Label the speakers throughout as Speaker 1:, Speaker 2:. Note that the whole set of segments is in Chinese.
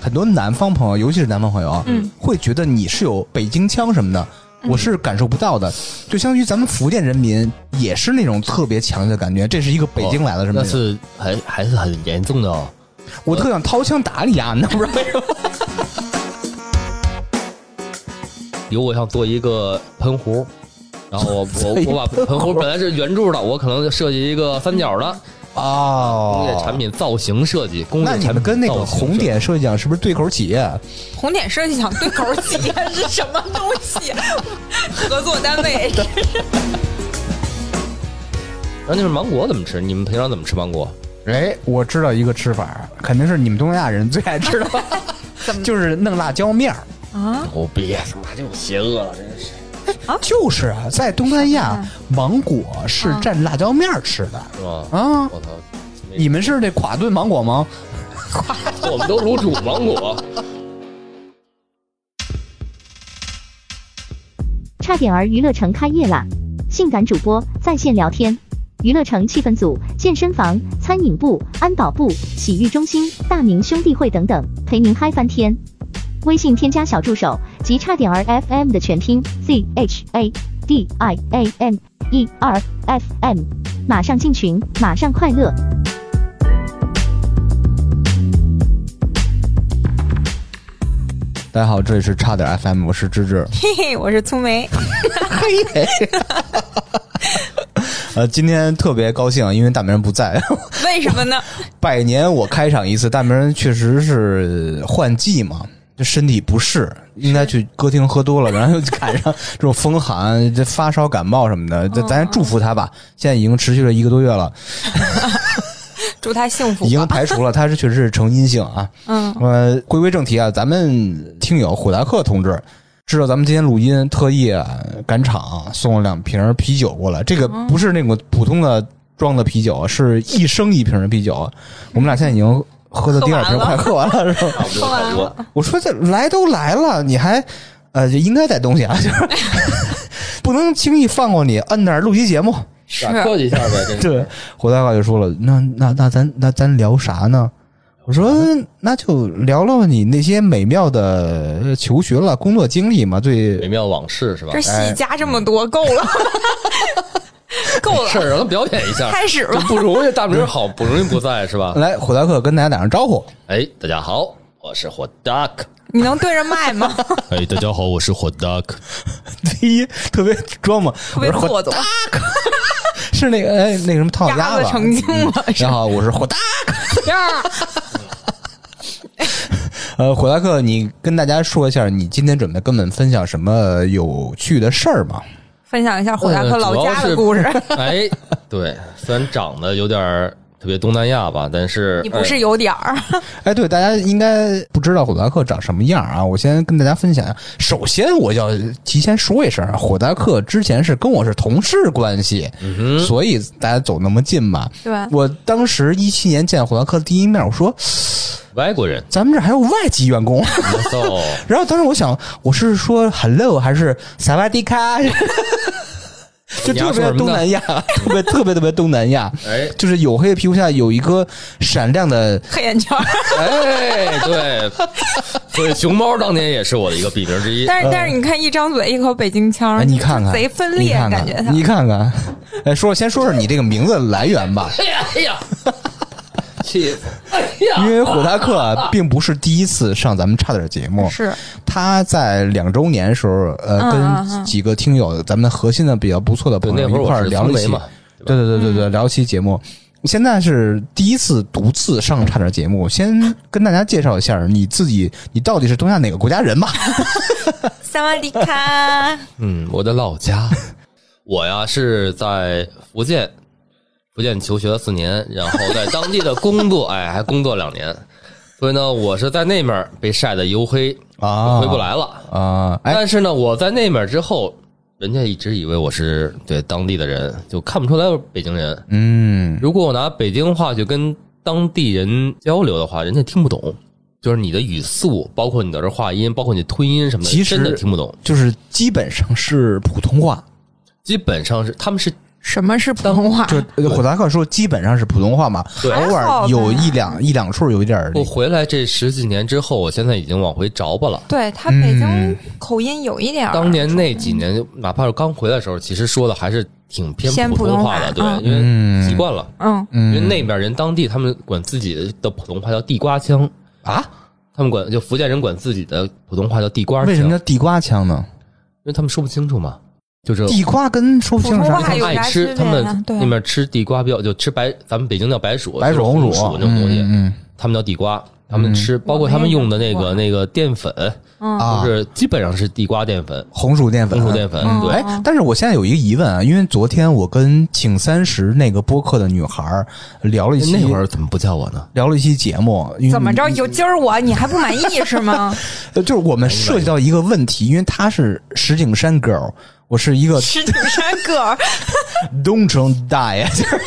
Speaker 1: 很多南方朋友，尤其是南方朋友啊，会觉得你是有北京腔什么的，我是感受不到的。就相当于咱们福建人民也是那种特别强烈的感觉，这是一个北京来的什么
Speaker 2: 哦那
Speaker 1: 的。
Speaker 2: 是还还是很严重的哦。
Speaker 1: 我特想掏枪打你啊！你知 道不知道为什么？
Speaker 2: 比如我想做一个喷壶，然后我我
Speaker 1: 做一
Speaker 2: 我把喷壶本来是圆柱的，我可能设计一个三角的工业产
Speaker 1: 哦，
Speaker 2: 品造型设计。工业
Speaker 1: 那
Speaker 2: 产
Speaker 1: 你
Speaker 2: 品
Speaker 1: 们跟那个
Speaker 2: 造型设计
Speaker 1: 红点设计奖是不是对口企业？
Speaker 3: 红点设计想对口儿企业是什么东西？啊合作单位
Speaker 2: 那就是芒果怎么吃？你们平常怎么吃芒果？
Speaker 1: 哎，我知道一个吃法，肯定是你们东南亚人最爱吃的，
Speaker 3: 怎么
Speaker 1: 就是弄辣椒面儿。
Speaker 3: 啊？
Speaker 2: 我别他妈就邪恶了，真是。
Speaker 1: 就是啊，在东南亚，芒果是蘸辣椒面儿吃的
Speaker 2: 是吧？
Speaker 1: 啊。
Speaker 2: 我操！
Speaker 1: 你们是那垮炖芒果吗？
Speaker 2: 我们都卤煮芒果，
Speaker 4: 差点儿娱乐城开业啦！性感主播在线聊天，娱乐城气氛组、健身房、餐饮部、安保部、洗浴中心、大明兄弟会等等，陪您嗨翻天。微信添加小助手及差点儿 FM 的全拼 Z H A D I A M E R F M，马上进群，马上快乐。
Speaker 1: 大家好，这里是差点 FM，我是芝芝。
Speaker 3: 嘿嘿，我是粗梅，
Speaker 1: 呃，今天特别高兴，因为大明人不在。
Speaker 3: 为什么呢？
Speaker 1: 百年我开场一次，大明人确实是换季嘛，这身体不适，应该去歌厅喝多了，然后又赶上这种风寒、这发烧、感冒什么的，这咱祝福他吧。现在已经持续了一个多月了，
Speaker 3: 祝他幸福
Speaker 1: 已经
Speaker 3: 吧。
Speaker 1: 排除了，他是确实是呈阴性啊。
Speaker 3: 嗯，
Speaker 1: 呃，回归正题啊，咱们听友虎达克同志知道咱们今天录音，特意啊赶场送了两瓶啤酒过来。这个不是那种普通的装的啤酒，是一升一瓶的啤酒。我们俩现在已经喝到第二瓶，
Speaker 3: 喝
Speaker 1: 快
Speaker 3: 完了
Speaker 1: 喝完了是吧？
Speaker 3: 说完了，
Speaker 1: 我说这来都来了，你还呃就应该带东西啊，就是 不能轻易放过你，摁那儿录期节目。
Speaker 3: 是
Speaker 2: 客气一下呗， 真是。
Speaker 1: 对，胡大哥就说了，那那那咱那咱聊啥呢？我说那就聊聊你那些美妙的呃求学了、工作经历嘛。
Speaker 2: 美
Speaker 1: 对，
Speaker 2: 妙往事是吧
Speaker 3: 这？戏
Speaker 1: 哎
Speaker 3: 加这么多够了， 够
Speaker 2: 事
Speaker 3: 了，
Speaker 2: 儿让他表演一下，
Speaker 3: 开始
Speaker 2: 这
Speaker 3: 吧。
Speaker 2: 不容易，大明儿好不容易不在是吧？
Speaker 1: 来，胡大克跟大家打声招呼。
Speaker 2: 哎，大家好，我是火 duck。
Speaker 3: 你能对着麦 吗？
Speaker 2: 哎，大家好，我是火 duck。
Speaker 1: 第一，特别装嘛，
Speaker 3: 特
Speaker 1: 我
Speaker 3: 别
Speaker 1: 是火
Speaker 3: 做作，
Speaker 1: 是那个哎那个什么唐老
Speaker 3: 鸭
Speaker 1: 鸭
Speaker 3: 子
Speaker 1: 吧？
Speaker 3: 成精了
Speaker 1: 嗯
Speaker 3: 是
Speaker 1: 你好，我是火大。
Speaker 3: 呀，
Speaker 1: 呃，火大克，你跟大家说一下，你今天准备跟我们分享什么有趣的事儿吗？
Speaker 3: 分享一 下火
Speaker 1: 哎
Speaker 3: 大哥老家的故事。
Speaker 2: 哎，对，虽然长得有点儿特别东南亚吧，但是
Speaker 3: 你不是有点儿，
Speaker 1: 哎，对，大家应该不知道火达克长什么样啊！我先跟大家分享一下。首先，我要提前说一声，啊火达克之前是跟我是同事关系，
Speaker 2: 嗯
Speaker 1: 所以大家走那么近嘛。
Speaker 3: 对吧？
Speaker 1: 我当时一七年见火达克第一面，我说，
Speaker 2: 外国人
Speaker 1: 咱们这儿还有外籍员 工。
Speaker 2: so
Speaker 1: 然后当时我想，我是说 hello 还是萨瓦迪卡？ 就
Speaker 2: 你要
Speaker 1: 特别
Speaker 2: 说什么呢
Speaker 1: 东南亚，特别特别特别东南亚，
Speaker 2: 哎
Speaker 1: 就是黝黑的皮肤下有一颗闪亮的
Speaker 3: 黑眼圈儿，
Speaker 2: 哎，对，所以熊猫当年也是我的一个笔名之一。
Speaker 3: 但是但是你看一张嘴一口北京腔
Speaker 1: 哎，
Speaker 3: 儿，
Speaker 1: 你看看，
Speaker 3: 啊贼分裂，
Speaker 1: 你看看
Speaker 3: 感觉他
Speaker 1: 你看看，哎，说先说说你这个名字的来源吧，
Speaker 2: 哎呀哎呀，气死！哎呀
Speaker 1: 因为火达克 啊并不是第一次上咱们差点节目，
Speaker 3: 是
Speaker 1: 他在两周年的时候，呃，
Speaker 3: 嗯嗯
Speaker 1: 跟
Speaker 3: 嗯
Speaker 1: 几个听友，咱们核心的比较不错的朋
Speaker 2: 对
Speaker 1: 友
Speaker 2: 那会儿
Speaker 1: 一块
Speaker 2: 我
Speaker 1: 儿
Speaker 2: 是
Speaker 1: 聊了一
Speaker 2: 苏
Speaker 1: 期
Speaker 2: 梅嘛，
Speaker 1: 对对对对
Speaker 3: 嗯
Speaker 1: 对，聊一期节目。现在是第一次独自上差点节目，先跟大家介绍一下你自己，你到底是东亚哪个国家人吧？
Speaker 3: 萨瓦迪卡，
Speaker 2: 嗯，我的老家， 我呀是在福建，福建求学了四年，然后在当地的 工作，哎，还工作两年，所以呢，我是在那面儿被晒得黝黑，
Speaker 1: 啊
Speaker 2: 回不来了。
Speaker 1: 啊、哎，
Speaker 2: 但是呢，我在那面儿之后，人家一直以为我是对当地的人，就看不出来我是北京人。
Speaker 1: 嗯，
Speaker 2: 如果我拿北京话去跟当地人交流的话，人家听不懂，就是你的语速，包括你的这话音，包括你吞音什么的，
Speaker 1: 其实
Speaker 2: 真的听不懂。
Speaker 1: 就是基本上是普通话，
Speaker 2: 基本上是他们是
Speaker 3: 什么是普通 话？
Speaker 1: 就呃火达克说基本上是普通话嘛，
Speaker 2: 对哦
Speaker 1: 偶
Speaker 3: 还好
Speaker 1: 尔
Speaker 3: 吧
Speaker 1: 有一两一两处有一点儿
Speaker 2: 我回来这十几年之后，我现在已经往回找吧了。
Speaker 3: 对他北京
Speaker 1: 嗯
Speaker 3: 口音有一点儿
Speaker 2: 当年那几年，哪怕是刚回来的时候，其实说的还是挺
Speaker 3: 偏
Speaker 2: 偏
Speaker 3: 普
Speaker 2: 普
Speaker 3: 通
Speaker 2: 通
Speaker 3: 话
Speaker 2: 话的，对，
Speaker 3: 嗯
Speaker 2: 因为习惯了。
Speaker 3: 嗯
Speaker 2: 因
Speaker 1: 嗯
Speaker 2: 为那边人当地他们管自己的普通话叫地瓜腔啊，他们管就福建人管自己的普通话叫地瓜腔，
Speaker 1: 为什么
Speaker 2: 因
Speaker 1: 叫地瓜腔呢？
Speaker 2: 为他们说不清楚嘛，就是
Speaker 1: 地瓜跟说不清楚
Speaker 3: 普
Speaker 1: 啥
Speaker 3: 通话
Speaker 1: 关系
Speaker 3: 还有
Speaker 2: 爱
Speaker 3: 啥区
Speaker 2: 吃，
Speaker 3: 别
Speaker 2: 他们
Speaker 3: 呢对啊
Speaker 2: 那边吃地瓜比较就吃白，咱们北京叫白薯，
Speaker 1: 白
Speaker 2: 就是
Speaker 1: 薯
Speaker 2: 红
Speaker 1: 薯
Speaker 2: 这种东西，
Speaker 1: 嗯嗯
Speaker 2: 他们叫地瓜。他们吃，包括他们用的那个那个淀粉，
Speaker 1: 嗯
Speaker 3: 嗯，
Speaker 1: 啊
Speaker 2: 就，是基本上是地瓜淀粉、
Speaker 1: 红薯淀粉，
Speaker 2: 红薯淀粉。
Speaker 3: 嗯
Speaker 2: 对，
Speaker 1: 哎，但是我现在有一个疑问啊，因为昨天我跟请三十那个播客的女孩儿聊了一期，
Speaker 2: 那会儿怎么不叫我呢？
Speaker 1: 聊了一期节目，因为
Speaker 3: 怎么着？有今儿我你还不满 意是吗？
Speaker 1: 呃就是我们涉及到一个问题，因为她是石景山 girl，我是一个
Speaker 3: 石景山歌，
Speaker 1: 东城大爷，就是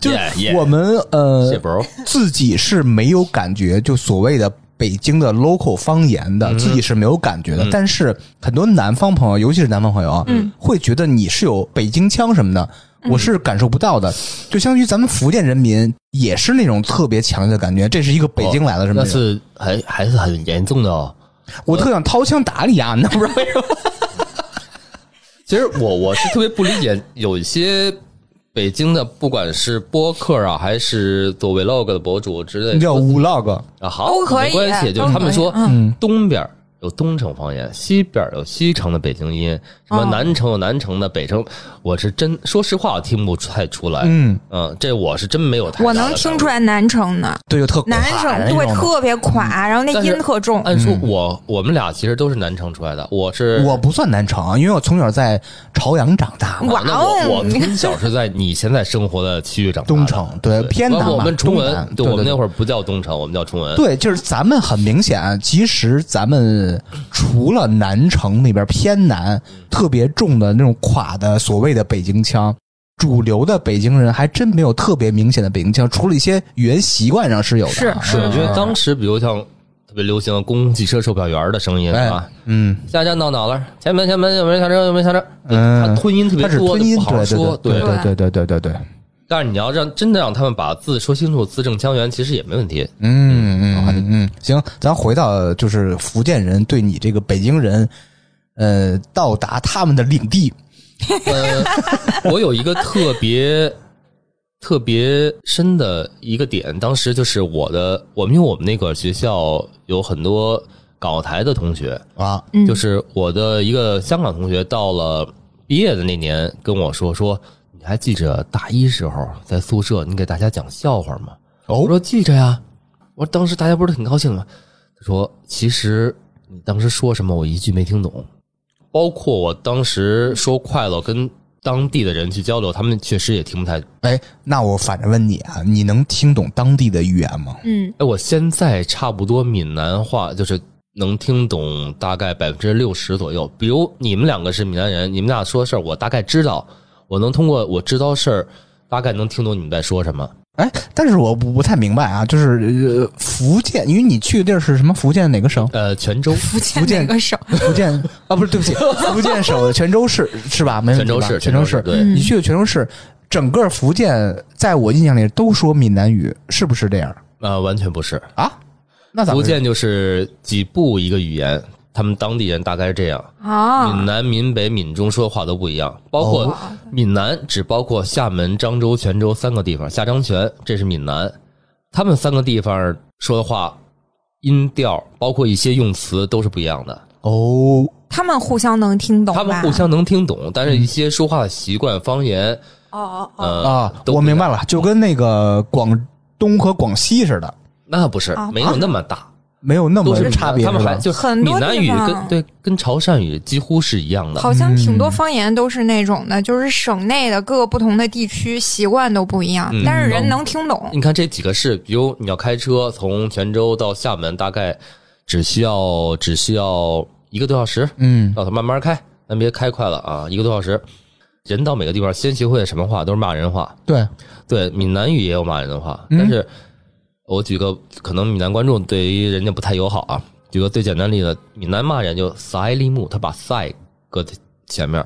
Speaker 1: 就是
Speaker 2: Yeah, yeah
Speaker 1: 我们呃
Speaker 2: 谢博，
Speaker 1: 自己是没有感觉，就所谓的北京的 local 方言的，自己是没有感觉的。但是很多南方朋友，尤其是南方朋友，嗯，会觉得你是有北京腔什么的，我是感受不到的。就相当于咱们福建人民也是那种特别强烈的感觉，这是一个北京来的什么
Speaker 2: 那
Speaker 1: 人？
Speaker 2: 是还还是很严重的哦。
Speaker 1: 我特想掏枪打你啊！你知道不知道为什么？
Speaker 2: 其实我我是特别不理解，有一些北京的，不管是播客啊，还是做 vlog 的博主之类
Speaker 1: 你叫
Speaker 2: 的
Speaker 1: vlog，
Speaker 2: 啊，好，
Speaker 3: 都可以
Speaker 2: 没关
Speaker 3: 都
Speaker 2: 系。就
Speaker 3: 可以
Speaker 2: 是他们说，
Speaker 1: 嗯
Speaker 2: 东边有东城方言，西边有西城的北京音，什么
Speaker 3: 哦
Speaker 2: 南城有南城的，北城，我是真说实话，我听不太出来。
Speaker 1: 嗯，
Speaker 2: 嗯，这我是真没有 太。
Speaker 3: 我能听出。来南城 的，
Speaker 1: 对，就特
Speaker 3: 南城对特别垮，然后那
Speaker 2: 嗯但是哎
Speaker 3: 音特重。
Speaker 2: 按说我我们俩其实都是南城出来的，嗯我是
Speaker 1: 我不算南城，因为我从小在朝阳长大嘛，
Speaker 3: 哇
Speaker 2: 啊那
Speaker 3: 哦
Speaker 2: 我我从小是在你现在生活的区域长大的，
Speaker 1: 东城对偏
Speaker 2: 啊包
Speaker 1: 南
Speaker 2: 括
Speaker 1: 嘛，
Speaker 2: 我们崇
Speaker 1: 东
Speaker 2: 文
Speaker 1: 南，
Speaker 2: 对，我们
Speaker 1: 对
Speaker 2: 那会儿不叫东城，我们叫崇文。
Speaker 1: 对，就是咱们很明显，啊其实咱们除了南城那边偏南特别重的那种垮的所谓的北京腔，主流的北京人还真没有特别明显的北京腔，除了一些语言习惯上是有的。
Speaker 3: 是
Speaker 1: 啊
Speaker 3: 是
Speaker 2: 对，因为当时比如像特别流行的公共汽车售票员的声音
Speaker 1: 哎
Speaker 2: 啊，
Speaker 1: 嗯，
Speaker 2: 下站到哪了？前门前门有没有下车？有没有下车？
Speaker 1: 嗯
Speaker 2: 他吞音特别
Speaker 1: 他只
Speaker 2: 多，
Speaker 1: 吞音，
Speaker 2: 就不好
Speaker 1: 对
Speaker 2: 说。
Speaker 1: 对
Speaker 3: 对
Speaker 1: 对对对对对，
Speaker 2: 但是你要让真的让他们把字说清楚，字正腔圆，其实也没问题。
Speaker 1: 嗯嗯嗯嗯，行，咱回到就是福建人对你这个北京人，呃，到达他们的领地，
Speaker 2: 呃， 我有一个特别特别深的一个点，当时就是我的，我们因为我们那个学校有很多港澳台的同学，
Speaker 1: 啊，
Speaker 3: 嗯
Speaker 2: 就是我的一个香港同学，到了毕业的那年跟我说说，你还记着大一时候在宿舍你给大家讲笑话吗？
Speaker 1: 哦
Speaker 2: 我说记着呀，我说当时大家不是挺高兴吗？他说其实你当时说什么我一句没听懂，包括我当时说快乐跟当地的人去交流，他们确实也听不太。
Speaker 1: 哎，那我反着问你啊，你能听懂当地的语言吗？
Speaker 3: 嗯，
Speaker 2: 哎，我现在差不多闽南话就是能听懂大概百分之六十左右。比如你们两个是闽南人，你们俩说事儿，我大概知道，我能通过我知道事儿，大概能听懂你们在说什么。？
Speaker 1: 哎，但是我不不太明白啊，就是、呃、福建，因为你去的地儿是什么？福建哪个省
Speaker 2: 呃，泉州，
Speaker 3: 福建
Speaker 1: 福建
Speaker 3: 哪个省？
Speaker 1: 福建 啊，不是， 对不起，福建省的泉州市是吧？没问
Speaker 2: 泉
Speaker 1: 题
Speaker 2: 州
Speaker 1: 吧
Speaker 2: 市，
Speaker 1: 泉
Speaker 2: 州
Speaker 1: 市。嗯
Speaker 2: 对。
Speaker 3: 嗯
Speaker 1: 你去的泉州市，整个福建，在我印象里都说闽南语，是不是这样
Speaker 2: 呃，完全不是，
Speaker 1: 啊？那咱们
Speaker 2: 福建就是几部一个语言，他们当地人大概是这样。闽
Speaker 3: 啊，
Speaker 2: 南、闽北、闽中说的话都不一样，包括
Speaker 1: 哦
Speaker 2: 闽南只包括厦门、漳州、泉州三个地方，下漳泉这是闽南，他们三个地方说的话音调，包括一些用词都是不一样的。
Speaker 1: 哦，
Speaker 3: 他们互相能听懂吧，
Speaker 2: 他们互相能听懂，但是一些说话的习惯、方言，
Speaker 3: 哦哦哦，
Speaker 2: 呃
Speaker 1: 啊，
Speaker 2: 都不
Speaker 1: 我
Speaker 2: 一样
Speaker 1: 明白了，就跟那个广东和广西似的，
Speaker 2: 那不是
Speaker 3: 啊
Speaker 2: 没有那么大，
Speaker 1: 没有那
Speaker 2: 都
Speaker 1: 么
Speaker 2: 是闽南
Speaker 1: 差别，
Speaker 2: 他们
Speaker 1: 是吧
Speaker 2: 还就是
Speaker 3: 很
Speaker 2: 闽
Speaker 3: 多
Speaker 2: 南
Speaker 3: 地
Speaker 2: 语
Speaker 3: 方
Speaker 2: 跟对跟潮汕语几乎是一样的。
Speaker 3: 好像挺
Speaker 2: 嗯
Speaker 3: 多方言都是那种的，就是省内的各个不同的地区习惯都不一样，
Speaker 2: 嗯
Speaker 3: 但是人能听懂。
Speaker 2: 你看这几个市，比如你要开车从泉州到厦门，大概只需要只需要一个多小时，
Speaker 1: 嗯
Speaker 2: 让它慢慢开，咱别开快了啊，一个多小时。人到每个地方，先学会什么话都是骂人话，
Speaker 1: 对，
Speaker 2: 对，闽南语也有骂人的话，
Speaker 1: 嗯
Speaker 2: 但是我举个可能闽南观众对于人家不太友好啊，举个最简单的例子，闽南骂人就“塞利木”，他把“塞”搁在前面，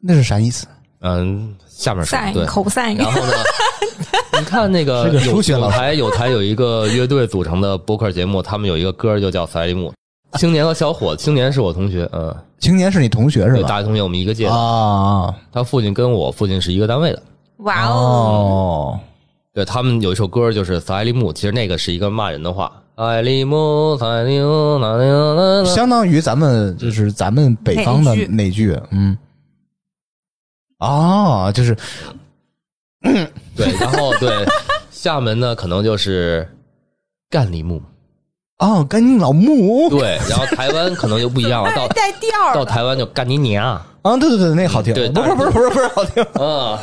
Speaker 1: 那是啥意思？
Speaker 2: 嗯，下面是
Speaker 3: sin
Speaker 2: 对，
Speaker 3: cosine
Speaker 2: 然后呢， 你看那个
Speaker 1: 是个
Speaker 2: 有
Speaker 1: 数学
Speaker 2: 有
Speaker 1: 老师
Speaker 2: 台有台有一个乐队组成的播客节目，他们有一个歌儿就叫《赛利姆》，青年和小伙，青年是我同学，嗯，
Speaker 1: 青年是你同学是
Speaker 2: 对，
Speaker 1: 吧？
Speaker 2: 大学同学，我们一个届的，
Speaker 1: 啊，
Speaker 2: 他父亲跟我父亲是一个单位的。
Speaker 3: 哇哦，
Speaker 1: 哦，
Speaker 2: 对他们有一首歌就是《赛利姆》，其实那个是一个骂人的话，赛利姆，赛利姆，啦啦啦啦啦
Speaker 1: 哦相当于咱们就是咱们北方的
Speaker 3: 哪一句
Speaker 1: 那句，嗯，啊，就是
Speaker 2: 对，然后对厦门呢，可能就是干里木，
Speaker 1: 啊，干你老木
Speaker 2: 对，然后台湾可能就不一 样了，到
Speaker 3: 带调儿
Speaker 2: 哦到
Speaker 3: 了，
Speaker 2: 台湾就干你 娘，
Speaker 1: 啊，对对对，那好听，
Speaker 2: 对
Speaker 1: 不
Speaker 2: 但
Speaker 1: 是
Speaker 2: 是
Speaker 1: 不是不是不是好听，
Speaker 2: 嗯，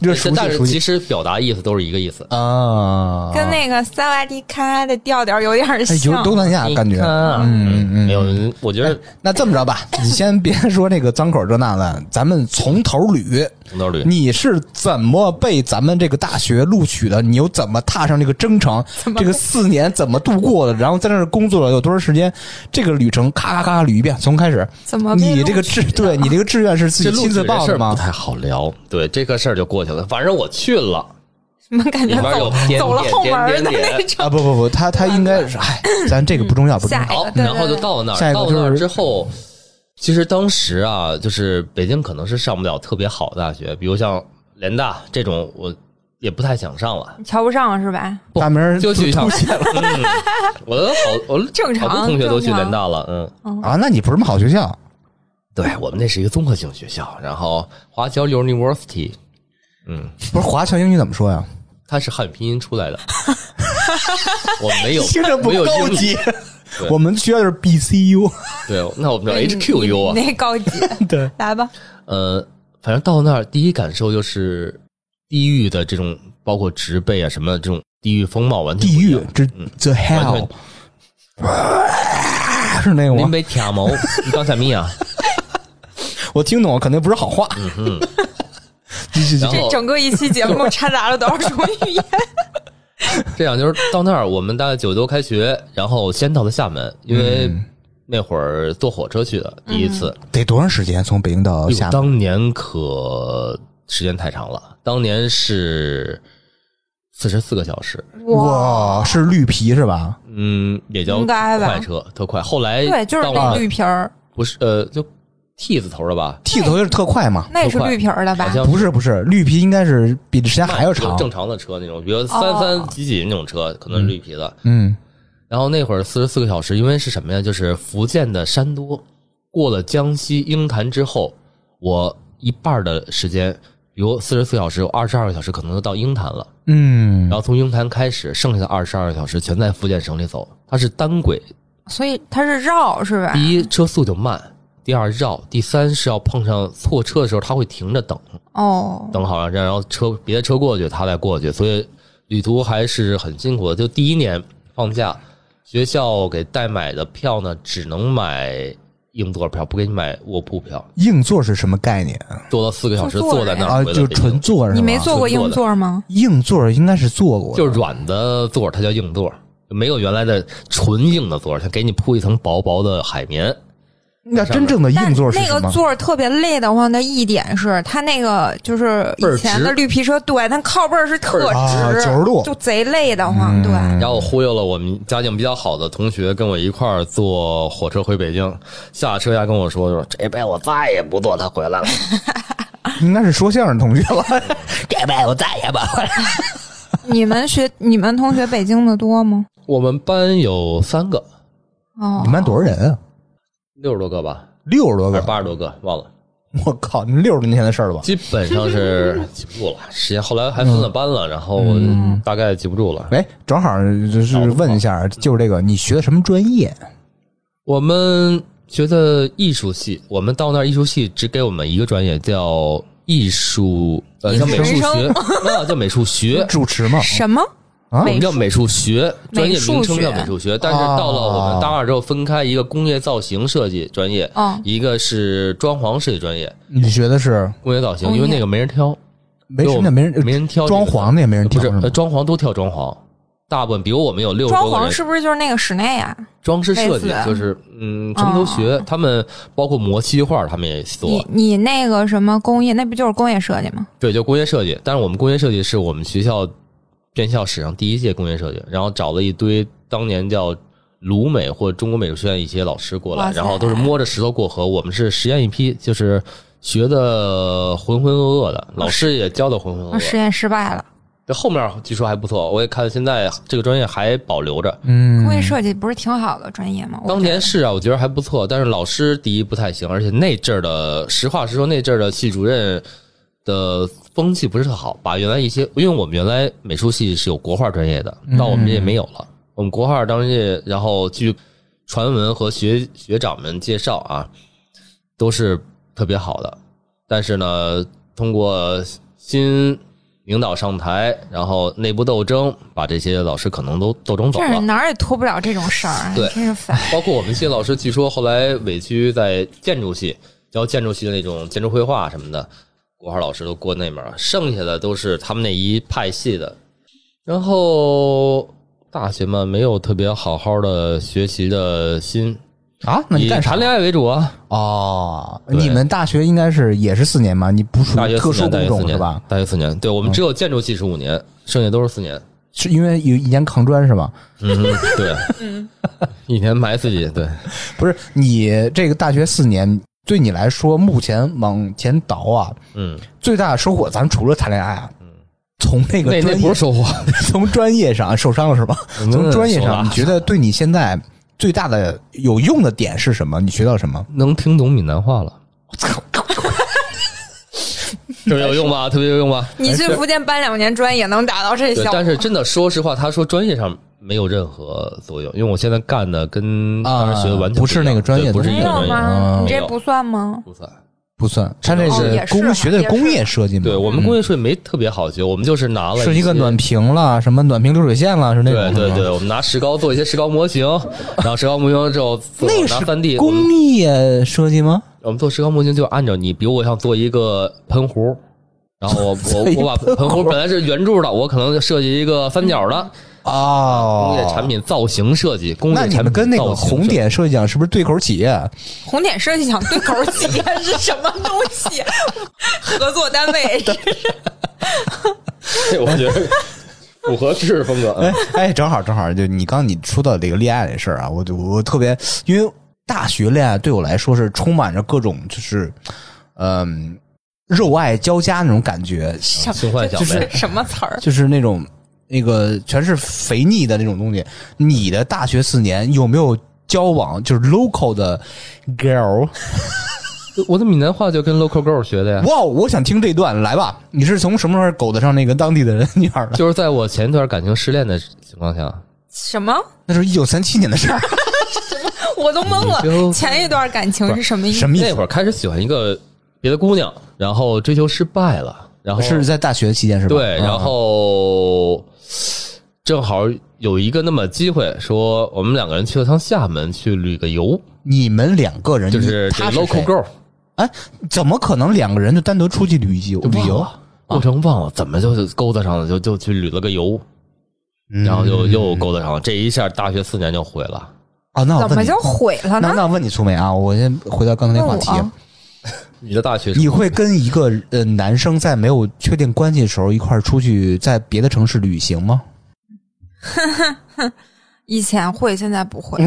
Speaker 1: 这熟
Speaker 2: 但
Speaker 1: 悉
Speaker 2: 是
Speaker 1: 熟
Speaker 2: 其
Speaker 1: 悉
Speaker 2: 实表达意思都是一个意思。
Speaker 1: 啊，
Speaker 3: 跟那个萨瓦迪卡的调调有点
Speaker 1: 哎有
Speaker 3: 像。
Speaker 1: 东南亚感觉
Speaker 2: 你，看啊
Speaker 1: 嗯嗯嗯
Speaker 2: 没有，我觉得
Speaker 1: 那这么着吧，你先别说那个脏口这那的，咱们从头捋。
Speaker 2: 红豆绿
Speaker 1: 你是怎么被咱们这个大学录取的？你又怎么踏上这个征程？这个四年怎么度过的？然后在那儿工作了有多长时间？这个旅程咔咔咔捋一遍，从开始。
Speaker 3: 怎么被
Speaker 1: 你这个
Speaker 3: 录取
Speaker 1: 志对你这个志愿是自己
Speaker 2: 这录
Speaker 1: 亲
Speaker 2: 取
Speaker 1: 自
Speaker 2: 这
Speaker 1: 报
Speaker 2: 事
Speaker 1: 的
Speaker 2: 儿
Speaker 1: 吗
Speaker 2: 不？太好聊，对这个事儿就过去了。反正我去了，
Speaker 3: 你们感
Speaker 2: 里
Speaker 3: 觉
Speaker 2: 边有
Speaker 3: 走
Speaker 2: 点
Speaker 3: 走了
Speaker 2: 点
Speaker 3: 后门
Speaker 2: 点
Speaker 3: 儿的
Speaker 2: 点
Speaker 3: 那
Speaker 2: 点
Speaker 1: 啊
Speaker 3: 种，
Speaker 1: 不不不，他他应该是哎，咱这个不重要不重
Speaker 3: 下
Speaker 1: 要。
Speaker 3: 一
Speaker 2: 好
Speaker 3: 个，，对
Speaker 2: 然后就
Speaker 3: 对
Speaker 2: 到那
Speaker 1: 下
Speaker 2: 儿，
Speaker 1: 一个
Speaker 2: 到
Speaker 1: 就
Speaker 2: 那儿
Speaker 1: 是
Speaker 2: 之后，其实当时啊，就是北京可能是上不了特别好的大学，比如像联大这种，我也不太想上了。
Speaker 3: 对瞧不上是吧？
Speaker 1: 大明儿
Speaker 2: 就去
Speaker 1: 吐
Speaker 2: 上
Speaker 1: 血了
Speaker 2: 嗯，我的好， 我
Speaker 3: 正常
Speaker 2: 好多同学都去
Speaker 3: 正常
Speaker 2: 联大了，嗯。
Speaker 1: 啊？那你不是什么好学校？
Speaker 2: 对我们那是一个综合性学校，然后华侨 University，嗯，
Speaker 1: 不是华侨英语怎么说呀？
Speaker 2: 它是汉语拼音 出来的，我没有，
Speaker 1: 听着不
Speaker 2: 没有
Speaker 1: 高
Speaker 2: 英语
Speaker 1: 级。我们学校就是 BCU，
Speaker 2: 对，那我
Speaker 1: 嗯
Speaker 2: 们叫
Speaker 3: 对
Speaker 2: HQU
Speaker 3: 你
Speaker 2: 啊，
Speaker 3: 那高级，
Speaker 1: 对，
Speaker 3: 来吧，
Speaker 2: 呃，反正到那儿第一感受就是地域的这种，包括植被啊什么的这种地域风貌完全
Speaker 1: 地
Speaker 2: 不一
Speaker 1: 狱
Speaker 2: 样，
Speaker 1: 这 the
Speaker 2: 完
Speaker 1: hell
Speaker 2: 全
Speaker 1: 是那个
Speaker 2: 林
Speaker 1: 吗？
Speaker 2: 北 挑毛，你刚才咪啊，
Speaker 1: 我听懂，肯定不是好话。嗯
Speaker 2: 嗯，
Speaker 1: 继续继
Speaker 2: 然
Speaker 1: 续。
Speaker 2: 后
Speaker 3: 这整个一期节 目掺杂了多少种语 言？
Speaker 2: 这样就是到那儿，我们大概九多开学，然后先到的厦门，因为
Speaker 1: 嗯
Speaker 2: 那会儿坐火车去的，第一次。
Speaker 1: 得多长时间从北京到嗯
Speaker 2: 哟
Speaker 1: 哦厦门？
Speaker 2: 哎当年可时间太长了，当年是四十四个小时，
Speaker 1: 哇，是绿皮是吧？
Speaker 2: 嗯，也叫
Speaker 3: 应该吧
Speaker 2: 快车，特快。后来
Speaker 3: 对，就是
Speaker 2: 到
Speaker 3: 那
Speaker 2: 了
Speaker 3: 绿皮儿，
Speaker 2: 不是呃，就 T 字头的吧？
Speaker 1: 剃头就是特快嘛？
Speaker 3: 那也是
Speaker 2: 都快
Speaker 3: 绿皮儿的吧
Speaker 2: 好？像
Speaker 1: 不是不是，绿皮应该是比这时间还要
Speaker 2: 就
Speaker 1: 长。
Speaker 2: 正常的车那种，比如
Speaker 3: 哦
Speaker 2: 三三几几那种车，可能是绿皮的。
Speaker 1: 嗯，
Speaker 2: 然后那会儿四十四个小时，因为是什么呀？就是福建的山多，过了江西鹰潭之后，我一半儿的时间，比如四十四小时，有二十二个小时可能就到鹰潭了。
Speaker 1: 嗯
Speaker 2: 然，后从鹰潭开始，剩下的二十二个小时全在福建省里走。它是单轨，
Speaker 3: 所以它是绕是吧？
Speaker 2: 第一车速就慢，第二绕，第三是要碰上错车的时候，它会停着等，
Speaker 3: 哦，
Speaker 2: 等好长时间，然后车别的车过去，它再过去。所以旅途还是很辛苦的。就第一年放假，学校给代买的票呢，只能买硬座票，不给你买卧铺票。
Speaker 1: 硬座是什么概念
Speaker 2: 坐了四个小
Speaker 3: 就
Speaker 2: 时，
Speaker 3: 坐着
Speaker 2: 坐在那
Speaker 1: 啊？
Speaker 2: 儿回来
Speaker 1: 就
Speaker 2: 北京，
Speaker 1: 纯坐是吧？
Speaker 3: 你没坐过硬座吗？
Speaker 1: 硬座应该是坐过的，
Speaker 2: 就是软的座儿，它叫硬座儿。没有原来的纯硬的座儿，它给你铺一层薄薄的海绵，
Speaker 1: 那真正的硬座是
Speaker 3: 但那
Speaker 1: 什
Speaker 3: 个
Speaker 1: 么？
Speaker 3: 座儿特别累的话，那一点是它那个就是以前
Speaker 2: 倍儿
Speaker 3: 的
Speaker 2: 直
Speaker 3: 绿皮车，对，它靠背儿是特
Speaker 1: 倍儿直
Speaker 3: 直，
Speaker 1: 啊90度嗯
Speaker 3: 就贼累的慌。啊对，
Speaker 2: 然后我忽悠了我们家境比较好的同学，跟我一块儿坐火车回北京。下车，他跟我说：“就说这辈子我再也不坐他回来了。
Speaker 1: 应该是说相声同学吧？
Speaker 2: 这辈子我再也不回来。
Speaker 3: 你们学 你们同学北京的多吗？”
Speaker 2: 我们班有三个，
Speaker 3: 哦
Speaker 1: 你，们班多少人啊？
Speaker 2: 六十多个吧，
Speaker 1: 六十多
Speaker 2: 还
Speaker 1: 个
Speaker 2: 是，八十多个，忘了，
Speaker 1: 我靠，那六十多年前的事儿了吧？
Speaker 2: 基本 上是记不住了。时间后来还分了班了，然后
Speaker 3: 嗯
Speaker 2: 大概记不住了。
Speaker 1: 哎，正好就是问一下，就是这个，你学的什么专业？
Speaker 2: 我们学的艺术系，我们到那儿艺术系只给我们一个专业，叫艺术，呃，叫美术
Speaker 3: 人
Speaker 2: 学
Speaker 3: 生，
Speaker 2: 那叫美术学。
Speaker 1: 主持吗？
Speaker 3: 什么？
Speaker 1: 啊
Speaker 2: 我们叫美术学，专业名称叫
Speaker 3: 哦美
Speaker 2: 美
Speaker 3: 术哦
Speaker 2: 术学，但是到了我们大二之后，分开一个工业造型设计专业，
Speaker 3: 哦
Speaker 2: 一个是装潢设计专业。
Speaker 1: 你学的是
Speaker 2: 工业造型，
Speaker 3: 工业
Speaker 2: 因为那个没人挑，
Speaker 1: 没
Speaker 2: 就
Speaker 1: 那没人
Speaker 2: 没人挑这
Speaker 1: 装
Speaker 2: 个
Speaker 1: 潢的也没人挑
Speaker 2: 不是呃
Speaker 1: 是吗
Speaker 2: 呃装潢都挑装潢，大部分比如我们有六十
Speaker 3: 装
Speaker 2: 多个
Speaker 3: 潢
Speaker 2: 人，
Speaker 3: 是不是就是那个室内啊？
Speaker 2: 装饰设计
Speaker 3: 类似哦
Speaker 2: 就是嗯什么都学，他们包括磨漆画，他们也做
Speaker 3: 你，你那个什么工业，那不就是工业设计吗？
Speaker 2: 对，就工业设计。但是我们工业设计是我们学校院校史上第一届工业设计，然后找了一堆当年叫鲁美或中国美术学院一些老师过
Speaker 3: 哇
Speaker 2: 来，
Speaker 3: 塞
Speaker 2: 然后都是摸着石头过河。我们是实验一批，就是学的浑浑噩噩的，老师也教的浑浑噩
Speaker 3: 那啊实
Speaker 2: 噩。
Speaker 3: 验失败了。
Speaker 2: 这后面据说还不错，我也看现在这个专业还保留着。
Speaker 1: 嗯
Speaker 3: 工业设计不是挺好的专业吗？我
Speaker 2: 当
Speaker 3: 觉
Speaker 2: 年
Speaker 3: 得
Speaker 2: 是啊，我觉得还不错，但是老师第一不太行，而且那阵儿的，实话实说，那阵儿的系主任的风气不是特好，把原来一些，因为我们原来美术系是有国画专业的，到我们这也没有了。我们国画当时，然后据传闻和学学长们介绍啊，都是特别好的，但是呢，通过新领导上台，然后内部斗争，把这些老师可能都斗争走
Speaker 3: 这
Speaker 2: 了
Speaker 3: 是。哪儿也脱不了这种事 儿，啊
Speaker 2: 对
Speaker 3: 真是烦。
Speaker 2: 包括我们系老师，据说后来委屈在建筑系教建筑系的那种建筑绘画什么的，国画老师都过那门儿，剩下的都是他们那一派系的。然后大学嘛，没有特别好好的学习的心，
Speaker 1: 啊，那
Speaker 2: 以
Speaker 1: 你干啥
Speaker 2: 谈恋爱为主啊。
Speaker 1: 哦，
Speaker 2: 对
Speaker 1: 你们大学应该是也是四年吧？你不属
Speaker 2: 大
Speaker 1: 于
Speaker 2: 学
Speaker 1: 特
Speaker 2: 四
Speaker 1: 殊
Speaker 2: 年，
Speaker 1: 工
Speaker 2: 大学四
Speaker 1: 种是
Speaker 2: 年
Speaker 1: 吧？？
Speaker 2: 大学四年，对我们只有建筑系是五年，剩下都是四年。
Speaker 1: 是因为有一年抗专是吧？
Speaker 2: 嗯， 对，
Speaker 1: 嗯
Speaker 2: 一年埋自己，对。
Speaker 1: 不是，你这个大学四年对你来说，目前往前倒啊，
Speaker 2: 嗯，
Speaker 1: 最大的收获，咱们除了谈恋爱啊，从那个
Speaker 2: 那那
Speaker 1: 专
Speaker 2: 不
Speaker 1: 业
Speaker 2: 是收获，
Speaker 1: 从专业上受伤了是吧？
Speaker 2: 嗯
Speaker 1: 从专业
Speaker 2: 手拉
Speaker 1: 上，你觉得对你现在最大的有用的点是什么？你学到什么？
Speaker 2: 能听懂闽南话 了，特别有用吧？特别有用吧？
Speaker 3: 你去福建搬两年专也能达到这
Speaker 2: 对
Speaker 3: 效，果
Speaker 2: 但，是真的，说实话，他说专业上没有任何作用，因为我现在干的跟当时学的完全
Speaker 1: 啊不是
Speaker 2: 一样
Speaker 1: 那个专业
Speaker 2: 对不是
Speaker 1: 的
Speaker 2: 一
Speaker 3: 没
Speaker 2: 个
Speaker 3: 有
Speaker 2: 专业的，
Speaker 1: 嗯
Speaker 3: 吗？你
Speaker 2: 没
Speaker 3: 这
Speaker 2: 有
Speaker 3: 不算吗？
Speaker 2: 不算。
Speaker 1: 不算，他这
Speaker 3: 哦
Speaker 1: 是
Speaker 3: 也是
Speaker 1: 工学的
Speaker 3: 也是
Speaker 1: 工业设计嘛？
Speaker 2: 对我们工业税没特别好学，我们就是拿
Speaker 1: 嗯
Speaker 2: 了
Speaker 1: 是一
Speaker 2: 一
Speaker 1: 个
Speaker 2: 些
Speaker 1: 暖。瓶啦，什么暖瓶流水线啦，是那
Speaker 2: 对
Speaker 1: 种
Speaker 2: 对
Speaker 1: 是吗
Speaker 2: 对，我们拿石膏做一些石膏模型，然后石膏模型之后做
Speaker 1: 那个
Speaker 2: 拿
Speaker 1: 是
Speaker 2: 三 D 我们
Speaker 1: 工业设计吗？
Speaker 2: 我们做石膏模型就按照你，比如我想做一个喷壶，然后 我
Speaker 1: 做
Speaker 2: 我
Speaker 1: 一
Speaker 2: 我把
Speaker 1: 喷壶
Speaker 2: 喷壶本来是圆柱的，我可能就设计一个三角的。
Speaker 1: 哦，
Speaker 2: 工业产。品造型设计，工业
Speaker 1: 那
Speaker 2: 产
Speaker 1: 你
Speaker 2: 品
Speaker 1: 们跟那
Speaker 2: 造
Speaker 1: 个
Speaker 2: 型设计
Speaker 1: 红点设计奖是不是对口企业？
Speaker 3: 红点设计想对口企业 是什么东西？ 合作单 位
Speaker 2: 这我觉 得符合知识风格。
Speaker 1: 哎哎，正好正好，就你刚你说到这个恋爱这事儿啊，我就我特别，因为大学恋爱对我来说是充满着各种就是，嗯、肉爱交加那种感觉，
Speaker 3: 什
Speaker 2: 性幻想呗
Speaker 3: 就是什么词儿？
Speaker 1: 就是那种那个全是肥腻的那种东西。你的大学四年有没有交往就是 local 的 girl？
Speaker 2: 我的闽南话就跟 local girl 学的呀，
Speaker 1: 哇，我想听这段，来吧，你是从什么时候狗得上那个当地的人 女孩的？
Speaker 2: 就是在我前一段感情失恋的情况下，
Speaker 3: 什么？
Speaker 1: 那是一九三七年的事儿，
Speaker 3: 我都懵
Speaker 2: 你就
Speaker 3: 了。前一段感情是什么意 思
Speaker 1: 什？么意
Speaker 2: 那
Speaker 1: 思
Speaker 2: 会？儿开始喜欢一个别的姑娘，然后追求失败了，然后
Speaker 1: 是在大学期间是吧？
Speaker 2: 对，
Speaker 1: 嗯
Speaker 2: 然后正好有一个那么机会，说我们两个人去了趟厦门去旅个游，
Speaker 1: 你们两个人
Speaker 2: 就是
Speaker 1: 你嗯
Speaker 2: 这
Speaker 1: 他是
Speaker 2: local
Speaker 1: 谁
Speaker 2: girl
Speaker 1: 哎，怎么可能两个人就单独出去旅游
Speaker 2: 就忘
Speaker 1: 旅游啊
Speaker 2: 了？过程忘了，怎么就勾搭上了，就就去旅了个游，
Speaker 1: 嗯
Speaker 2: 然后就又勾搭上了，这一下大学四年就毁了。
Speaker 1: 啊？那我
Speaker 3: 怎
Speaker 1: 问
Speaker 3: 么
Speaker 1: 你
Speaker 3: 就，毁了
Speaker 1: 那
Speaker 3: 呢？
Speaker 1: 那我问你苏梅啊，我先回到刚才那话题，
Speaker 3: 那我啊
Speaker 2: 你的大学是
Speaker 1: 你会跟一个呃男生在没有确定关系的时候一块儿出去在别的城市旅行吗？
Speaker 3: 以前会，现在不会。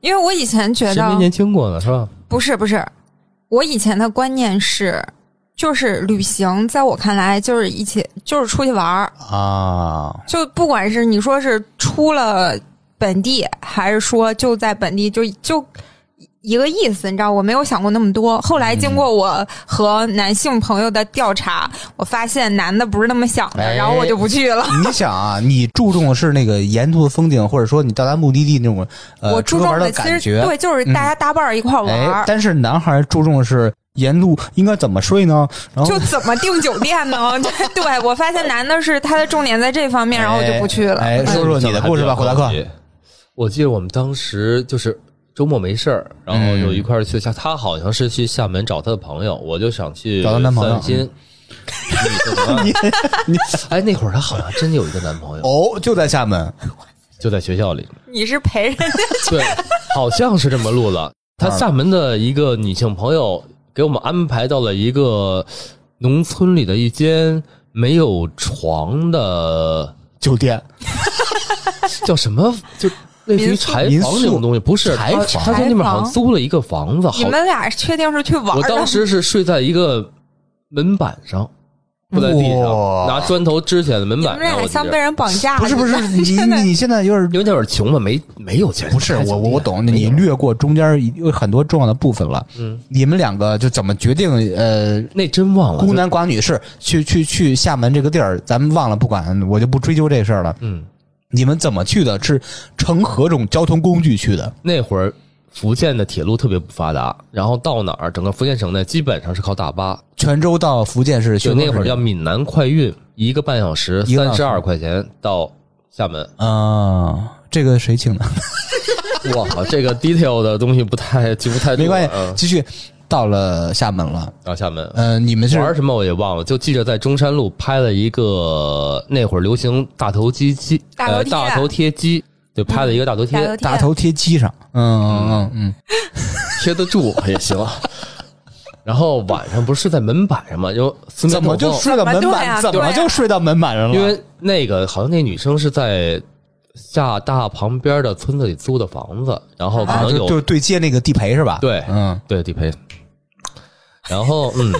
Speaker 3: 因为我以前觉
Speaker 2: 谁没
Speaker 3: 得
Speaker 2: 年轻过呢，是吧？
Speaker 3: 不是不是，我以前的观念是，就是旅行，在我看来就是一起就是出去玩儿，
Speaker 1: 啊，
Speaker 3: 就不管是你说是出了本地，还是说就在本地，就就一个意思，你知道，我没有想过那么多。后来经过我和男性朋友的调查，我发现男的不是那么想的，
Speaker 1: 哎
Speaker 3: 然后我就不去了。
Speaker 1: 你想啊，你注重的是那个沿途的风景，或者说你到达目的地那种呃
Speaker 3: 我注
Speaker 1: 出去
Speaker 3: 重
Speaker 1: 玩
Speaker 3: 的
Speaker 1: 的
Speaker 3: 其
Speaker 1: 感
Speaker 3: 实
Speaker 1: 觉。
Speaker 3: 对，就是大
Speaker 2: 嗯
Speaker 3: 家搭伴儿一块儿玩
Speaker 1: 哎
Speaker 3: 儿，，
Speaker 1: 但是男孩注重的是沿路应该怎么睡呢？然后
Speaker 3: 就怎么订酒店 呢？对，对我发现男的是他的重点在这方面，然后我就不去了。
Speaker 1: 哎哎说说你的故事吧
Speaker 2: 还比较
Speaker 1: 胡大
Speaker 2: 高
Speaker 1: 克
Speaker 2: 级。我记得我们当时就是周末没事儿，
Speaker 1: 嗯
Speaker 2: 然后就一块儿去厦，他好像是去厦门找他的朋友，我就想去
Speaker 1: 找他男朋友嗯
Speaker 2: 散心。 你你哎，那会儿她好像真有一个男朋友，
Speaker 1: 哦，就在厦门，
Speaker 2: 就在学校里。
Speaker 3: 你是陪人家
Speaker 2: 对，好像是这么录的。她
Speaker 1: 啊
Speaker 2: 厦门的一个女性朋友给我们安排到了一个农村里的一间没有床的，
Speaker 1: 酒店
Speaker 2: 叫什么？就类似于柴
Speaker 1: 民
Speaker 2: 房
Speaker 1: 宿
Speaker 2: 那种东西，不是
Speaker 1: 柴
Speaker 2: 她
Speaker 1: 房
Speaker 2: 她在那边好
Speaker 3: 柴
Speaker 2: 像
Speaker 3: 房
Speaker 2: 租了一个房子，
Speaker 3: 你
Speaker 2: 好，
Speaker 3: 们俩确定是去玩
Speaker 2: 我
Speaker 3: 儿的？
Speaker 2: 当时是睡在一个门板上。铺在地
Speaker 1: 哇
Speaker 2: 上，拿砖头支起来的门
Speaker 3: 你
Speaker 2: 板
Speaker 3: 们
Speaker 2: 上，我
Speaker 3: 俩
Speaker 2: 记
Speaker 3: 像
Speaker 2: 着
Speaker 3: 被人绑
Speaker 2: 啊
Speaker 3: 架，
Speaker 1: 不是不是， 你
Speaker 3: 真的
Speaker 1: 你现在有点
Speaker 2: 因为那会儿穷嘛，没没有钱。
Speaker 1: 不是
Speaker 2: 开
Speaker 1: 我
Speaker 2: 酒
Speaker 1: 我
Speaker 2: 店哎
Speaker 1: 我懂，你略过中间一有很多重要的部分了。
Speaker 2: 嗯，
Speaker 1: 你们两个就怎么决定？呃，
Speaker 2: 那真忘了。
Speaker 1: 孤男寡女是去去去厦门这个地儿，咱们忘了不管，我就不追究这事儿了。
Speaker 2: 嗯，
Speaker 1: 你们怎么去的？是乘何种交通工具去的？
Speaker 2: 那会儿福建的铁路特别不发达，然后到哪儿，整个福建省内基本上是靠大巴。
Speaker 1: 泉州到福建是
Speaker 2: 就
Speaker 1: 去
Speaker 2: 那会儿叫闽南快运，一个半小时
Speaker 1: 一个半小时
Speaker 2: 三十二块钱到厦门。
Speaker 1: 啊，这个谁请的？
Speaker 2: 我靠，这个 detail 的东西不太记不太住
Speaker 1: 没关系
Speaker 2: 嗯，
Speaker 1: 继续。到了厦门了，
Speaker 2: 到厦门。
Speaker 1: 呃，你们是
Speaker 2: 玩什么我也忘了，就记着在中山路拍了一个那会儿流行大头机机，
Speaker 3: 大头
Speaker 2: 呃
Speaker 3: 贴嗯
Speaker 2: 大头贴机，对，拍了一个大头贴，
Speaker 3: 大头
Speaker 1: 大头贴机上，嗯嗯嗯
Speaker 2: 贴得住啊也行。 然后晚上不是睡在门板上吗？就四
Speaker 1: 嗯，
Speaker 2: 面
Speaker 1: 怎么
Speaker 2: 透
Speaker 1: 就
Speaker 2: 风
Speaker 1: 睡到门
Speaker 3: 怎么对
Speaker 1: 板？
Speaker 3: 呀
Speaker 1: 怎
Speaker 3: 对
Speaker 1: 么
Speaker 3: 呀
Speaker 1: 就睡到门板上了？
Speaker 2: 因为那个好像那女生是在厦大旁边的村子里租的房子，然后可
Speaker 1: 啊，
Speaker 2: 能
Speaker 1: 就
Speaker 2: 有、
Speaker 1: 就是对接那个地陪是吧？
Speaker 2: 对
Speaker 1: 嗯，
Speaker 2: 对地陪，然后嗯，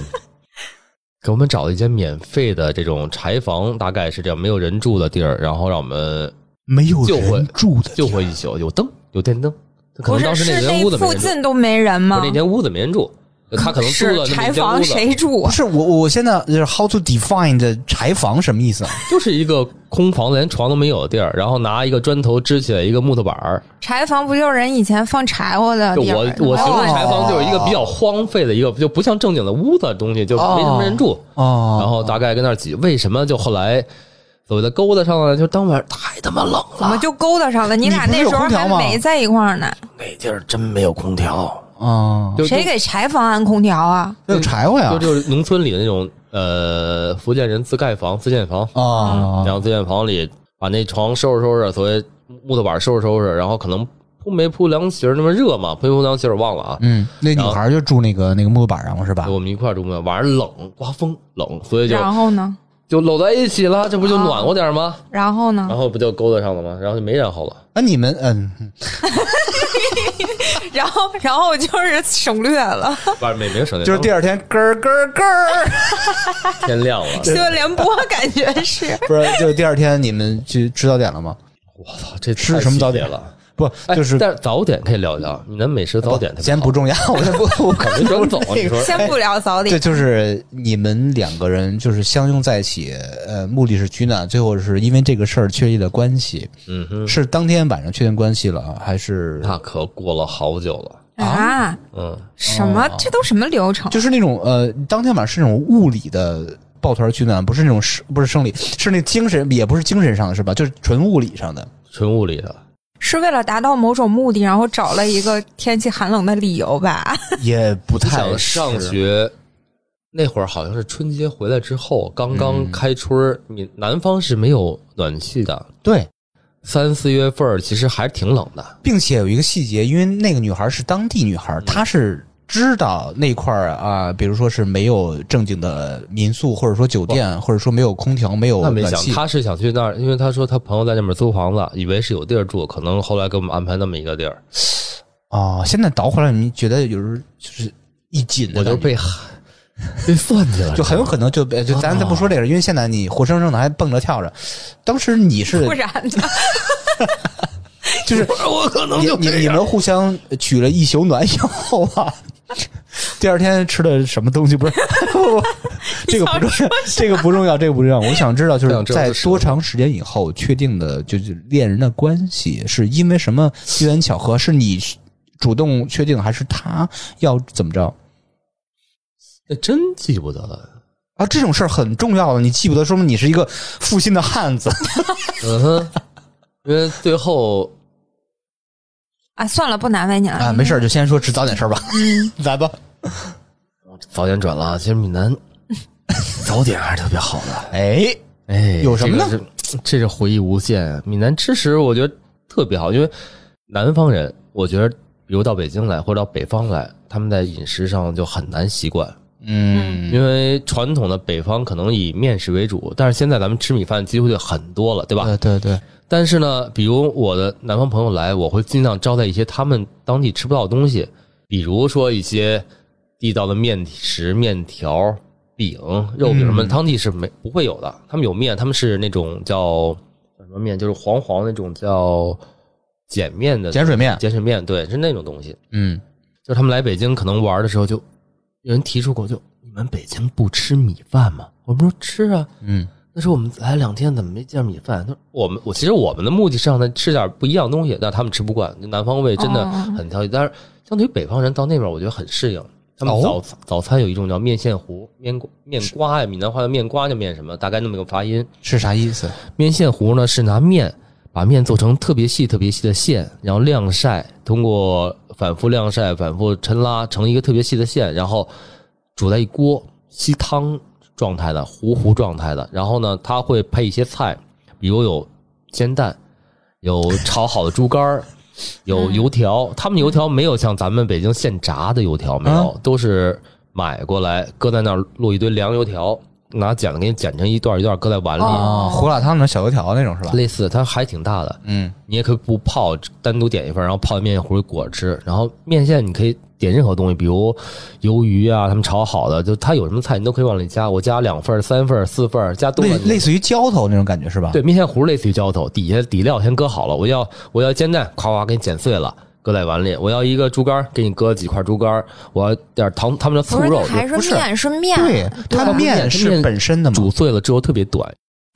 Speaker 2: 给我们找了一间免费的这种柴房，大概是这样没有人住的地儿，然后让我们
Speaker 1: 没有
Speaker 2: 就会
Speaker 1: 人住的地
Speaker 2: 就
Speaker 1: 儿
Speaker 2: 活一宿，有灯有电灯，可
Speaker 3: 不
Speaker 2: 能
Speaker 3: 是
Speaker 2: 当时那
Speaker 3: 是
Speaker 2: 间
Speaker 3: 那
Speaker 2: 屋子没
Speaker 3: 附
Speaker 2: 人住，
Speaker 3: 近都没人
Speaker 2: 不
Speaker 3: 吗
Speaker 2: 是？那间屋子没 人住，他可能租
Speaker 3: 是
Speaker 2: 了那么
Speaker 3: 柴
Speaker 2: 一间
Speaker 3: 房
Speaker 2: 屋子，
Speaker 3: 谁住
Speaker 1: 不
Speaker 3: 啊？
Speaker 1: 是我，我现在就是 how to define 这柴房什么意思啊？
Speaker 2: 就是一个空房，连床都没有的地儿，然后拿一个砖头支起来一个木头板儿。
Speaker 3: 柴房不就是人以前放柴火的
Speaker 2: 就
Speaker 3: 啊地
Speaker 2: 我
Speaker 3: 儿吗？
Speaker 2: 我形容
Speaker 1: 哦
Speaker 2: 柴房就是一个比较荒废的一个，就不像正经的屋子的东西，就没什么人住。
Speaker 1: 哦，
Speaker 2: 然后大概跟那儿挤，为什么就后来所谓的勾搭上了？就当晚太他妈冷
Speaker 3: 怎么
Speaker 2: 了，
Speaker 3: 就勾搭上了？你俩
Speaker 1: 你不是
Speaker 3: 那
Speaker 1: 有
Speaker 3: 时候
Speaker 1: 空调
Speaker 3: 还
Speaker 1: 吗
Speaker 3: 没在一块儿呢，
Speaker 2: 那地儿真没有空调，
Speaker 1: 啊，
Speaker 2: 就
Speaker 3: 谁
Speaker 2: 就
Speaker 3: 给柴房安空调啊？
Speaker 1: 那有柴火呀
Speaker 2: 就，就是农村里的那种呃福建人自盖房、自建房，
Speaker 1: 啊
Speaker 2: 然，后自建房里把那床收拾收拾，所谓木头板收拾收拾，然后可能铺没铺凉席儿那么热嘛，铺没铺凉席儿我忘了啊。
Speaker 1: 嗯，那女孩就住那个那个木板上了是吧
Speaker 2: 就？我们一块儿住嘛，晚上冷，刮风冷，所以就
Speaker 3: 然后呢？
Speaker 2: 就搂在一起了，这不就暖和点儿吗？
Speaker 3: 然后呢
Speaker 2: 然？后不就勾搭上了吗？然后就没然 后了。
Speaker 1: 那你们嗯，
Speaker 3: 然后然后我就是省略了，
Speaker 2: 不是没没有省略，
Speaker 1: 就是第二天咯儿咯儿咯儿，
Speaker 2: 天亮了。
Speaker 3: 新闻联播感觉是。
Speaker 1: 不是，就是第二天你们去吃早点了吗？
Speaker 2: 我操，这
Speaker 1: 吃
Speaker 2: 太
Speaker 1: 什么早
Speaker 2: 细节
Speaker 1: 点
Speaker 2: 了？
Speaker 1: 不，
Speaker 2: 哎
Speaker 1: 就是
Speaker 2: 但是早点可以聊一聊，你的美食早点特别
Speaker 1: 先不
Speaker 2: 好
Speaker 1: 重要，我先不，我
Speaker 2: 我没转走，你说
Speaker 3: 先不聊早
Speaker 1: 对，
Speaker 3: 点，
Speaker 1: 就是你们两个人就是相拥在一起，呃，目的是取暖，最后是因为这个事儿确立的关系，
Speaker 2: 嗯哼，
Speaker 1: 是当天晚上确定关系了啊，还是
Speaker 2: 那可过了好久了，
Speaker 3: 啊，
Speaker 2: 嗯，
Speaker 3: 什么？这都什么流程？
Speaker 1: 就是那种呃，当天晚上是那种物理的抱团取暖，不是那种是不是生理，是那精神也不是精神上的是吧？就是纯物理上的。
Speaker 2: 纯物理的，
Speaker 3: 是为了达到某种目的，然后找了一个天气寒冷的理由吧？
Speaker 1: 也不太
Speaker 2: 想上
Speaker 1: 是
Speaker 2: 学。那会儿好像是春节回来之后，刚刚开春儿，你南方是没有暖气的，
Speaker 1: 对，
Speaker 2: 三四月份儿其实还是挺冷的。
Speaker 1: 并且有一个细节，因为那个女孩是当地女孩，她是知道那块儿啊，比如说是没有正经的民宿，或者说酒店，或者说没有空调、没有
Speaker 2: 那没
Speaker 1: 暖
Speaker 2: 想，
Speaker 1: 气。
Speaker 2: 他是想去那儿，因为他说他朋友在那边租房子，以为是有地儿住，可能后来给我们安排那么一个地儿，
Speaker 1: 哦，现在倒回来，你觉得有时候就是一紧的
Speaker 2: 我
Speaker 1: 感觉，
Speaker 2: 就被被算计了，
Speaker 1: 就很有可能就被就咱咱不说这个，因为现在你活生生的还蹦着跳着，当时你是
Speaker 3: 不然呢？
Speaker 1: 就是
Speaker 2: 我可能
Speaker 1: 你你你们互相取了一宿暖以后啊，第二天吃的什么东西不是？ 不不这个不重要，这个不重要，这个不重要。我想知道，就
Speaker 2: 我想
Speaker 1: 是
Speaker 2: 知道
Speaker 1: 在
Speaker 2: 是什
Speaker 1: 多
Speaker 2: 么
Speaker 1: 长时间以后确定的，就是恋人的关系是因为什么机缘巧合？是你主动确定，还是他要怎么着？
Speaker 2: 那真记不得了。
Speaker 1: 啊，这种事儿很重要的，啊你记不得，说明你是一个负心的汉子。
Speaker 2: 嗯哼，因为最后
Speaker 3: 啊，算了，不难为你了
Speaker 2: 嗯
Speaker 1: 啊，没事儿，就 先说只早点事儿吧。来吧，
Speaker 2: 早点转了，其实闽南早点还是特别好的。
Speaker 1: 哎，
Speaker 2: 哎，
Speaker 1: 有什么呢
Speaker 2: 这个是？这是回忆无限。闽南吃食我觉得特别好，因为南方人，我觉得比如到北京来或者到北方来，他们在饮食上就很难习惯，
Speaker 1: 嗯，
Speaker 2: 因为传统的北方可能以面食为主，但是现在咱们吃米饭机会就很多了，对吧？
Speaker 1: 对对对，
Speaker 2: 但是呢，比如我的南方朋友来，我会尽量招待一些他们当地吃不到的东西，比如说一些地道的面食、面条、饼、肉饼什么的，
Speaker 1: 嗯
Speaker 2: 当地是没不会有的。他们有面，他们是那种叫叫什么面，就是黄黄那种叫碱面的
Speaker 1: 碱水面，
Speaker 2: 碱水面，对，是那种东西。
Speaker 1: 嗯，
Speaker 2: 就是他们来北京可能玩的时候就，有人提出过就，你们北京不吃米饭吗？我们说吃啊，
Speaker 1: 嗯，
Speaker 2: 那时候我们来两天，怎么没见米饭？他说我们我其实我们的目的是让他吃点不一样的东西，但他们吃不惯，南方胃真的
Speaker 3: 哦
Speaker 2: 很挑剔。但是相对于北方人到那边，我觉得很适应。他们
Speaker 1: 哦
Speaker 2: 早、早餐有一种叫面线糊、面面瓜呀，闽南话的面瓜叫面什么，大概那么一个发音。
Speaker 1: 是啥意思？
Speaker 2: 面线糊呢是拿面把面做成特别细、特别细的线，然后晾晒，通过反复晾晒、反复抻拉成一个特别细的线，然后煮在一锅吸汤状态的糊糊状态的。然后呢，它会配一些菜，比如有煎蛋，有炒好的猪肝儿。有油条，他们油条没有像咱们北京现炸的油条，没有，都是买过来搁在那儿落一堆凉油条，拿剪子给你剪成一段一段搁在碗里，
Speaker 1: 啊，胡辣汤那小油条那种是吧？
Speaker 2: 类似，它还挺大的。
Speaker 1: 嗯，
Speaker 2: 你也可以不泡，单独点一份，然后泡在面线糊里裹着吃。然后面线你可以点任何东西，比如鱿鱼啊，他们炒好的，就它有什么菜你都可以往里加。我加两份儿、三份儿、四份儿，加多了
Speaker 1: 类
Speaker 2: 你
Speaker 1: 类似于浇头那种感觉是吧？，
Speaker 2: 对面线糊类似于浇头，底下底料先搁好了，我要我要煎蛋，夸夸给你剪碎了。搁在碗里，我要一个猪肝儿，给你搁几块猪肝儿，我要点糖，他们叫
Speaker 3: 不
Speaker 2: 醋
Speaker 3: 是，
Speaker 2: 肉
Speaker 3: 那，还是
Speaker 1: 不是
Speaker 3: 面是面，
Speaker 2: 啊
Speaker 1: 对，它面是本身的嘛，
Speaker 2: 煮碎了之后特别短，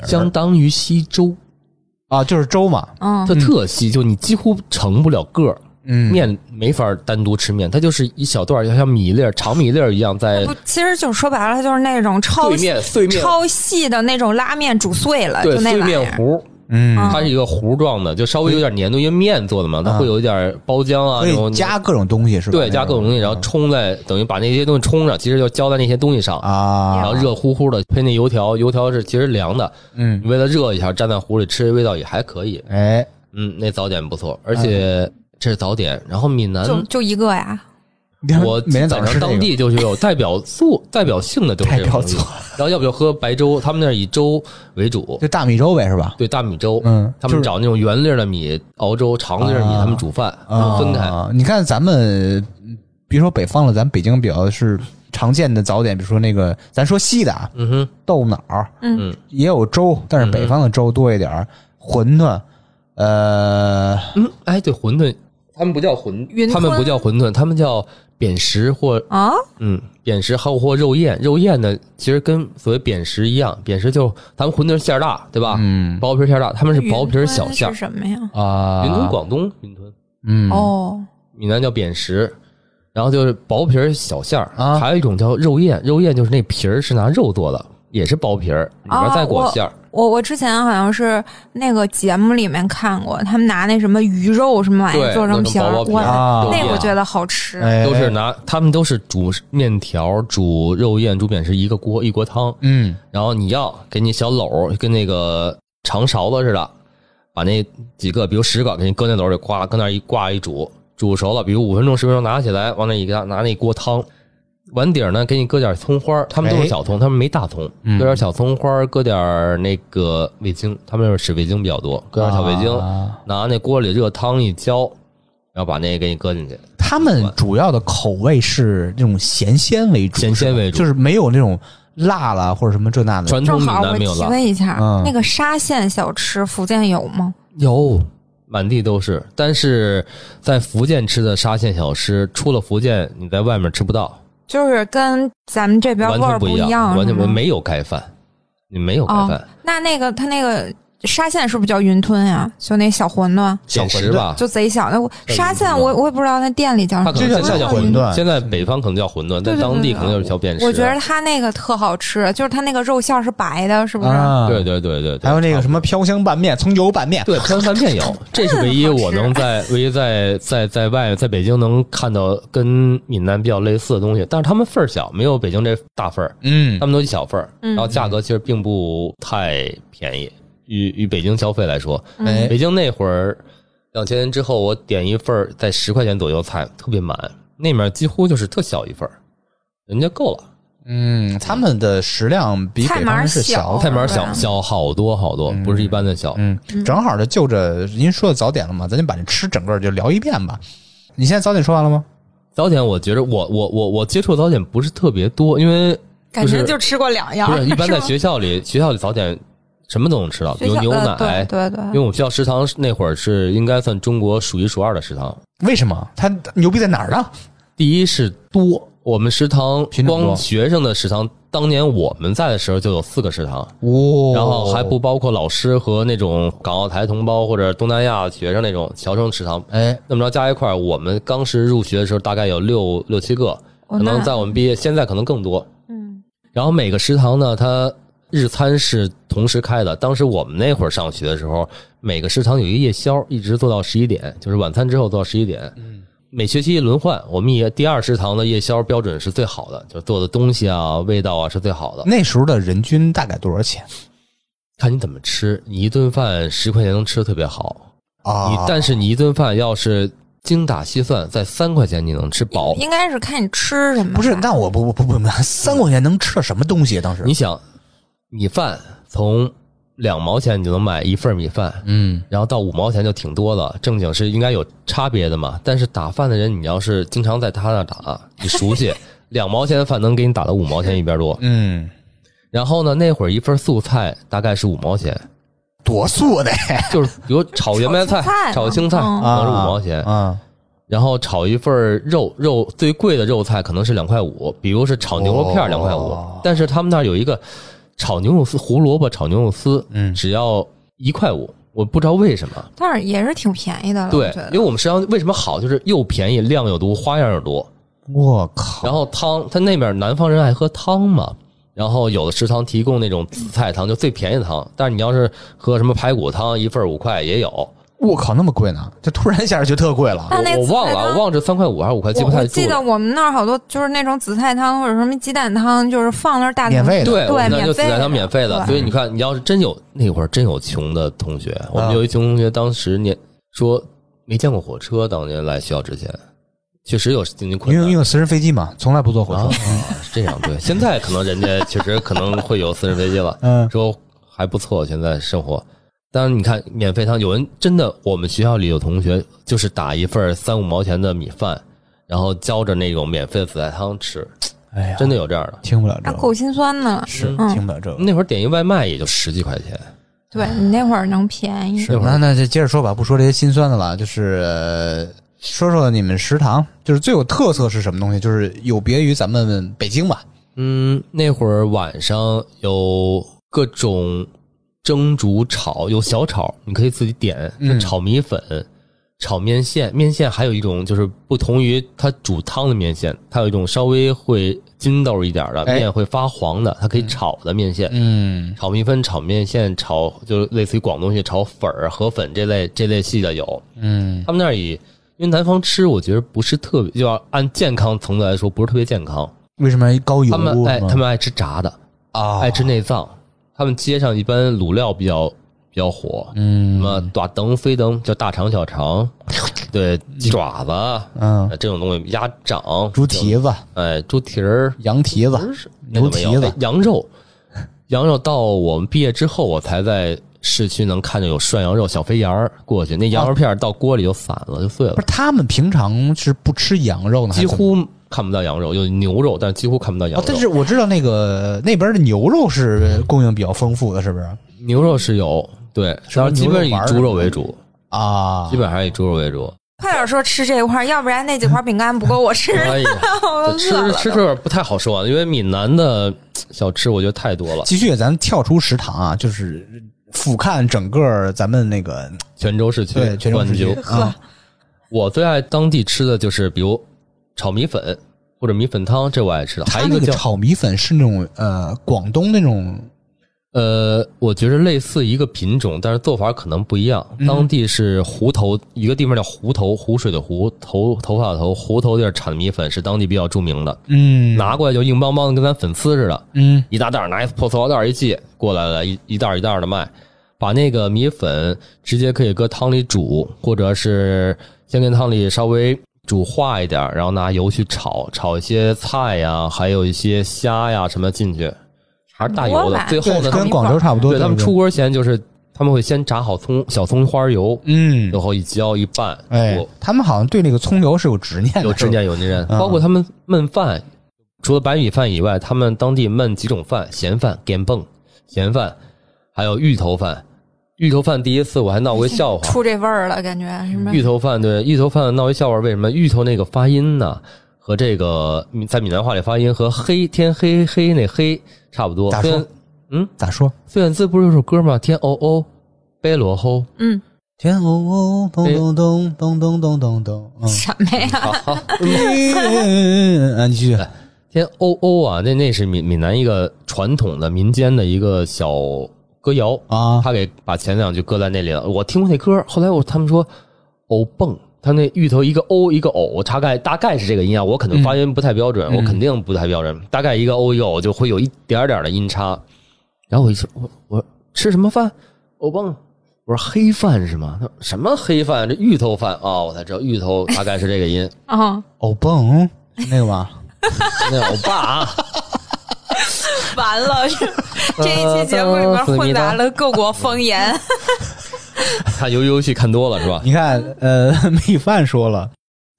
Speaker 2: 相当于稀粥，
Speaker 1: 啊，就是粥嘛，
Speaker 3: 嗯
Speaker 2: 它特稀，就你几乎成不了个儿。
Speaker 1: 嗯，
Speaker 2: 面没法单独吃面，它就是一小段儿，像米粒儿、长米粒儿一样在
Speaker 3: 不，其实就说白了，它就是那种超
Speaker 2: 碎面、碎面，
Speaker 3: 超细的那种拉面煮碎了，
Speaker 2: 对
Speaker 3: 就那
Speaker 2: 碎
Speaker 3: 玩意
Speaker 2: 面
Speaker 3: 儿。
Speaker 2: 糊，
Speaker 1: 嗯，
Speaker 2: 它是一个糊状的，就稍微有点粘度，因为面做的嘛，
Speaker 3: 嗯
Speaker 2: 它
Speaker 1: 啊
Speaker 2: 会有一点包浆啊，
Speaker 1: 可
Speaker 2: 然
Speaker 1: 以
Speaker 2: 后你
Speaker 1: 加嗯各种东西是吧？
Speaker 2: 对加各种东西，然后冲在等于把那些东西冲上，其实就浇在那些东西上，然
Speaker 1: 啊，
Speaker 2: 后热乎乎的配那油条，油条是其实凉的，
Speaker 1: 嗯
Speaker 2: 你，为了热一下蘸在糊里吃，味道也还可以。
Speaker 1: 哎，
Speaker 2: 嗯，那早点不错，而且
Speaker 3: 嗯
Speaker 2: 这是早点，然后闽南
Speaker 3: 就就一个呀，
Speaker 2: 我
Speaker 1: 每天早上
Speaker 2: 上
Speaker 1: 吃这
Speaker 2: 当
Speaker 1: 个
Speaker 2: 地就是有代表作、代表性的就是这种东西
Speaker 1: 代表，
Speaker 2: 然后要不就喝白粥，他们那儿以粥为主，
Speaker 1: 就大米粥呗是吧？
Speaker 2: 对大米粥，
Speaker 1: 嗯
Speaker 2: 他
Speaker 1: 就
Speaker 2: 们
Speaker 1: 是
Speaker 2: 找那种圆粒儿的米熬粥，长粒儿的米
Speaker 1: 啊
Speaker 2: 他们煮饭，他
Speaker 1: 啊，
Speaker 2: 们分开。
Speaker 1: 你看咱们，别说北方了，咱北京比较是常见的早点，比如说那个，咱说西的啊，
Speaker 2: 嗯哼，
Speaker 1: 豆脑儿
Speaker 2: 嗯，
Speaker 1: 也有粥，但是北方的粥多一点儿，馄饨，呃，
Speaker 2: 嗯，哎，对，馄饨，他们不叫馄
Speaker 3: 云
Speaker 2: 他们不
Speaker 3: 吞
Speaker 2: 叫馄饨，他们叫扁食或
Speaker 3: 啊，
Speaker 2: 嗯扁食，还有或肉燕。肉燕呢，其实跟所谓扁食一样，扁食就咱们馄饨馅儿大，对吧？
Speaker 1: 嗯
Speaker 2: 薄皮儿馅儿大，他们是薄皮儿
Speaker 3: 云吞
Speaker 2: 小馅儿
Speaker 3: 是。什么呀？
Speaker 2: 嗯
Speaker 1: 啊，
Speaker 2: 云吞广东云吞，
Speaker 1: 嗯
Speaker 3: 哦，
Speaker 2: 闽南叫扁食，然后就是薄皮儿小馅儿，
Speaker 1: 啊
Speaker 2: 还有一种叫肉燕，肉燕就是那皮儿是拿肉做的，也是薄皮儿，里边再裹馅儿。
Speaker 3: 哦我我之前好像是那个节目里面看过，他们拿那什么鱼肉什么玩意
Speaker 2: 对
Speaker 3: 哎儿做成
Speaker 2: 那种
Speaker 3: 皮儿
Speaker 2: 薄薄，皮儿
Speaker 3: 哇，
Speaker 1: 啊
Speaker 3: 那
Speaker 2: 肉
Speaker 3: 我
Speaker 2: 燕
Speaker 3: 觉得好吃。
Speaker 1: 哎
Speaker 2: 都是拿，他们都是煮面条、煮肉燕、煮扁食一个锅一锅汤，
Speaker 1: 嗯
Speaker 2: 然后你要给你小篓儿跟那个长勺子似的，把那几个比如十个给你搁那篓里，呱搁那一挂一煮，煮熟了，比如五分钟十分钟拿起来，往那一拿，拿那锅汤，碗底儿呢给你搁点葱花儿，他们都
Speaker 1: 哎
Speaker 2: 是小葱，他们没大葱，
Speaker 1: 嗯
Speaker 2: 搁点小葱花儿，搁点儿那个味精，他们那边使味精比较多，搁点小味精，
Speaker 1: 啊
Speaker 2: 拿那锅里热汤一浇，然后把那个给你搁进去，
Speaker 1: 他们主要的口味是那种咸鲜为主，
Speaker 2: 咸鲜为主
Speaker 1: 是吧就是没有那种辣了或者什么这那的。
Speaker 2: 传统
Speaker 3: 正
Speaker 2: 闽
Speaker 3: 好
Speaker 2: 南
Speaker 3: 我
Speaker 2: 没有
Speaker 3: 提
Speaker 2: 辣，
Speaker 3: 问一下
Speaker 1: 嗯，
Speaker 3: 那个沙县小吃，福建有吗？
Speaker 2: 有，满地都是。但是在福建吃的沙县小吃，出了福建你在外面吃不到，
Speaker 3: 就是跟咱们这边
Speaker 2: 完
Speaker 3: 味儿
Speaker 2: 全不
Speaker 3: 一
Speaker 2: 样，完全
Speaker 3: 是吗
Speaker 2: 没有盖饭，你没有盖
Speaker 3: 哦
Speaker 2: 饭。
Speaker 3: 那那个他那个沙县是不是叫云吞呀？就那小馄饨，
Speaker 1: 小
Speaker 2: 小
Speaker 1: 馄
Speaker 2: 馄
Speaker 1: 饨
Speaker 2: 饨吧，
Speaker 3: 就贼小。那我
Speaker 2: 对
Speaker 3: 沙县
Speaker 2: 云吞
Speaker 3: 我我也不知道那店里叫什么
Speaker 2: 它可，能现
Speaker 1: 这
Speaker 2: 在
Speaker 1: 叫
Speaker 2: 叫
Speaker 1: 小馄饨
Speaker 2: 现在北方可能叫馄饨，
Speaker 3: 对
Speaker 2: 但
Speaker 3: 对
Speaker 2: 当地
Speaker 3: 对
Speaker 2: 可能就是小便食。
Speaker 3: 我觉得它那个特好吃，就是它那个肉馅儿是白的，是不是？
Speaker 1: 啊，
Speaker 2: 对对对对对，
Speaker 1: 还有那个什么飘香拌面、葱油拌面，
Speaker 2: 对宽饭 面有，这是唯一我能在唯一在在在外在北京能看到跟闽南比较类似的东西，但是他们份儿小，没有北京这大份儿，
Speaker 1: 嗯
Speaker 2: 他，们都一小份儿，
Speaker 3: 嗯
Speaker 2: 然后价格其实并不太便宜，与与北京消费来说，
Speaker 3: 嗯
Speaker 1: 哎
Speaker 2: 北京那会儿两千年之后，我点一份儿在十块钱左右的菜特别满，那面几乎就是特小一份儿，人家够了。
Speaker 1: 嗯，他们的食量比
Speaker 3: 菜
Speaker 1: 北
Speaker 3: 码
Speaker 1: 方人是
Speaker 3: 小
Speaker 1: 小的，
Speaker 2: 菜码
Speaker 3: 对
Speaker 2: 小
Speaker 3: 啊
Speaker 2: 小好多好多，不是一般的小。
Speaker 1: 嗯，正好就就着您说的早点了嘛，咱就把这吃整个就聊一遍吧。你现在早点说完了吗？
Speaker 2: 早点我觉着我我我我接触早点不是特别多，因为
Speaker 3: 感觉
Speaker 2: 是
Speaker 3: 就吃过两样
Speaker 2: 不
Speaker 3: 儿，
Speaker 2: 是一般在
Speaker 3: 啊吗
Speaker 2: 学校里，学校里早点什么都能吃到，比
Speaker 3: 学
Speaker 2: 如
Speaker 3: 校
Speaker 2: 牛
Speaker 3: 呃
Speaker 2: 奶。
Speaker 3: 对对对
Speaker 2: 因为，我们学校食堂是那会儿是应该算中国数一数二的食堂，
Speaker 1: 为什么？他牛逼在哪儿呢？
Speaker 2: 第一是多，我们食堂
Speaker 1: 品种多
Speaker 2: 光学生的食堂，当年我们在的时候就有四个食堂，
Speaker 1: 哦
Speaker 2: 然后还不包括老师和那种港澳台同胞或者东南亚学生那种侨生食堂。
Speaker 1: 哎，
Speaker 2: 那么着加一块儿，我们当时入学的时候大概有六六七个，
Speaker 3: 哦
Speaker 2: 可能
Speaker 3: 那
Speaker 2: 在我们毕业，现在可能更多。
Speaker 3: 嗯
Speaker 2: 然后每个食堂呢，它日餐是同时开的。当时我们那会儿上学的时候，每个食堂有一个夜宵，一直做到十一点，就是晚餐之后做到十一点。嗯，每学期轮换，我们也第二食堂的夜宵标准是最好的，就是做的东西啊、味道啊是最好的。
Speaker 1: 那时候的人均大概多少钱
Speaker 2: 看你怎么吃，你一顿饭十块钱能吃的特别好，
Speaker 1: 啊？
Speaker 2: 你但是你一顿饭要是精打细算，在三块钱你能吃饱。
Speaker 3: 应该是看你吃什么吧。
Speaker 1: 不是？那我不不不不，三块钱能吃点什么东西啊？当时
Speaker 2: 你想，米饭从两毛钱你就能买一份米饭，
Speaker 1: 嗯，
Speaker 2: 然后到五毛钱就挺多了，正经是应该有差别的嘛。但是打饭的人，你要是经常在他那打，你 熟悉，两毛钱的饭能给你打到五毛钱一边多。
Speaker 1: 嗯，
Speaker 2: 然后呢，那会儿一份素菜大概是五毛钱，
Speaker 1: 多素的啊
Speaker 2: 就是比如炒圆白 菜
Speaker 3: 炒青菜、嘛
Speaker 2: 炒青菜可
Speaker 3: 嗯
Speaker 2: 能是五毛钱，
Speaker 1: 啊，
Speaker 2: 然后炒一份肉肉最贵的肉菜可能是两块五，比如是炒牛肉片
Speaker 1: 哦
Speaker 2: 两块五，但是他们那儿有一个炒牛肉丝胡萝卜炒牛肉丝，
Speaker 1: 嗯
Speaker 2: 只要一块五，我不知道为什么。
Speaker 3: 但是也是挺便宜的了，我
Speaker 2: 对
Speaker 3: 觉，
Speaker 2: 因为
Speaker 3: 得。
Speaker 2: 我们食堂为什么好，就是又便宜，量又多，花样又多。
Speaker 1: 我靠，
Speaker 2: 然后汤，他那边南方人爱喝汤嘛，然后有的食堂提供那种紫菜汤，就最便宜的汤。但是你要是喝什么排骨汤，一份儿五块也有，
Speaker 1: 我靠，那么贵呢？这突然一下就特贵了
Speaker 3: 那
Speaker 2: 我
Speaker 3: 那
Speaker 2: 我
Speaker 3: 紫菜
Speaker 2: 忘了，
Speaker 3: 汤
Speaker 2: 我忘了是三块五还是五块，记
Speaker 3: 我
Speaker 2: 不
Speaker 3: 我
Speaker 2: 太
Speaker 3: 记
Speaker 2: 住
Speaker 3: 得
Speaker 2: 了。
Speaker 3: 我们那儿好多就是那种紫菜汤或者什么鸡蛋汤，就是放那儿大
Speaker 1: 免
Speaker 3: 桶
Speaker 1: 费的
Speaker 2: 对，我们那
Speaker 3: 免
Speaker 2: 就紫
Speaker 3: 费
Speaker 2: 菜
Speaker 3: 的
Speaker 2: 汤免费的，
Speaker 3: 对
Speaker 2: 所以你看，你要是真有那会儿真有穷的同学，我
Speaker 1: 啊
Speaker 2: 们有一穷同学，当时年说没见过火车，当年来学校之前，确实有经济困
Speaker 1: 因
Speaker 2: 难
Speaker 1: 为因。为有私人飞机嘛，从来不坐火
Speaker 2: 啊
Speaker 1: 车。，
Speaker 2: 是这样对。现在可能人家确实可能会有私人飞机了，
Speaker 1: 嗯
Speaker 2: 说还不错，现在生活。当然，你看免费汤，有人真的，我们学校里有同学就是打一份三五毛钱的米饭，然后浇着那种免费的紫菜汤吃，
Speaker 1: 哎呀，
Speaker 2: 真的有这样的。啊
Speaker 1: 听不了这
Speaker 3: 那
Speaker 1: 个，
Speaker 3: 够心酸的了。
Speaker 1: 是
Speaker 3: 嗯
Speaker 1: 听不了这个。
Speaker 2: 那会儿点一外卖也就十几块钱，
Speaker 3: 对你那会儿能便宜，
Speaker 2: 那会
Speaker 1: 那
Speaker 2: 儿
Speaker 1: 那就接着说吧，不说这些心酸的了，就是呃说说你们食堂，就是最有特色是什么东西？就是有别于咱们北京吧？
Speaker 2: 嗯，那会儿晚上有各种蒸、煮、炒，有小炒，你可以自己点，
Speaker 1: 嗯
Speaker 2: 是炒米粉、炒面线。面线还有一种就是不同于它煮汤的面线，它有一种稍微会筋道一点的、
Speaker 1: 哎
Speaker 2: 面会发黄的，它可以炒的面线。
Speaker 1: 嗯，
Speaker 2: 炒米粉、炒面线、炒就是类似于广东去炒粉儿、河粉这类这类系的有。
Speaker 1: 嗯，
Speaker 2: 他们那儿以因为南方吃，我觉得不是特别，就要按健康层次来说，不是特别健康。
Speaker 1: 为什么高油？
Speaker 2: 他们哎，
Speaker 1: 啊是吗
Speaker 2: 他们哎爱吃炸的。
Speaker 1: 啊，
Speaker 2: 爱吃内脏。他们街上一般卤料比较比较火，什
Speaker 1: 嗯
Speaker 2: 么大灯、飞灯叫大肠、小 肠，对，鸡爪子，
Speaker 1: 嗯，
Speaker 2: 这种东西，鸭掌、
Speaker 1: 猪蹄子、
Speaker 2: 哎，猪蹄儿、
Speaker 1: 羊蹄子，
Speaker 2: 那都
Speaker 1: 牛
Speaker 2: 没
Speaker 1: 蹄
Speaker 2: 有哎
Speaker 1: 子，
Speaker 2: 羊肉，羊肉到我们毕业之后，我才在市区能看见有涮羊肉、小肥羊儿过去，那羊肉片儿到锅里就散了，就碎了
Speaker 1: 啊不是，他们平常是不吃羊肉呢，还
Speaker 2: 几
Speaker 1: 是怎么
Speaker 2: 乎看不到羊肉，有牛肉，但是几乎看不到羊
Speaker 1: 哦
Speaker 2: 肉。，
Speaker 1: 但是我知道那个那边的牛肉是供应比较丰富的，是不是
Speaker 2: 牛肉是有，对，
Speaker 1: 是
Speaker 2: 但
Speaker 1: 不是
Speaker 2: 是基
Speaker 1: 牛肉
Speaker 2: 本以
Speaker 1: 丸儿
Speaker 2: 猪
Speaker 1: 什
Speaker 2: 肉
Speaker 1: 么的
Speaker 2: 为主，
Speaker 1: 啊？
Speaker 2: 基本还是以猪肉为主。
Speaker 3: 快点说吃这一块儿，要不然那几块饼干不够我吃，
Speaker 2: 哎呀，
Speaker 3: 我
Speaker 2: 这
Speaker 3: 饿
Speaker 2: 吃
Speaker 3: 了。
Speaker 2: 吃这儿不太好说啊，因为闽南的小吃我觉得太多了。
Speaker 1: 继续，咱们跳出食堂啊，就是俯瞰整个咱们那个
Speaker 2: 泉州市区
Speaker 1: 对泉州
Speaker 2: 灌
Speaker 1: 市区
Speaker 2: 酒。
Speaker 1: 啊，
Speaker 2: 我最爱当地吃的就是比如炒米粉或者米粉汤，这我爱吃的。还
Speaker 1: 它
Speaker 2: 有一
Speaker 1: 那
Speaker 2: 个
Speaker 1: 个
Speaker 2: 叫
Speaker 1: 炒米粉是那种呃广东那种
Speaker 2: 呃，我觉得类似一个品种，但是做法可能不一样。
Speaker 1: 嗯
Speaker 2: 当地是湖头，一个地方叫湖头，湖水的湖，头头发的头，湖头地儿产的米粉是当地比较著名的，
Speaker 1: 嗯
Speaker 2: 拿过来就硬邦邦的，跟咱粉丝似的，
Speaker 1: 嗯
Speaker 2: 一大袋儿拿一破塑料袋儿一系过来了，一一袋儿一袋儿的卖。把那个米粉直接可以搁汤里煮，或者是先跟汤里稍微煮化一点儿，然后拿油去炒，炒一些菜呀，还有一些虾呀什么进去，还是大油
Speaker 3: 锅
Speaker 2: 的
Speaker 3: 巴。
Speaker 2: 最后
Speaker 1: 对
Speaker 2: 呢，
Speaker 1: 跟广州差不多，
Speaker 2: 对他们
Speaker 1: 对
Speaker 2: 出锅前就是他们会先炸好葱小葱花油，
Speaker 1: 嗯
Speaker 2: 然后一浇一拌，
Speaker 1: 哎
Speaker 2: 有，
Speaker 1: 他们好像对那个葱油是有执念的，
Speaker 2: 有执念有泥人，
Speaker 1: 嗯
Speaker 2: 包括他们焖饭，除了白米饭以外，他们当地焖几种饭，咸饭、干蹦、咸饭，还有芋头饭。芋头饭第一次我还闹过一笑话，
Speaker 3: 出这味儿了，感觉什么？
Speaker 2: 芋头饭对芋头饭闹一笑话，为什么芋头那个发音呢？和这个在闽南话里发音和黑天黑黑那黑差不多。
Speaker 1: 咋
Speaker 2: 虽
Speaker 1: 说
Speaker 2: 然嗯，
Speaker 1: 咋说？
Speaker 2: 孙燕姿不是有首歌吗？天哦哦，白 罗吼。
Speaker 3: 嗯，
Speaker 1: 天哦哦，
Speaker 2: 哎
Speaker 1: 咚咚咚咚咚咚咚咚，嗯
Speaker 3: 什么呀？
Speaker 2: 好好，
Speaker 1: 嗯，啊，你继续，
Speaker 2: 天欧欧啊，那那是闽闽南一个传统的民间的一个小歌谣
Speaker 1: 啊
Speaker 2: 他给把前两句搁在那里了。我听过那歌，后来我他们说欧蹦，他那芋头一个欧一个偶，大概大概是这个音啊，我可能发音不太标准，我肯定不太标准，大概一个哦欧一个偶就会有一点点的音差。然后我一说，我我吃什么饭？欧蹦。我说黑饭是吗？他说什么黑饭？这芋头饭啊、哦我才知道芋头大概是这个音。
Speaker 3: 啊，
Speaker 1: 欧蹦那个吧，
Speaker 2: 那我爸啊，
Speaker 3: 完了， 这这一期节目里面混杂了各国方言。
Speaker 2: 看游游戏看多了是吧？
Speaker 1: 你看，呃，米饭说了，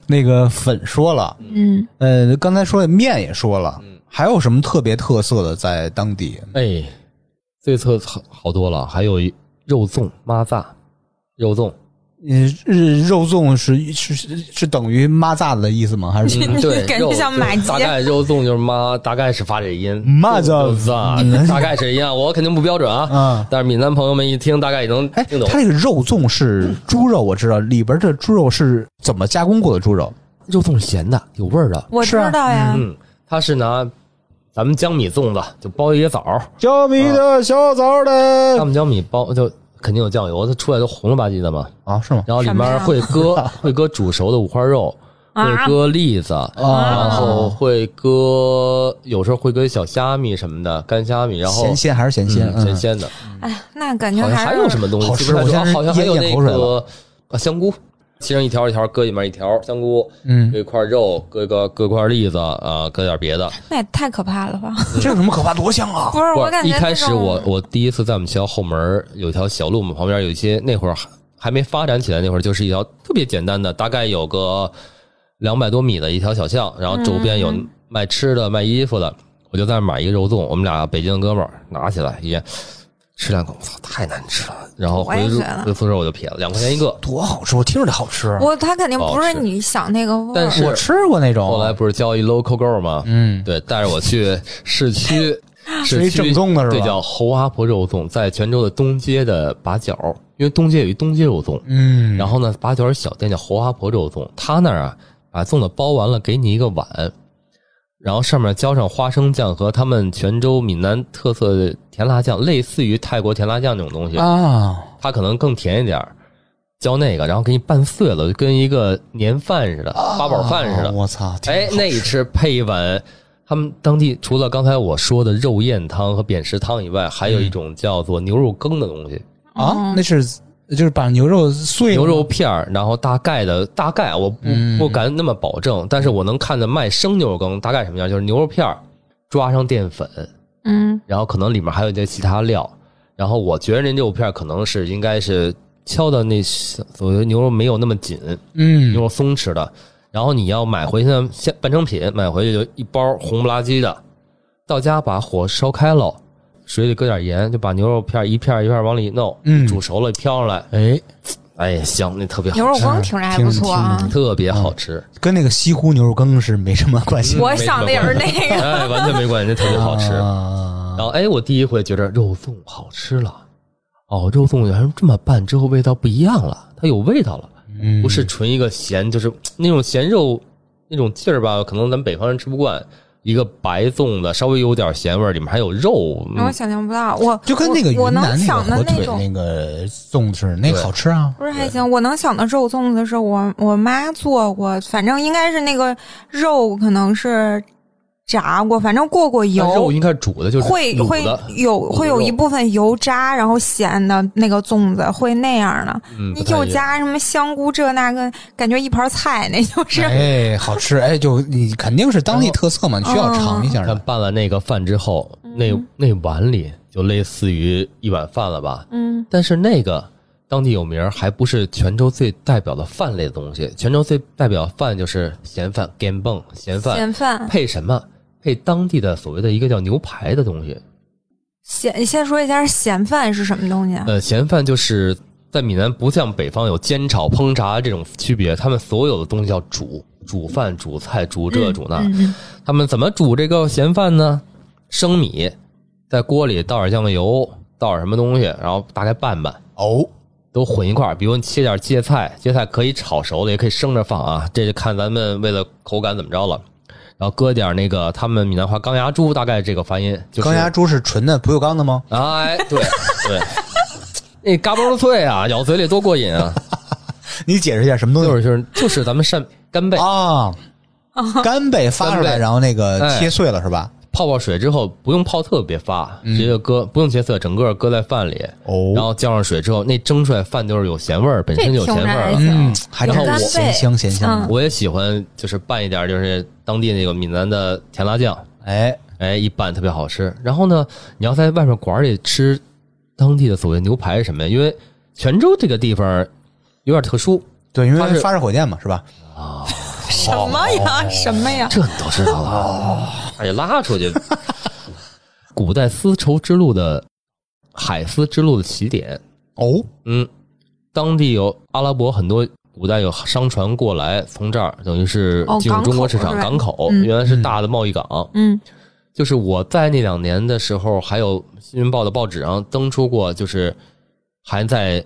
Speaker 1: 那个粉说了，
Speaker 3: 嗯，
Speaker 1: 呃，刚才说的面也说了，还有什么特别特色的在当地？
Speaker 2: 哎，这次好好多了，还有一肉粽、妈蚱、肉粽，
Speaker 1: 嗯，日肉粽是是是是等于蚂蚱的意思吗？还是
Speaker 3: 嗯
Speaker 2: 对，
Speaker 3: 感觉
Speaker 2: 肉
Speaker 3: 像
Speaker 2: 就
Speaker 3: 马
Speaker 2: 大
Speaker 3: 街
Speaker 2: 概肉粽就是妈，大概是发这音，
Speaker 1: 妈
Speaker 2: 肉
Speaker 1: 蚱
Speaker 2: 蚱，大概是一样，我肯定不标准啊。
Speaker 1: 啊？
Speaker 2: 但是闽南朋友们一听，大概也能
Speaker 1: 哎，
Speaker 2: 听懂
Speaker 1: 它。这个肉粽是猪肉，我知道里边的猪肉是怎么加工过的猪肉？
Speaker 2: 肉粽是咸的，有味儿的。
Speaker 3: 我知道呀，
Speaker 2: 嗯，它是拿咱们江米粽子，就包一个枣儿，
Speaker 1: 小米的小枣
Speaker 2: 他
Speaker 1: 的
Speaker 2: 们江米包就肯定有酱油，它出来都红了吧唧的嘛。
Speaker 1: 啊，是吗？
Speaker 2: 然后里面会 搁会搁煮熟的五花肉，
Speaker 3: 啊
Speaker 2: 会搁栗子，然后会搁有时候会搁小虾米什么的，干虾米，然后
Speaker 1: 咸鲜还是咸鲜？
Speaker 2: 嗯
Speaker 1: 嗯
Speaker 2: 咸鲜的，
Speaker 3: 哎，那感觉
Speaker 2: 好像还有什么东西
Speaker 1: 好
Speaker 2: 记
Speaker 1: 吃
Speaker 2: 不太
Speaker 1: 我
Speaker 2: 住，
Speaker 1: 现在
Speaker 2: 好像还有
Speaker 1: 咽
Speaker 2: 那
Speaker 1: 口水
Speaker 2: 个啊香菇，切成一条一条，搁里面一条香菇，
Speaker 1: 嗯
Speaker 2: 搁，一块肉，搁一个搁块栗子啊，搁点别的。
Speaker 3: 那也太可怕了 吧？
Speaker 1: 这有什么可怕？多香啊！
Speaker 3: 不是，
Speaker 2: 不
Speaker 3: 我
Speaker 2: 是
Speaker 3: 感觉
Speaker 2: 一开始
Speaker 3: 这种
Speaker 2: 我我第一次在我们学校后门儿有一条小路，我们旁边有一些那会儿还还没发展起来，那会儿就是一条特别简单的，大概有个两百多米的一条小巷，然后周边有卖吃的、卖衣服的，我就在那儿买一个肉粽，我们俩北京哥们儿拿起来也吃两口，操，太难吃了，然后
Speaker 3: 我
Speaker 2: 回
Speaker 3: 也
Speaker 2: 宿
Speaker 3: 觉得
Speaker 2: 回宿舍我就撇了，两块钱一个。
Speaker 1: 多好吃，我听着就好吃。
Speaker 3: 我他肯定不
Speaker 2: 不好
Speaker 3: 是
Speaker 2: 吃
Speaker 3: 你想那个味儿，
Speaker 2: 哦但是
Speaker 1: 我吃过那种，
Speaker 2: 后来不是交一 local girl 吗？
Speaker 1: 嗯，
Speaker 2: 对，带着我去市区，
Speaker 1: 吃
Speaker 2: 市
Speaker 1: 一
Speaker 2: 区
Speaker 1: 正宗的是吧
Speaker 2: 对，叫侯阿婆肉粽，在泉州的东街的把角，因为东街有一东街肉粽，
Speaker 1: 嗯，
Speaker 2: 然后呢，把角有小店叫侯阿婆肉粽，他那儿啊，把粽子包完了，给你一个碗，然后上面浇上花生酱和他们泉州闽南特色的甜辣酱，类似于泰国甜辣酱那种东西，
Speaker 1: 啊，
Speaker 2: 它可能更甜一点儿。浇那个，然后给你拌碎了，就跟一个年饭似的，八宝饭似的。
Speaker 1: 啊我操！挺
Speaker 2: 哎，那一吃配一碗，他们当地除了刚才我说的肉燕汤和扁食汤以外，还有一种叫做牛肉羹的东西，
Speaker 1: 啊，那是就是把牛肉碎了
Speaker 2: 牛肉片儿，然后大概的大概我不
Speaker 1: 哎嗯
Speaker 2: 不敢那么保证，但是我能看的卖生牛肉羹大概什么样，就是牛肉片儿抓上淀粉，
Speaker 3: 嗯，
Speaker 2: 然后可能里面还有一些其他料，然后我觉得那肉片儿可能是应该是敲的那所谓牛肉没有那么紧，
Speaker 1: 嗯
Speaker 2: 牛肉松弛的。然后你要买回去呢，现半成品买回去就一包红不拉几的，到家把火烧开喽，水里搁点盐，就把牛肉片一片一片往里弄，
Speaker 1: 嗯
Speaker 2: 煮熟了飘上来，
Speaker 1: 哎，
Speaker 2: 哎，香，那特别
Speaker 3: 牛
Speaker 2: 好
Speaker 3: 肉
Speaker 2: 吃，
Speaker 3: 羹听着还不错啊
Speaker 1: 挺。
Speaker 2: 特别好吃，
Speaker 1: 跟那个西湖牛肉羹是没什么关系。
Speaker 3: 我想的也是那个，
Speaker 2: 哎，完全没关系，那特别好吃。
Speaker 1: 嗯啊
Speaker 2: 然后哎，我第一回觉得肉粽好吃了，哦，肉粽原来这么拌之后味道不一样了，它有味道了，
Speaker 1: 嗯
Speaker 2: 不是纯一个咸，就是嘖那种咸肉那种劲儿吧，可能咱们北方人吃不惯。一个白粽子稍微有点咸味儿，里面还有肉，嗯
Speaker 3: 然后想象不到，我
Speaker 1: 就跟那个
Speaker 3: 我我
Speaker 1: 云
Speaker 3: 能
Speaker 1: 南那
Speaker 3: 想
Speaker 1: 个
Speaker 3: 的
Speaker 1: 火
Speaker 3: 那
Speaker 1: 腿
Speaker 3: 种
Speaker 1: 那个粽子似的，那个好吃啊。
Speaker 3: 不是还行，我能想到肉粽子是我我妈做过，反正应该是那个肉可能是炸过，反正过过
Speaker 2: 但肉
Speaker 3: 油，
Speaker 2: 应该是煮的，就是
Speaker 3: 会
Speaker 2: 卤
Speaker 3: 会
Speaker 2: 的
Speaker 3: 有会有一部分油渣，然后咸的那个粽子会那样的。
Speaker 2: 嗯，
Speaker 3: 你
Speaker 2: 不太
Speaker 3: 又
Speaker 2: 一样
Speaker 3: 加什么香菇这那个，感觉一盘菜 那就是。哦
Speaker 1: 哎，好吃！哎，就你肯定是当地特色嘛，你需要尝一下
Speaker 2: 看
Speaker 1: 的。
Speaker 2: 拌了那个饭之后，那
Speaker 3: 嗯
Speaker 2: 那碗里就类似于一碗饭了吧？
Speaker 3: 嗯，
Speaker 2: 但是那个当地有名儿，还不是泉州最代表的饭类的东西。泉州最代表饭就是咸饭 g a m b o n 咸饭
Speaker 3: 咸饭
Speaker 2: 配什么？配当地的所谓的一个叫牛排的东西。
Speaker 3: 咸，先说一下咸饭是什么东西啊？
Speaker 2: 呃，咸饭就是在闽南不像北方有煎炒烹炸这种区别，他们所有的东西要煮，煮饭、煮菜、煮这煮那。
Speaker 3: 嗯嗯
Speaker 2: 他们怎么煮这个咸饭呢？生米在锅里倒点酱油，倒点什么东西，然后大概拌拌，
Speaker 1: 哦，
Speaker 2: 都混一块儿。比如你切点芥菜，芥菜可以炒熟了，也可以生着放啊，这就看咱们为了口感怎么着了。然后搁点那个他们闽南话钢牙猪，大概这个发音就是
Speaker 1: 钢牙猪是纯的不锈钢的吗？
Speaker 2: 哎， 对对，那嘎嘣脆啊，咬嘴里多过瘾 啊！
Speaker 1: 你解释一下什么东西
Speaker 2: 就是就是就是咱们扇干贝
Speaker 1: 啊？
Speaker 3: 哦
Speaker 1: 干贝发出
Speaker 2: 干
Speaker 1: 来，
Speaker 2: 贝
Speaker 1: 然后那个
Speaker 2: 哎
Speaker 1: 切碎了是吧？
Speaker 2: 泡泡水之后，不用泡特别发，直接就搁，不用切碎，整个搁在饭里。
Speaker 1: 哦
Speaker 2: 然后浇上水之后，那蒸出来饭就是有咸味儿，本身就有咸味儿
Speaker 3: 这听着。
Speaker 2: 了
Speaker 1: 嗯，还真
Speaker 2: 然后
Speaker 1: 是
Speaker 2: 我
Speaker 1: 咸香咸香
Speaker 3: 嗯
Speaker 1: 的。
Speaker 2: 我也喜欢，就是拌一点，就是当地那个闽南的甜辣酱，
Speaker 1: 哎，
Speaker 2: 哎，一拌特别好吃。然后呢，你要在外面馆儿里吃当地的所谓牛排是什么呀？因为泉州这个地方有点特殊，
Speaker 1: 对，因
Speaker 2: 它是
Speaker 1: 为发射火箭嘛，是吧？
Speaker 3: 什么
Speaker 2: 哦
Speaker 3: 呀？什么呀？
Speaker 2: 这你都知道了，哎，拉出去。古代丝绸之路的海丝之路的起点，
Speaker 1: 哦，
Speaker 2: 嗯，当地有阿拉伯很多古代有商船过来，从这儿等于是
Speaker 3: 哦
Speaker 2: 进入中国市场、
Speaker 3: 港
Speaker 2: 港口，
Speaker 3: 嗯
Speaker 2: 原来是大的贸易港。
Speaker 3: 嗯，
Speaker 2: 就是我在那两年的时候，还有《新闻报》的报纸上登出过，就是还在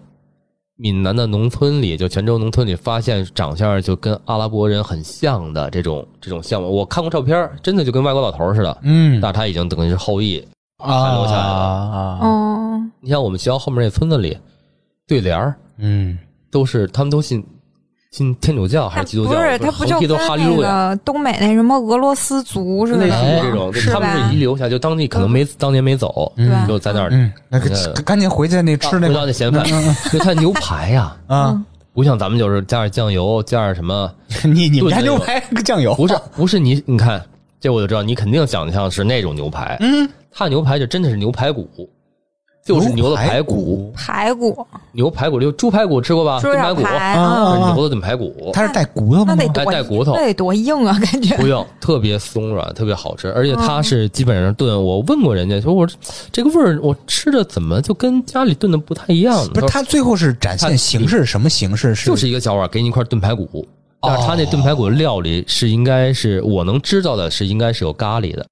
Speaker 2: 闽南的农村里，就泉州农村里发现长相就跟阿拉伯人很像的这种这种项目。我看过照片儿，真的就跟外国老头儿似的，
Speaker 1: 嗯
Speaker 2: 但是他已经等于是后裔。
Speaker 1: 啊
Speaker 2: 留下来了
Speaker 1: 啊，
Speaker 3: 哦，
Speaker 2: 你像我们学校后面那村子里，对联儿
Speaker 1: 嗯，
Speaker 2: 都是他们都信信天主教还
Speaker 3: 那
Speaker 2: 是基督教，
Speaker 3: 不是，他不
Speaker 2: 横
Speaker 3: 就
Speaker 2: 批
Speaker 3: 跟
Speaker 2: 都哈利路亚。
Speaker 3: 那个东北那什么俄罗斯族似的
Speaker 2: 类似于
Speaker 3: 吗？
Speaker 2: 这种，
Speaker 3: 是
Speaker 2: 他们
Speaker 3: 吧嗯
Speaker 2: 是遗？留下，就当地可能没当年没走，
Speaker 3: 对啊吧
Speaker 2: 就在那儿
Speaker 1: 嗯，那个
Speaker 2: 呃
Speaker 1: 赶紧回去那吃那个
Speaker 2: 回
Speaker 1: 嗯
Speaker 2: 到那咸饭，就看牛排呀、
Speaker 1: 啊，
Speaker 2: 不像咱们就是加点酱油，加点什
Speaker 1: 哦
Speaker 2: 么，
Speaker 1: 你你们家
Speaker 2: 炖那
Speaker 1: 牛
Speaker 2: 个
Speaker 1: 排酱油
Speaker 2: 不是不是你你看这我就知道你肯定想象是那种牛排，
Speaker 1: 嗯，
Speaker 2: 它的牛排就真的是牛排骨，就是牛的排骨，
Speaker 3: 排骨、
Speaker 2: 牛排骨就猪排骨吃过吧？
Speaker 3: 猪
Speaker 2: 炖排
Speaker 3: 小
Speaker 2: 啊骨，
Speaker 3: 排
Speaker 1: 啊
Speaker 2: 就是牛的炖排骨，
Speaker 1: 它是带骨头
Speaker 3: 那
Speaker 1: 的吗
Speaker 3: 得？多
Speaker 2: 带带骨头
Speaker 3: 那得多硬啊！感觉
Speaker 2: 不用特别松软，特别好吃，而且
Speaker 3: 哦
Speaker 2: 它是基本上炖。我问过人家，说我这这个味儿我吃着怎么就跟家里炖的不太一样呢？
Speaker 1: 不是，它最后是展现形式，什么形式？是哦
Speaker 2: 就是一个小碗，给你一块炖排骨。但是它那炖排骨料理是应该是我能知道的是应该是有咖喱的，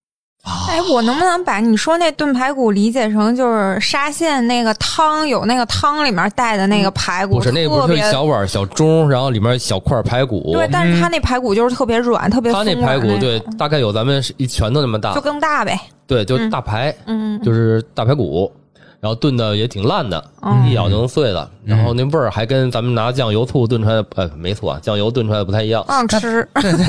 Speaker 3: 哎，我能不能把你说那炖排骨理解成就是沙县那个汤有那个汤里面带的那个排骨，
Speaker 2: 不是那不
Speaker 3: 特
Speaker 2: 是
Speaker 3: 别
Speaker 2: 一小碗小盅，然后里面小块排骨，
Speaker 3: 对，但是它那排骨就是特别软，特别
Speaker 2: 它那
Speaker 3: 松软
Speaker 2: 排骨
Speaker 3: 种
Speaker 2: 对大概有咱们一拳头那么
Speaker 3: 就
Speaker 2: 大，
Speaker 3: 更大呗。
Speaker 2: 对，就是大排，
Speaker 3: 嗯，
Speaker 2: 就是大排骨，然后炖的也挺烂的，
Speaker 3: 嗯
Speaker 2: 一咬就能碎了，
Speaker 1: 嗯
Speaker 2: 然后那味儿还跟咱们拿酱油醋炖出来的，呃，没错啊，酱油炖出来的不太一样，
Speaker 3: 嗯，吃
Speaker 1: 对对，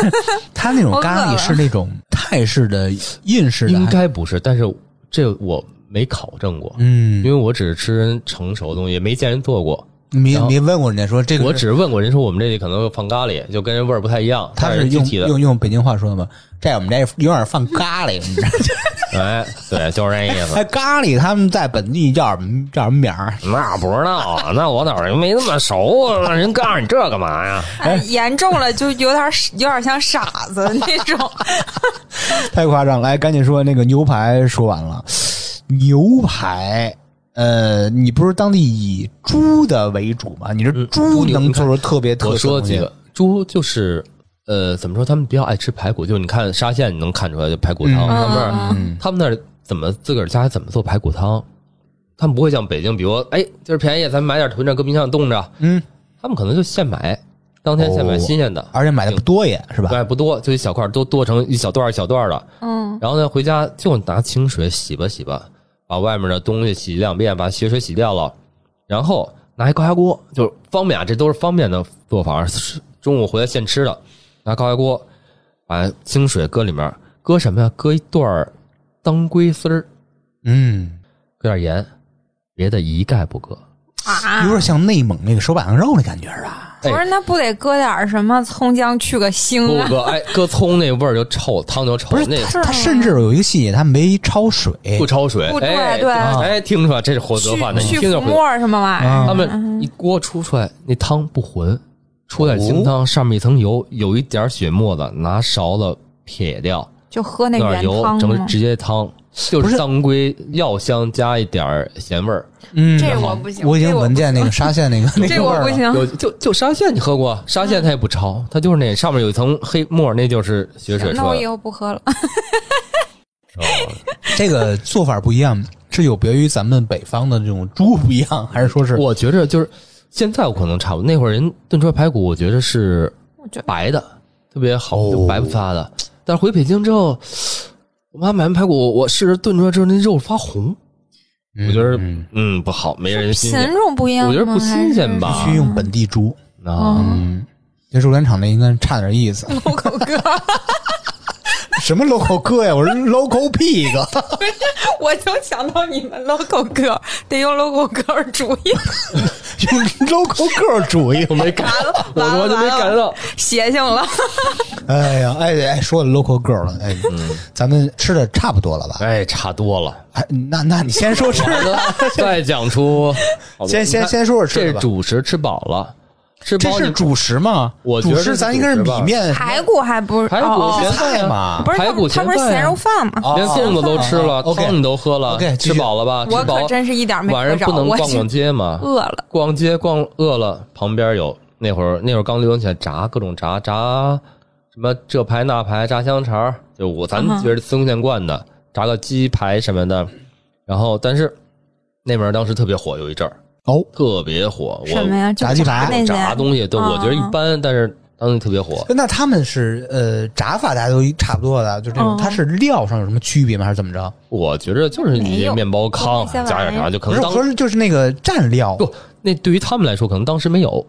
Speaker 1: 它 那种
Speaker 3: 我饿啊
Speaker 1: 咖喱
Speaker 3: 了
Speaker 1: 是那种泰式的、印式的，
Speaker 2: 应该不是，但是这我没考证过，因
Speaker 1: 嗯，
Speaker 2: 为我只是吃人成熟的东西，也没见人做过。
Speaker 1: 没
Speaker 2: 然后
Speaker 1: 没问过人家说这个是，
Speaker 2: 我只是问过人说我们这里可能会放咖喱，就跟人味儿不太一样。
Speaker 1: 他
Speaker 2: 但
Speaker 1: 是
Speaker 2: 具
Speaker 1: 用
Speaker 2: 体的，
Speaker 1: 用用北京话说的嘛，在我们这有点放咖喱，你知道吗？
Speaker 2: 哎，对，就是 这意
Speaker 1: 哎，
Speaker 2: 思。
Speaker 1: 咖喱他们在本地叫什么叫什么名儿？
Speaker 2: 那不知道，那我哪儿没那么熟啊？让人告诉你这干嘛呀？
Speaker 3: 哎严重了就有点 有点像傻子 那种。
Speaker 1: 太夸张了！哎来，赶紧说那个牛排，说完了。牛排，呃，你不是当地以猪的为主吗？你这
Speaker 2: 猪
Speaker 1: 猪
Speaker 2: 牛
Speaker 1: 能
Speaker 2: 你
Speaker 1: 做
Speaker 2: 看
Speaker 1: 出特别特
Speaker 2: 嗯我
Speaker 1: 色的
Speaker 2: 说
Speaker 1: 东
Speaker 2: 几
Speaker 1: 西
Speaker 2: 个猪就是，呃，怎么说？他们比较爱吃排骨，就是你看沙县，你能看出来就排骨汤，
Speaker 1: 嗯
Speaker 2: 他们那儿
Speaker 3: 嗯
Speaker 2: 他们那儿怎么自个儿家怎么做排骨汤？他们不会像北京，比如哎今儿便宜，咱们买点囤着搁冰箱里冻着，
Speaker 1: 嗯，
Speaker 2: 他们可能就现买，当天现买
Speaker 1: 哦
Speaker 2: 新鲜的，
Speaker 1: 而且买的不多也是吧？
Speaker 2: 嗯对，不多，就一小块儿，都剁成一小段儿一小段儿的。
Speaker 3: 嗯，
Speaker 2: 然后呢，回家就拿清水洗吧洗吧，把外面的东西洗两遍，把血水洗掉了，然后拿一高压锅，就是方便啊，这都是方便的做法。是中午回来现吃的，拿高压锅把清水搁里面，搁什么呀？搁一段儿当归丝儿，
Speaker 1: 嗯，
Speaker 2: 搁点盐，别的一概不搁。
Speaker 1: 有
Speaker 3: 啊，
Speaker 1: 点像内蒙那个手把羊肉那感觉啊。
Speaker 2: 哎
Speaker 3: 不是那不得搁点儿什么葱姜去个腥
Speaker 2: 不
Speaker 3: 啊？
Speaker 2: 搁，哎，搁葱那味儿就臭，汤就臭
Speaker 1: 不，是
Speaker 2: 那，
Speaker 1: 它
Speaker 3: 是啊
Speaker 1: 它
Speaker 3: 吗
Speaker 1: 甚至有一个细节，它没焯水。
Speaker 2: 不焯水。
Speaker 3: 不
Speaker 2: 哎，
Speaker 3: 对对
Speaker 2: 哎，听出来这是火德
Speaker 3: 去
Speaker 2: 话，那一
Speaker 3: 去
Speaker 2: 听就
Speaker 3: 浮
Speaker 2: 会。
Speaker 3: 沫儿什么玩意
Speaker 1: 啊
Speaker 3: 儿？嗯
Speaker 2: 他们一锅出出来，那汤不浑，出
Speaker 1: 哦
Speaker 2: 点清汤，上面一层油，有一点血沫子，拿勺子撇掉，
Speaker 3: 就喝那
Speaker 2: 弄点
Speaker 3: 原
Speaker 2: 油，
Speaker 3: 汤
Speaker 2: 整
Speaker 3: 吗？
Speaker 2: 直接汤，就
Speaker 1: 不是
Speaker 2: 是当归药香加一点儿咸味儿。
Speaker 1: 嗯，
Speaker 3: 这我不行
Speaker 1: 我已经
Speaker 3: 这我
Speaker 1: 闻见那个沙县那 个那
Speaker 3: 这
Speaker 1: 个味
Speaker 3: 我
Speaker 1: 儿
Speaker 3: 不
Speaker 1: 了。
Speaker 3: 行，
Speaker 2: 有就就沙县，你喝过？啊沙
Speaker 3: 嗯
Speaker 2: 县它也不焯，它就是那上面有一层黑沫，那就是血水
Speaker 3: 那
Speaker 2: 出
Speaker 3: 我
Speaker 2: 来
Speaker 3: 以
Speaker 2: 的。
Speaker 3: 后不喝了。
Speaker 2: 哦
Speaker 1: 这个做法不一样，是有别于咱们北方的这种猪不一样，还是说是
Speaker 2: 我觉着就是现在我可能差不多，那会儿人炖出来排骨，我觉着是
Speaker 3: 我觉得
Speaker 2: 白的，特别好，
Speaker 1: 哦
Speaker 2: 就白不发的。但是回北京之后，我妈买完排骨，我试着炖出来之后，那肉发红，
Speaker 1: 嗯
Speaker 2: 我觉得
Speaker 1: 嗯
Speaker 2: 嗯不好，没人新
Speaker 3: 品
Speaker 2: 鲜
Speaker 3: 种不一样吗，哦
Speaker 2: 我觉得不新鲜吧
Speaker 1: 必须用本地猪？
Speaker 2: 啊。
Speaker 1: 嗯，这肉联厂那应该差点意思。
Speaker 3: 还是 local 哥，
Speaker 1: 什么 local 哥呀？我是 local pig。
Speaker 3: 我就想到你们 local 哥得用 local 哥主意，
Speaker 1: 用 local girl 主义，我没感。
Speaker 2: 我
Speaker 3: 完
Speaker 2: 我
Speaker 3: 了
Speaker 2: 就没
Speaker 3: 完了
Speaker 2: 感觉到，
Speaker 3: 邪性了。
Speaker 1: 哎呀，哎哎，说了 local girl 了，哎，咱们吃的差不多了吧？
Speaker 2: 哎，差多 了。
Speaker 1: 哎，那那你先说吃的，
Speaker 2: 再讲出，
Speaker 1: 先
Speaker 2: 你
Speaker 1: 先
Speaker 2: 看
Speaker 1: 先说说
Speaker 2: 这
Speaker 1: 吃
Speaker 2: 是
Speaker 1: 的吧。
Speaker 2: 主食吃饱了，吃
Speaker 1: 这
Speaker 2: 饱
Speaker 1: 是
Speaker 2: 你
Speaker 1: 主食吗？
Speaker 2: 我觉
Speaker 1: 主
Speaker 2: 得
Speaker 1: 食
Speaker 2: 是
Speaker 1: 咱应该是
Speaker 2: 主食
Speaker 1: 米
Speaker 2: 吧
Speaker 1: 面，
Speaker 3: 排骨还不是
Speaker 2: 排骨
Speaker 3: 哦
Speaker 2: 咸
Speaker 3: 哦
Speaker 2: 饭呀
Speaker 1: 菜嘛
Speaker 3: 不是
Speaker 2: 排骨
Speaker 3: 它
Speaker 2: 咸
Speaker 3: 不是
Speaker 2: 饭呀啊
Speaker 3: 咸肉饭吗？
Speaker 2: 连粽子都吃了，
Speaker 1: 哦，OK
Speaker 2: 汤你都喝了
Speaker 1: OK，，继
Speaker 2: 吃
Speaker 1: 续
Speaker 2: 饱了吧？
Speaker 3: 我
Speaker 2: 吃饱
Speaker 3: 可。真是一点没
Speaker 2: 晚
Speaker 3: 喝
Speaker 2: 上
Speaker 3: 着，
Speaker 2: 不能
Speaker 3: 我
Speaker 2: 逛逛
Speaker 3: 是
Speaker 2: 街 吗？
Speaker 3: 饿了。
Speaker 2: 逛街逛饿了，旁边有那会儿那会儿刚流行起来炸各种炸炸什么这牌那牌炸香肠儿，就我咱
Speaker 3: 嗯哼
Speaker 2: 觉得司空见惯的，炸个鸡排什么的。然后但是那边儿当时特别火，有一阵儿
Speaker 1: 哦，
Speaker 2: 特别火，我
Speaker 3: 什么呀？就
Speaker 1: 炸鸡排
Speaker 3: 那啊
Speaker 2: 炸
Speaker 3: 些
Speaker 2: 东西对我觉得一般，但是当时特别火。
Speaker 1: 那他们是呃炸法大家都差不多的，就这种，
Speaker 3: 嗯
Speaker 1: 它是料上有什么区别吗？还是怎么着？
Speaker 2: 我觉着就是
Speaker 3: 没有
Speaker 2: 面包
Speaker 3: 就
Speaker 2: 糠
Speaker 3: 那些玩意儿
Speaker 2: 加点啥就可
Speaker 1: 不
Speaker 2: 能
Speaker 1: 是，
Speaker 2: 当
Speaker 1: 我说是就是那个蘸料，
Speaker 2: 不，那对于他们来说，可能当时没有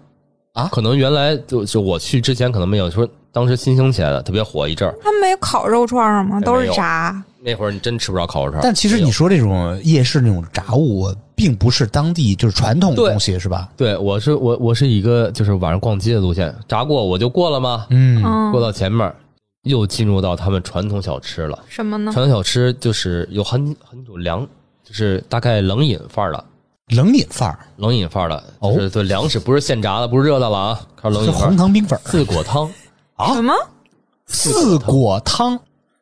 Speaker 1: 啊
Speaker 2: 可能原来就就我去之前可能没有，说当时新兴起来的，特别火一阵儿。
Speaker 3: 他们没有烤肉串吗？都
Speaker 2: 没
Speaker 3: 是
Speaker 2: 有
Speaker 3: 炸。
Speaker 2: 那会儿你真吃不着烤肉串儿，
Speaker 1: 但其实
Speaker 2: 没有
Speaker 1: 你说这种夜市那种炸物，并不是当地就是传统的
Speaker 2: 对
Speaker 1: 东西，是吧？
Speaker 2: 对我是我我是一个就是晚上逛街的路线，炸过我就过了吗？
Speaker 1: 嗯，
Speaker 3: 嗯
Speaker 2: 过，到前面儿又进入到他们传统小吃了。
Speaker 3: 什
Speaker 1: 嗯
Speaker 3: 么呢？
Speaker 2: 传统小吃就是有很很有凉，就是大概冷饮范儿的，
Speaker 1: 冷饮范儿，
Speaker 2: 冷饮范儿的，
Speaker 1: 哦
Speaker 2: 就是对凉食，不是现炸的，不是热的了啊，开始冷
Speaker 1: 就
Speaker 2: 饮范
Speaker 1: 红
Speaker 2: 儿。
Speaker 1: 糖冰粉儿、
Speaker 2: 四果汤，
Speaker 3: 什么？
Speaker 1: 四果汤，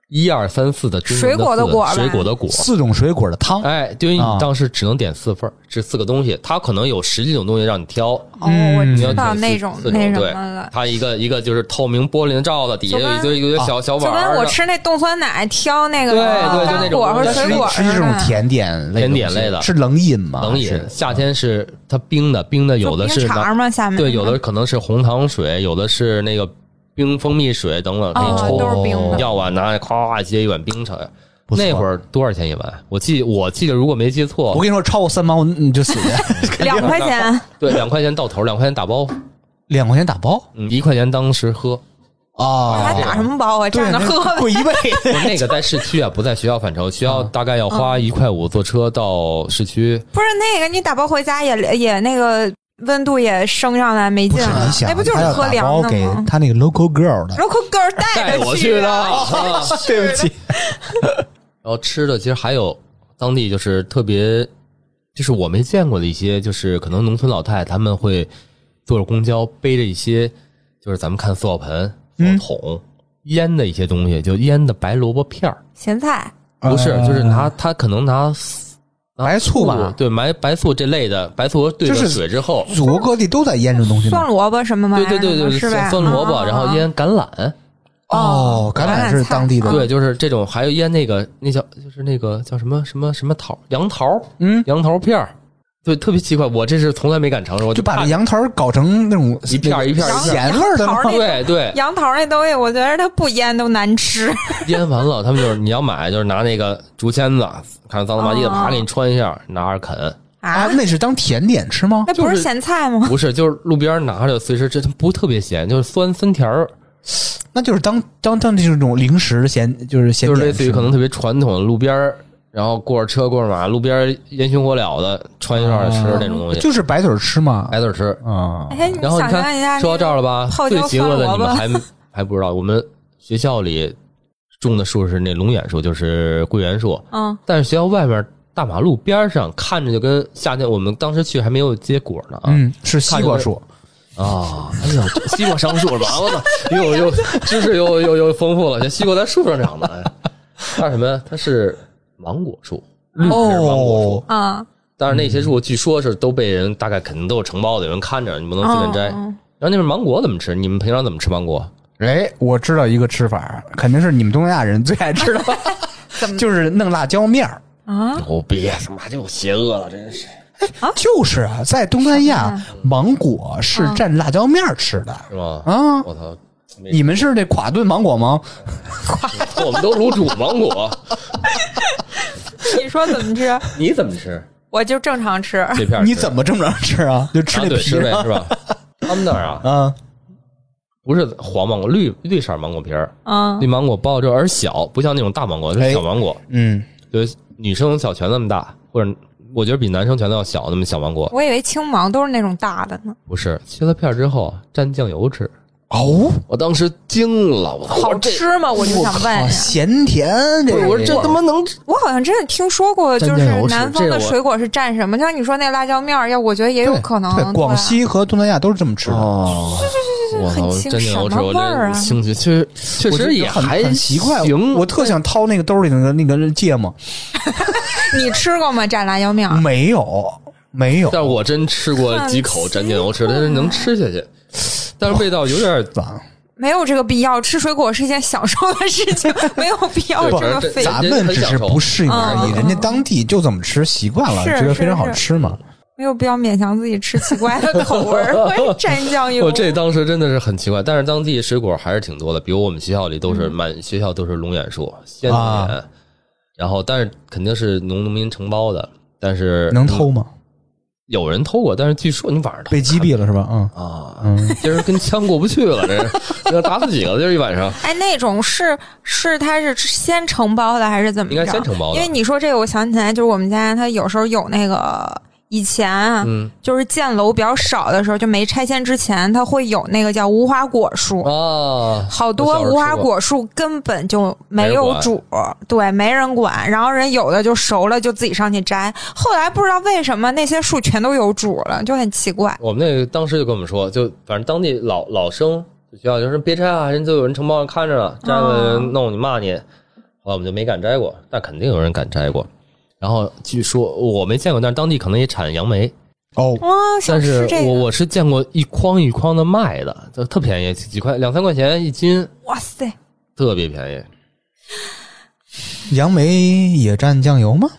Speaker 2: 一二三四的中文
Speaker 3: 水果的
Speaker 2: 四
Speaker 3: 果吧
Speaker 2: 水果的果，
Speaker 1: 四种水果的汤。
Speaker 2: 哎，对于你
Speaker 1: 啊
Speaker 2: 当时只能点四份儿，这四个东西，它可能有十几种东西让你挑。
Speaker 3: 哦，我
Speaker 1: 嗯
Speaker 2: 你要
Speaker 3: 知
Speaker 2: 点
Speaker 3: 道
Speaker 2: 四
Speaker 3: 那种
Speaker 2: 四
Speaker 3: 那什
Speaker 2: 对
Speaker 3: 么了，
Speaker 2: 它一个一个就是透明玻璃罩子，底下
Speaker 3: 就
Speaker 2: 有
Speaker 3: 跟
Speaker 2: 一堆有一堆
Speaker 1: 啊
Speaker 2: 小、小
Speaker 3: 就
Speaker 2: 碗
Speaker 3: 跟
Speaker 2: 儿的。
Speaker 3: 我吃那冻酸奶挑那个
Speaker 2: 对对就那
Speaker 3: 干
Speaker 2: 种
Speaker 3: 果和
Speaker 2: 但
Speaker 1: 实
Speaker 3: 水
Speaker 1: 际
Speaker 3: 果啊
Speaker 1: 实际这
Speaker 3: 似
Speaker 1: 种
Speaker 3: 的
Speaker 1: 甜点类的东西
Speaker 2: 甜点类的
Speaker 1: 是冷饮吗？
Speaker 2: 冷饮，
Speaker 1: 啊是
Speaker 2: 夏天是它冰的，冰的有的
Speaker 3: 就是冰碴
Speaker 2: 拿
Speaker 3: 儿嘛，下面嗯
Speaker 2: 对，有的可能是红糖水，有的是那个冰蜂蜜水等等，给你
Speaker 3: 哦
Speaker 2: 抽。
Speaker 3: 都是冰的
Speaker 2: 要碗拿来咵接一碗冰茶。
Speaker 1: 不错
Speaker 2: 那会儿多少钱一碗？我记我记得如果没记错，
Speaker 1: 我跟你说，超过三毛你就死去，
Speaker 3: 两块钱，
Speaker 2: 对，两块钱到头，两块钱打包，
Speaker 1: 两块钱打包
Speaker 2: 嗯，一块钱当时喝。
Speaker 1: 啊
Speaker 3: 还打什么包啊？
Speaker 1: 对，
Speaker 3: 站着
Speaker 1: 那
Speaker 3: 喝呗。
Speaker 1: 贵 一倍。
Speaker 2: 不是那个在市区啊，不在学校范畴，学
Speaker 3: 啊
Speaker 2: 校大概要
Speaker 3: 嗯
Speaker 2: 花一块五坐车到市区。
Speaker 3: 不是那个，你打包回家也也那个温度也升上来没
Speaker 1: 不
Speaker 3: 劲
Speaker 1: 是
Speaker 3: 了
Speaker 1: 你，想，
Speaker 3: 啊那不就是
Speaker 1: 他要
Speaker 3: 喝
Speaker 1: 打
Speaker 3: 凉
Speaker 1: 包
Speaker 3: 的
Speaker 1: 给
Speaker 3: 吗
Speaker 1: 他那个 local girl 的？
Speaker 3: ？Local girl 带
Speaker 2: 带
Speaker 3: 着
Speaker 2: 我去的，
Speaker 3: 的，
Speaker 2: 啊
Speaker 1: 对不起，
Speaker 2: 然后吃的其实还有当地就是特别，就是我没见过的一些，就是可能农村老太太他们会坐着公交背着一些，就是咱们看塑料盆、
Speaker 1: 嗯
Speaker 2: 火筒、腌的一些东西，就腌的白萝卜片儿，
Speaker 3: 咸菜
Speaker 2: 不是，
Speaker 1: 呃
Speaker 2: 就是
Speaker 3: 啊
Speaker 2: 拿他可能拿
Speaker 1: 白醋吧？
Speaker 2: 对，白白醋这类的，白醋兑
Speaker 1: 就是
Speaker 2: 了水之后，
Speaker 1: 祖国各地都在腌这种东西
Speaker 3: 蒜
Speaker 1: 吗？
Speaker 3: 萝卜什么玩意
Speaker 2: 对
Speaker 3: 儿
Speaker 2: 对对
Speaker 3: 的吗
Speaker 2: 对，
Speaker 3: 是吧？
Speaker 2: 酸萝卜，
Speaker 3: 啊
Speaker 2: 然后腌橄榄，
Speaker 1: 哦，橄榄是当地的，
Speaker 2: 对，就是这种，还有腌那个那叫就是那个叫什么什么什么桃杨桃
Speaker 1: 嗯，
Speaker 2: 杨桃片儿，对，特别奇怪，我这是从来没敢尝试，我
Speaker 1: 就把
Speaker 2: 怕
Speaker 1: 这杨桃搞成那种
Speaker 2: 一片儿一片儿
Speaker 3: 然后
Speaker 1: 咸味儿的
Speaker 3: 杨
Speaker 1: 吗
Speaker 3: 桃那
Speaker 2: 对对
Speaker 3: 杨桃那东西，我觉得它不腌都难 吃。
Speaker 2: 腌完了，他们就是你要买就是拿那个竹签子，看脏了吧唧的，
Speaker 3: 哦
Speaker 2: 啪给你穿一下，拿着啃，
Speaker 1: 啊
Speaker 3: 啊，，
Speaker 1: 那是当甜点吃吗？
Speaker 3: 那不
Speaker 2: 就是是
Speaker 3: 咸菜吗？
Speaker 2: 不是就是路边拿着随时吃，它不特别咸，就是酸酸甜儿，
Speaker 1: 那就是当当当这种零食咸，就是咸
Speaker 2: 就
Speaker 1: 点吃吗，
Speaker 2: 是类似于可能特别传统的路边儿，然后过着车过着马，路边儿烟熏火燎的穿一串吃那种东西，
Speaker 1: 就是白腿吃嘛。
Speaker 2: 挨着吃。
Speaker 1: 啊，
Speaker 3: 哎，你
Speaker 2: 然后你
Speaker 3: 想象一下
Speaker 2: 看，
Speaker 3: 那个，
Speaker 2: 说到这儿了吧？
Speaker 3: 泡椒
Speaker 2: 最邪恶的你
Speaker 3: 酸萝卜
Speaker 2: 们还 还不知道，我们学校里种的树是那龙眼树，就是桂圆树，
Speaker 3: 嗯，
Speaker 2: 但是学校外面大马路边上看着就跟夏天我们当时去还没有结果呢啊
Speaker 1: 嗯，是西瓜树，
Speaker 2: 啊！哎呦，这西瓜上树了吧？我操，又又知识又又又丰富了，这西瓜在树上长的，哎它是什么呀？它是芒果树，绿皮儿芒果树。
Speaker 1: 哦，
Speaker 3: 啊，
Speaker 2: 但是那些树据说是都被人大概肯定都有承包的，有人看着，你不能随便摘。
Speaker 3: 嗯
Speaker 2: 然后那边芒果怎么吃？你们平常怎么吃芒果？
Speaker 1: 哎，我知道一个吃法，肯定是你们东南亚人最爱吃的，
Speaker 3: 怎么
Speaker 1: 就是弄辣椒面儿。
Speaker 3: 啊？
Speaker 2: 牛逼！他妈就邪恶了，真是
Speaker 1: 就是啊，在东南亚
Speaker 3: 什，啊
Speaker 1: 芒果是蘸辣椒面儿吃的
Speaker 2: 是吗？
Speaker 1: 啊。
Speaker 2: 我操！没
Speaker 1: 你们是这垮炖芒果吗？
Speaker 2: 我们都卤煮芒果，
Speaker 3: 你说怎么吃？
Speaker 2: 你怎么吃？
Speaker 3: 我就正常吃。
Speaker 2: 这片儿
Speaker 1: 啊你
Speaker 2: 吃
Speaker 1: 怎么正常吃啊？就吃
Speaker 2: 啊？
Speaker 1: 那
Speaker 2: 对，
Speaker 1: 皮
Speaker 2: 吃
Speaker 1: 儿
Speaker 2: 呗，
Speaker 1: 啊
Speaker 2: 是吧？他们那儿啊，
Speaker 1: 啊
Speaker 2: 不是黄芒果，绿绿色芒果皮儿，
Speaker 3: 嗯
Speaker 2: 绿芒果包着而小，不像那种大芒果，是
Speaker 1: 啊哎
Speaker 2: 小芒果，
Speaker 1: 嗯，
Speaker 2: 就是女生小拳那么大，或者我觉得比男生拳头要小那么小芒果。
Speaker 3: 我以为青芒都是那种大的呢。
Speaker 2: 不是，切了片儿之后蘸酱油吃，
Speaker 1: 哦，
Speaker 2: 我当时惊了，我操，
Speaker 3: 好
Speaker 2: 我这
Speaker 3: 吃吗？我就想问
Speaker 1: 靠
Speaker 3: 呀。
Speaker 1: 咸甜这
Speaker 2: 不
Speaker 1: 个，
Speaker 2: 是，我说这他妈能吃？
Speaker 3: 我好像真的听说过，
Speaker 2: 蘸
Speaker 3: 就
Speaker 2: 酱
Speaker 3: 是
Speaker 2: 油吃
Speaker 3: 南方
Speaker 2: 这个
Speaker 3: 的
Speaker 2: 我
Speaker 3: 水果是蘸什么？就像你说那辣椒面儿，要我觉得也有
Speaker 1: 对
Speaker 3: 哎可能。啊
Speaker 1: 对，广
Speaker 3: 吧
Speaker 1: 西和东南亚都是这么吃的。
Speaker 2: 哦，我操，
Speaker 3: 很
Speaker 2: 我
Speaker 3: 清
Speaker 2: 蘸酱油吃，
Speaker 3: 什么
Speaker 2: 我
Speaker 3: 味儿
Speaker 2: 这
Speaker 3: 啊
Speaker 2: 兴趣确实确
Speaker 1: 我觉
Speaker 2: 实
Speaker 1: 得
Speaker 2: 也
Speaker 1: 很
Speaker 2: 还
Speaker 1: 很奇怪，
Speaker 2: 行，
Speaker 1: 我特想掏那个兜里的那个芥末，
Speaker 3: 你吃过吗？蘸辣椒面儿？
Speaker 2: 嗯
Speaker 1: 没有，没有，
Speaker 2: 但是我真吃过几口蘸酱油吃，但是
Speaker 3: 啊
Speaker 2: 能吃下去，但是味道有点
Speaker 1: 咱
Speaker 3: 没有这个必要，吃水果是一件享受的事情，没有必要 这
Speaker 2: 对
Speaker 3: 个
Speaker 2: 这
Speaker 3: 费
Speaker 2: 这
Speaker 1: 咱们只是不适应而已，
Speaker 3: 嗯嗯嗯
Speaker 1: 人家当地就这么吃习惯了，
Speaker 3: 是
Speaker 1: 觉得非常好吃嘛。
Speaker 3: 没有必要勉强自己吃奇怪的口味儿，会蘸酱油。
Speaker 2: 我这当时真的是很奇怪，但是当地水果还是挺多的，比如我们学校里都
Speaker 3: 嗯
Speaker 2: 是满学校都是龙眼树、鲜龙眼
Speaker 1: 啊，
Speaker 2: 然后但是肯定是农农民承包的，但是 嗯
Speaker 1: 能偷吗？
Speaker 2: 有人偷过，但是据说你晚上偷
Speaker 1: 被击毙了是吧？嗯
Speaker 2: 啊，
Speaker 1: 嗯，
Speaker 2: 今儿跟枪过不去了，这是要打死几个？今儿一晚上
Speaker 3: 哎，那种是是它是先承包的还 是怎么着？
Speaker 2: 应该先承包
Speaker 3: 因为
Speaker 2: 的，
Speaker 3: 你说这个，我想起来，就是我们家它有时候有那个以前啊，
Speaker 2: 嗯
Speaker 3: 就是建楼比较少的时候，就没拆迁之前，它会有那个叫无花果树。
Speaker 2: 啊，
Speaker 3: 好
Speaker 2: 我
Speaker 3: 多
Speaker 2: 小时候
Speaker 3: 无花
Speaker 2: 吃过
Speaker 3: 果树根本就没
Speaker 2: 没人
Speaker 3: 有
Speaker 2: 管
Speaker 3: 主，对，没人管。然后人有的就熟了，就自己上去摘。后来不知道为什么那些树全都有主了，就很奇怪。
Speaker 2: 我们那个当时就跟我们说，就反正当地老老生就学校就说别摘啊，人就有人承包人看着
Speaker 3: 啊
Speaker 2: 了，摘了人弄你骂你。后来我们就没敢摘过，但肯定有人敢摘过。然后据说我没见过，但是当地可能也产杨梅，
Speaker 1: 哦，
Speaker 3: 哇，想
Speaker 2: 但
Speaker 3: 吃
Speaker 2: 是
Speaker 3: 这
Speaker 2: 我
Speaker 3: 个，
Speaker 2: 我是见过一筐一筐的卖的，就特便宜，几几块两三块钱一斤，
Speaker 3: 哇塞！
Speaker 2: 特别便宜。
Speaker 1: 杨梅也蘸酱油吗？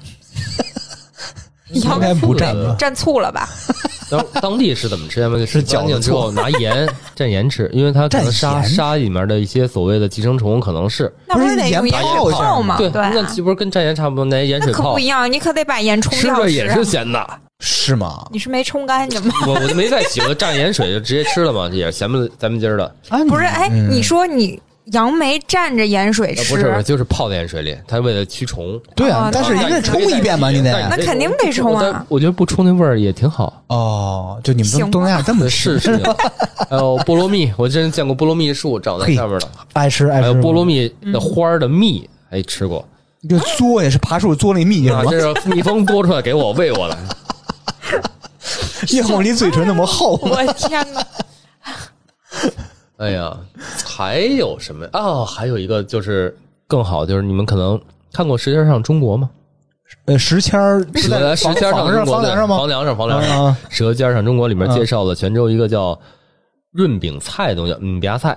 Speaker 3: 杨
Speaker 1: 应
Speaker 3: 梅
Speaker 1: 该不蘸吧
Speaker 2: 了。
Speaker 3: 蘸醋了吧？
Speaker 2: 呃当当地是怎么吃呀？就是吃
Speaker 1: 饺
Speaker 2: 干
Speaker 1: 子
Speaker 2: 净之
Speaker 1: 醋
Speaker 2: 后拿盐蘸盐吃，因为它可
Speaker 1: 蘸
Speaker 2: 能沙
Speaker 1: 盐
Speaker 2: 沙里面的一些所谓的寄生虫可能是
Speaker 3: 那不
Speaker 1: 不是
Speaker 3: 得
Speaker 1: 盐
Speaker 3: 用
Speaker 1: 泡
Speaker 2: 一下
Speaker 3: 泡
Speaker 1: 吗
Speaker 3: 吗？
Speaker 2: 对，
Speaker 3: 啊
Speaker 2: 那岂不是跟蘸盐差不多？拿盐
Speaker 3: 那
Speaker 2: 水
Speaker 3: 可
Speaker 2: 泡
Speaker 3: 不一样，你可得把盐冲
Speaker 2: 吃
Speaker 3: 掉
Speaker 2: 着
Speaker 3: 吃
Speaker 2: 也
Speaker 3: 啊。
Speaker 2: 是咸的。
Speaker 1: 是吗？
Speaker 3: 你是没冲干 净吗？
Speaker 2: 我我就没再洗过，蘸盐水就直接吃了嘛，这也是咸不咱们 今儿的，啊
Speaker 1: 啊，
Speaker 3: 不是，哎，
Speaker 1: 嗯
Speaker 3: 你说你杨梅蘸着盐水
Speaker 2: 呃不是
Speaker 3: 吃
Speaker 2: 不，是，就是泡在盐水里，它为了驱虫。
Speaker 1: 对啊
Speaker 3: 哦，
Speaker 1: 但是
Speaker 3: 那
Speaker 1: 应该冲一遍吧，你
Speaker 2: 但
Speaker 1: 得
Speaker 2: 是
Speaker 3: 那肯定得冲啊
Speaker 2: 我！我觉得不冲那味儿也挺好。
Speaker 1: 哦，就你们
Speaker 3: 行
Speaker 1: 东东南亚这么
Speaker 2: 是
Speaker 1: 吃，
Speaker 2: 是， 还有菠萝蜜，我真是见过菠萝蜜树长在
Speaker 1: 嘿
Speaker 2: 上面的，
Speaker 1: 爱吃爱
Speaker 2: 还
Speaker 1: 吃嗯
Speaker 2: 有菠
Speaker 3: 嗯
Speaker 2: 萝，蜜的花儿的蜜，哎，吃过
Speaker 1: 就嘬也是爬树嘬那蜜是
Speaker 2: 啊，
Speaker 1: 吗？
Speaker 2: 这是蜜蜂多出来给我喂我的。
Speaker 1: 夜梦离嘴唇那么厚吗？
Speaker 3: 我天哪！
Speaker 2: 哎呀，还有什么呀哦？还有一个就是更好，就是你们可能看过《舌尖上中国》吗？
Speaker 1: 呃，石签儿
Speaker 2: 是
Speaker 1: 是在
Speaker 2: 舌
Speaker 1: 房
Speaker 2: 尖上
Speaker 1: 房
Speaker 2: 中
Speaker 1: 上
Speaker 2: 国
Speaker 1: 房
Speaker 2: 对
Speaker 1: 梁上吗
Speaker 2: 房？梁上，房梁上。
Speaker 1: 啊
Speaker 2: 舌尖上中国里面介绍了泉州一个叫润饼菜的东西，嗯，芽菜，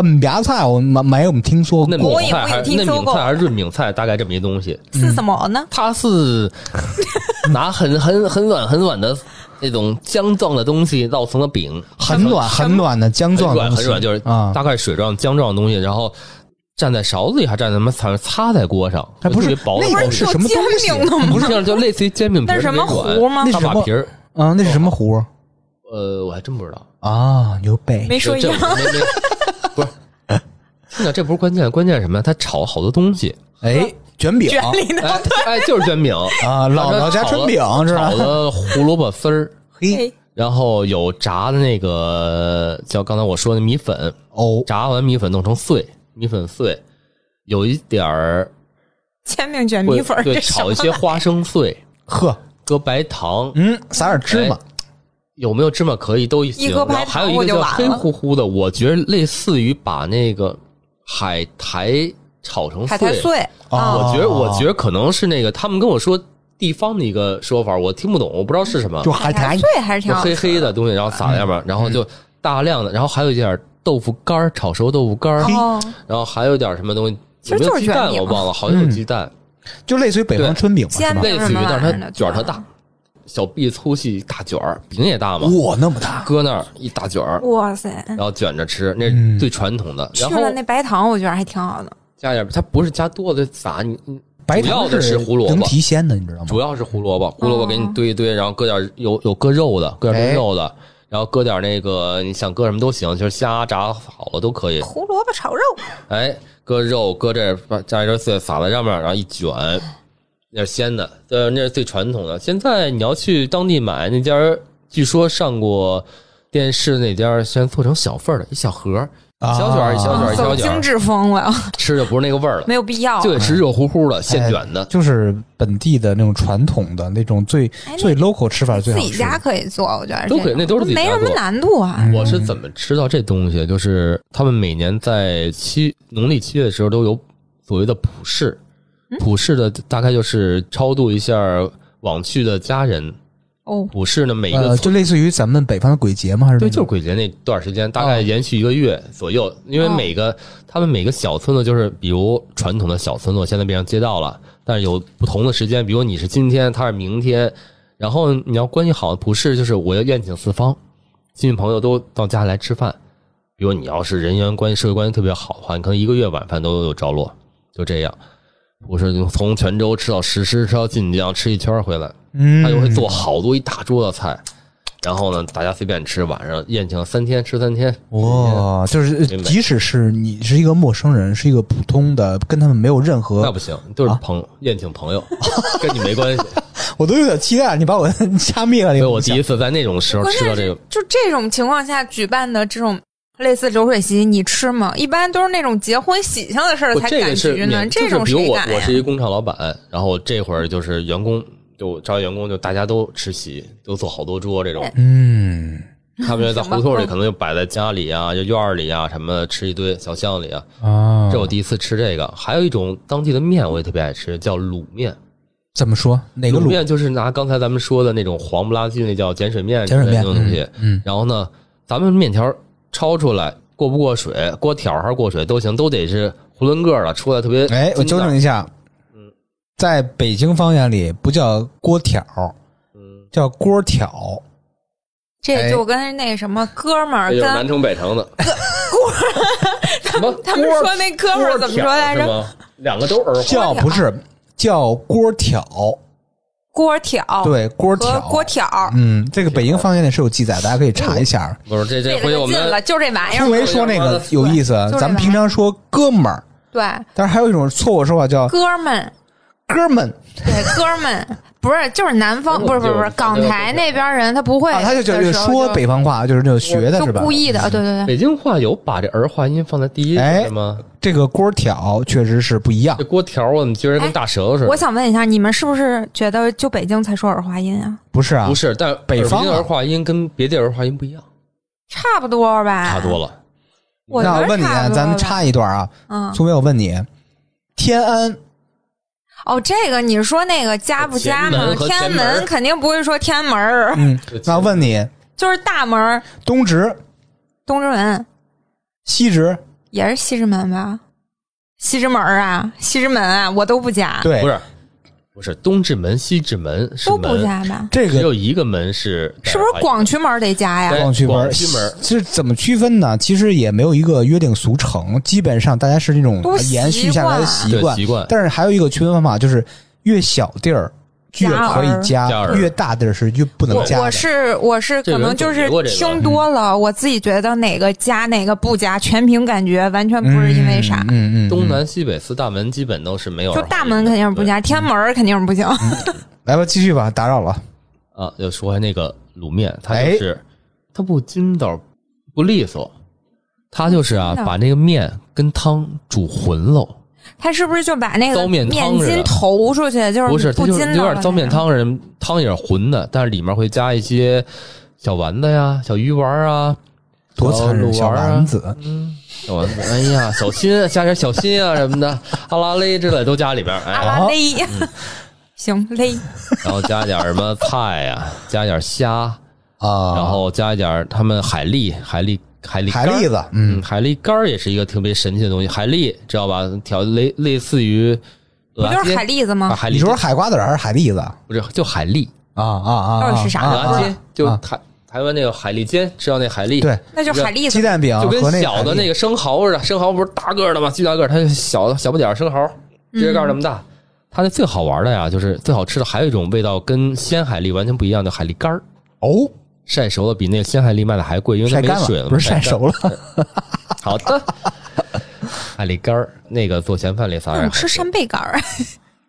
Speaker 1: 嗯，芽菜我没没有听说
Speaker 2: 嫩
Speaker 1: 过
Speaker 3: 我
Speaker 2: 饼
Speaker 3: 也
Speaker 2: 菜还
Speaker 3: 我也
Speaker 2: 是
Speaker 3: 听
Speaker 2: 嫩
Speaker 3: 说
Speaker 2: 饼
Speaker 3: 过
Speaker 2: 菜还是润饼菜，大概这么一东西。
Speaker 3: 是什么哦呢？
Speaker 2: 它是 拿很很很软很软的那种浆状的东西烙成了饼，
Speaker 1: 很软很软的浆
Speaker 2: 很
Speaker 1: 状的
Speaker 2: 软
Speaker 1: 东西
Speaker 2: 很软，就是
Speaker 1: 啊，
Speaker 2: 大概水状浆状的东西，然后蘸在勺子里，还蘸什么擦擦在锅上，
Speaker 1: 哎它不是
Speaker 2: 特别薄的
Speaker 1: 那
Speaker 2: 东
Speaker 1: 个
Speaker 2: 西，
Speaker 1: 是什么东西
Speaker 3: 煎饼的吗？
Speaker 2: 不是这样，就类似于煎饼皮
Speaker 3: 那
Speaker 2: 儿，
Speaker 3: 是什么
Speaker 2: 特别软
Speaker 3: 糊吗
Speaker 1: 那？是
Speaker 2: 大
Speaker 1: 什
Speaker 2: 马
Speaker 1: 么
Speaker 2: 皮儿。
Speaker 1: 啊？那是什么糊
Speaker 2: 呃，我还真不知道，
Speaker 1: 啊？牛背
Speaker 3: 没说一
Speaker 2: 这
Speaker 3: 样
Speaker 2: 这，我没没不是。真的，这不是关键，关键是什么呀？它炒好多 东西，
Speaker 1: 哎，卷饼
Speaker 3: 卷里 的
Speaker 2: 哎哎，就是卷饼，
Speaker 1: 啊，姥姥家春饼是吧
Speaker 2: 炒？的胡萝卜丝儿，
Speaker 1: 嘿，
Speaker 3: 哎
Speaker 2: 然后有炸的那个叫刚才我说的米粉，
Speaker 1: 哦，
Speaker 2: 炸完米粉弄成碎，米粉碎，有一点儿
Speaker 3: 煎饼卷
Speaker 2: 会
Speaker 3: 米粉儿，
Speaker 2: 对，
Speaker 3: 这什
Speaker 2: 炒
Speaker 3: 么？
Speaker 2: 一些花生碎，
Speaker 1: 呵，
Speaker 2: 搁白糖，
Speaker 1: 嗯，撒点芝麻
Speaker 2: 哎，有没有芝麻可以都行。
Speaker 3: 一搁白
Speaker 2: 然后还有
Speaker 3: 糖
Speaker 2: 一
Speaker 3: 我
Speaker 2: 个
Speaker 3: 就
Speaker 2: 叫
Speaker 3: 完
Speaker 2: 黑
Speaker 3: 了
Speaker 2: 乎乎的，我觉得类似于把那个海苔炒成
Speaker 3: 海苔碎
Speaker 1: 啊
Speaker 2: 我觉得，我觉得可能是那个他们跟我说地方的一个说法，我听不懂，我不知道是什么。
Speaker 1: 就嗯海苔
Speaker 3: 啊碎还是挺
Speaker 2: 就
Speaker 3: 好
Speaker 2: 黑
Speaker 3: 吃。
Speaker 2: 黑的东西，然后撒在面，然后就大量的，然后还有一点儿豆腐干儿，炒熟豆腐干儿，
Speaker 3: 哦，
Speaker 2: 然后还有一点儿什么东西，
Speaker 3: 其
Speaker 2: 有
Speaker 3: 实
Speaker 2: 没有
Speaker 3: 就是
Speaker 2: 鸡
Speaker 3: 卷
Speaker 2: 蛋
Speaker 3: 饼
Speaker 2: 我忘了，好像有
Speaker 1: 嗯
Speaker 2: 鸡蛋，
Speaker 1: 就类似于北方
Speaker 2: 对
Speaker 1: 春饼嘛，是
Speaker 3: 煎
Speaker 1: 吧？
Speaker 3: 饼
Speaker 2: 类似于，但
Speaker 3: 什
Speaker 2: 是
Speaker 3: 么玩意儿
Speaker 2: 它
Speaker 3: 的
Speaker 2: 卷儿它大，小臂粗细大卷儿，饼也大嘛，
Speaker 1: 哇，那么大，
Speaker 2: 搁那儿一大卷儿，
Speaker 3: 哇塞！
Speaker 2: 然后卷着吃，那
Speaker 1: 嗯
Speaker 2: 是最传统的。
Speaker 3: 去
Speaker 2: 然后嗯
Speaker 3: 了那白糖，我觉得还挺好的。
Speaker 2: 加点儿，它不是加多的撒，你你
Speaker 1: 白
Speaker 2: 主要
Speaker 1: 糖
Speaker 2: 的是胡萝
Speaker 1: 能
Speaker 2: 卜，
Speaker 1: 提鲜的，你知道吗？
Speaker 2: 主要是胡萝卜，胡萝卜给你
Speaker 3: 哦
Speaker 2: 堆一堆，然后搁点有有搁肉的，搁点
Speaker 1: 哎
Speaker 2: 蒸肉的，然后搁点那个你想搁什么都行，就是虾炸好了都可以。
Speaker 3: 胡萝卜炒肉，
Speaker 2: 哎，搁肉搁这把加一点碎撒在上面，然后一卷，那是鲜的，呃，那是最传统的。现在你要去当地买那家儿，据说上过电视那家儿，现在做成小份儿的，一小盒儿，
Speaker 1: 啊
Speaker 2: 小卷儿小卷儿
Speaker 3: 哦走精致风了，
Speaker 2: 吃的不是那个味儿了
Speaker 3: 没，有必啊要。
Speaker 2: 就得吃热乎乎的现卷的。
Speaker 1: 哎就是本地的那种传统的那种最
Speaker 3: 哎那
Speaker 1: 最 local 吃法最
Speaker 3: 自
Speaker 1: 好
Speaker 3: 己
Speaker 1: 吃。
Speaker 3: 家可以做，我觉得
Speaker 2: 都可以
Speaker 3: 这种
Speaker 2: 那都是自己家
Speaker 3: 没什么
Speaker 2: 做
Speaker 3: 难度啊。
Speaker 1: 嗯
Speaker 2: 我是怎么吃到这东西的？就是他们每年在七农历七月的时候都有所谓的普世，
Speaker 3: 嗯
Speaker 2: 普世的大概就是超度一下往去的家人。
Speaker 3: 哦，
Speaker 2: 普世呢，每一个
Speaker 1: 呃，就类似于咱们北方的鬼节吗？还是
Speaker 2: 对，
Speaker 1: 那
Speaker 2: 就是
Speaker 1: 种哦
Speaker 2: 鬼节那段时间，大概延续一个月左右。因为
Speaker 3: 哦
Speaker 2: 每个他们每个小村落，就是比如传统的小村落，现在变成街道了，但是有不同的时间，比如你是今天，他是明天。然后你要关系好，不是就是我要宴请四方，亲戚朋友都到家来吃饭。比如你要是人员关系、社会关系特别好的话，你可能一个月晚饭都有着落，就这样。我是从泉州吃到石狮，吃到晋江，吃一圈儿回来。
Speaker 1: 嗯，
Speaker 2: 他就会做好多一大桌子菜，然后呢，大家随便吃，晚上宴请三天吃三天。
Speaker 1: 哇，就是呃
Speaker 2: 明白
Speaker 1: 即使是你是一个陌生人，是一个普通的，跟他们没有任
Speaker 2: 那
Speaker 1: 何，
Speaker 2: 不行，
Speaker 1: 啊
Speaker 2: 就是朋友、宴请朋友， 跟你没 关系。
Speaker 1: 我都有点期待你把我 掐灭了。
Speaker 2: 所
Speaker 1: 你
Speaker 2: 以
Speaker 1: 跟
Speaker 2: 我第
Speaker 1: 讲
Speaker 2: 一次在那种时候
Speaker 3: 关键
Speaker 2: 吃到这
Speaker 3: 是
Speaker 2: 个，
Speaker 3: 就这种情况下举办的这种类似流水席，你吃吗？一般都是那种结婚喜庆的事儿
Speaker 2: 我
Speaker 3: 才
Speaker 2: 这
Speaker 3: 敢
Speaker 2: 个是
Speaker 3: 局呢，
Speaker 2: 免，
Speaker 3: 这
Speaker 2: 就是
Speaker 3: 种
Speaker 2: 比如
Speaker 3: 谁
Speaker 2: 我
Speaker 3: 敢
Speaker 2: 我
Speaker 3: 呀
Speaker 2: 是？一工厂老板，然后这会儿就是员工就招员工就大家都吃席，都做好多桌这种。
Speaker 1: 嗯
Speaker 2: 他们在
Speaker 3: 哎 什么嗯
Speaker 2: 胡同里可能就摆在家里啊、就院儿里啊什么的吃一堆，小巷里啊。
Speaker 1: 啊，
Speaker 2: 这我第一次吃这个，还有一种当地的面我也特别爱吃，叫卤面。
Speaker 1: 怎么说哪个
Speaker 2: 卤
Speaker 1: 卤
Speaker 2: 面就是拿刚才咱们说的那种黄不拉几那叫碱水面之
Speaker 1: 碱水
Speaker 2: 类的那
Speaker 1: 面？
Speaker 2: 种东西，
Speaker 1: 嗯，嗯
Speaker 2: 然后呢，咱们面条焯出来过不过水，锅挑还是过水都行，都得是囫囵个儿的，出来特别筋道。
Speaker 1: 哎，我纠正一下，
Speaker 2: 嗯
Speaker 1: 在北京方言里不叫锅挑，
Speaker 2: 嗯，
Speaker 1: 叫锅挑。哎
Speaker 3: 这就跟那什么哥们儿
Speaker 2: 这就是南
Speaker 3: 跟
Speaker 2: 城北城的 锅，什么
Speaker 3: 他们说那哥们儿怎么说来着？
Speaker 2: 着？两个都是儿化
Speaker 1: 叫不是叫锅挑，
Speaker 3: 锅挑
Speaker 1: 对锅
Speaker 3: 哦和
Speaker 1: 挑
Speaker 3: 锅。挑，
Speaker 1: 嗯，这个北京方言里是有记载，大家可以查一
Speaker 3: 哦
Speaker 1: 下。
Speaker 2: 不是这
Speaker 3: 这
Speaker 2: 这
Speaker 3: 个
Speaker 2: 回我
Speaker 3: 就
Speaker 2: 们
Speaker 3: 进了，就这玩意
Speaker 1: 因
Speaker 3: 儿。
Speaker 1: 为说那
Speaker 3: 哎
Speaker 1: 个有意思，
Speaker 3: 就是
Speaker 1: 咱们平常说哥们儿，
Speaker 3: 对，
Speaker 1: 但是还有一种错误说法叫
Speaker 3: 哥们
Speaker 1: 哥们
Speaker 3: 对哥们不是就是南方，不是不是不是港台那边人，他不会
Speaker 1: 啊，，他就就
Speaker 3: 的
Speaker 1: 就
Speaker 3: 时候
Speaker 1: 说北方话，就是那种学的
Speaker 3: 就是
Speaker 1: 吧
Speaker 3: 故？意的，对对对，
Speaker 2: 北京话有把这儿化音放在第一
Speaker 1: 哎
Speaker 2: 位吗？
Speaker 1: 这个锅挑确实是不一样
Speaker 2: 这。锅条我们居然跟大舌头似
Speaker 3: 哎我
Speaker 2: 的，
Speaker 3: 想问一下，你们是不是觉得就北京才说儿化音啊？
Speaker 1: 不是啊，
Speaker 2: 不是，但
Speaker 1: 北方啊
Speaker 2: 北京儿化音跟别地儿化音不一样，
Speaker 3: 差不多吧，
Speaker 2: 差多了。
Speaker 3: 我
Speaker 1: 那
Speaker 3: 觉
Speaker 1: 我
Speaker 3: 得
Speaker 1: 问你
Speaker 3: 差
Speaker 1: 啊，
Speaker 3: 不多
Speaker 1: 咱们
Speaker 3: 吧
Speaker 1: 插一段啊，
Speaker 3: 嗯
Speaker 1: 苏梅，我问你，天安
Speaker 3: 哦，这个你说那个家不家嘛？
Speaker 2: 前门和
Speaker 3: 天安
Speaker 2: 前
Speaker 3: 门
Speaker 2: 门
Speaker 3: 肯定不会说天安门儿，
Speaker 1: 嗯
Speaker 2: 对，
Speaker 1: 那问你
Speaker 3: 就是大门儿
Speaker 1: 东直、
Speaker 3: 东直门
Speaker 1: 西直、
Speaker 3: 也是西直门吧？西直门啊，西直门啊，我都不加，
Speaker 1: 对，
Speaker 2: 不是哎不是东至门、西至门是
Speaker 3: 都不
Speaker 2: 门，
Speaker 3: 加吧？
Speaker 1: 这
Speaker 2: 只
Speaker 1: 个
Speaker 2: 有一个门是
Speaker 3: 是不是
Speaker 2: 嗯
Speaker 3: 广渠门得加呀
Speaker 2: 对？
Speaker 1: 广渠门，
Speaker 2: 哎广渠门
Speaker 1: 其实怎么区分呢？其实也没有一个约定俗成，基本上大家是那种啊
Speaker 3: 都习惯
Speaker 1: 延续下来的习
Speaker 2: 对
Speaker 1: 惯。
Speaker 2: 习惯？
Speaker 1: 但是还有一个区分方法，就是越小地儿越可以加，
Speaker 2: 加儿
Speaker 1: 越大地儿是越不能
Speaker 3: 我
Speaker 1: 加的。
Speaker 3: 我是我是可
Speaker 2: 这人
Speaker 3: 能就
Speaker 2: 总结
Speaker 3: 是
Speaker 2: 过这个嗯
Speaker 3: 听多了，我自己觉得哪个加哪个不加，全凭感觉，完全不是因为啥。
Speaker 1: 嗯嗯嗯嗯
Speaker 2: 东南西北四大门基本都是没有二
Speaker 3: 就
Speaker 2: 环的，
Speaker 3: 大门肯定是不加，天安门儿肯定是不行。
Speaker 2: 嗯
Speaker 1: 来吧，继续吧，打扰了。
Speaker 2: 对啊。又说回那个卤面，它
Speaker 1: 哎
Speaker 2: 就是它不筋道不利索，它就是啊
Speaker 3: 筋道
Speaker 2: 把那个面跟汤煮浑喽，
Speaker 3: 他是不是就把那
Speaker 2: 糟
Speaker 3: 个
Speaker 2: 面
Speaker 3: 面
Speaker 2: 汤似的
Speaker 3: 筋投出去，就
Speaker 2: 不
Speaker 3: 是
Speaker 2: 是它
Speaker 3: 不
Speaker 2: 就是
Speaker 3: 筋
Speaker 2: 有
Speaker 3: 道
Speaker 2: 点
Speaker 3: 了
Speaker 2: 糟面
Speaker 3: 那种？
Speaker 2: 汤似的，汤也是浑的，但是里面会加一些小丸子呀、小鱼丸啊。
Speaker 1: 多残忍，小
Speaker 2: 小鹿丸啊
Speaker 1: 丸子，
Speaker 2: 小丸子，哎呀，小心加点小心啊什么的，阿拉蕾之类都加里边，哎，
Speaker 3: 阿拉蕾， 行嘞，
Speaker 2: 然后加点什么菜呀、 加点虾，
Speaker 1: 啊，
Speaker 2: 然后加一点儿他们海蛎，海蛎，海蛎干
Speaker 1: 海
Speaker 2: 儿，
Speaker 1: 蛎子，
Speaker 2: 嗯，
Speaker 1: 嗯，
Speaker 2: 海蛎干儿也是一个特别神奇的东西。海蛎知道吧？调类类似于
Speaker 3: 不
Speaker 2: 鹅
Speaker 3: 就
Speaker 2: 啊
Speaker 3: 是
Speaker 2: 煎
Speaker 3: 海蛎子
Speaker 2: 啊
Speaker 3: 吗？
Speaker 2: 海蛎
Speaker 1: 你说是海瓜子儿还是海蛎子啊
Speaker 2: 不是就海蛎，
Speaker 1: 啊啊
Speaker 3: 到
Speaker 1: 啊！
Speaker 3: 底是啥
Speaker 1: 啊
Speaker 2: 鹅
Speaker 1: 啊
Speaker 2: 啊煎就
Speaker 1: 啊
Speaker 2: 台台湾那个海蛎煎，知道那海蛎
Speaker 1: 对，啊
Speaker 3: 那就海蛎
Speaker 1: 鸡
Speaker 3: 子。
Speaker 1: 蛋饼
Speaker 2: 就跟
Speaker 1: 和那
Speaker 2: 小的那
Speaker 1: 个
Speaker 2: 个生蚝似的，生蚝不是大个儿的吗？巨大个儿，它就小的小不点儿生蚝，指甲盖儿那么
Speaker 3: 嗯
Speaker 2: 大。它那最好玩的呀，就是最好吃的，还有一种味道跟鲜海蛎完全不一样，叫海蛎干儿，
Speaker 1: 海蛎哦，
Speaker 2: 晒熟了比那个鲜海蛎卖的还贵，因为它
Speaker 1: 晒
Speaker 2: 没
Speaker 1: 干
Speaker 2: 水
Speaker 1: 了，
Speaker 2: 了嘛，
Speaker 1: 不是晒
Speaker 2: 干
Speaker 1: 熟了。
Speaker 2: 好的，海蛎干儿那个做咸饭里撒
Speaker 3: 那
Speaker 2: 点
Speaker 3: 我
Speaker 2: 海
Speaker 3: 吃扇贝干儿，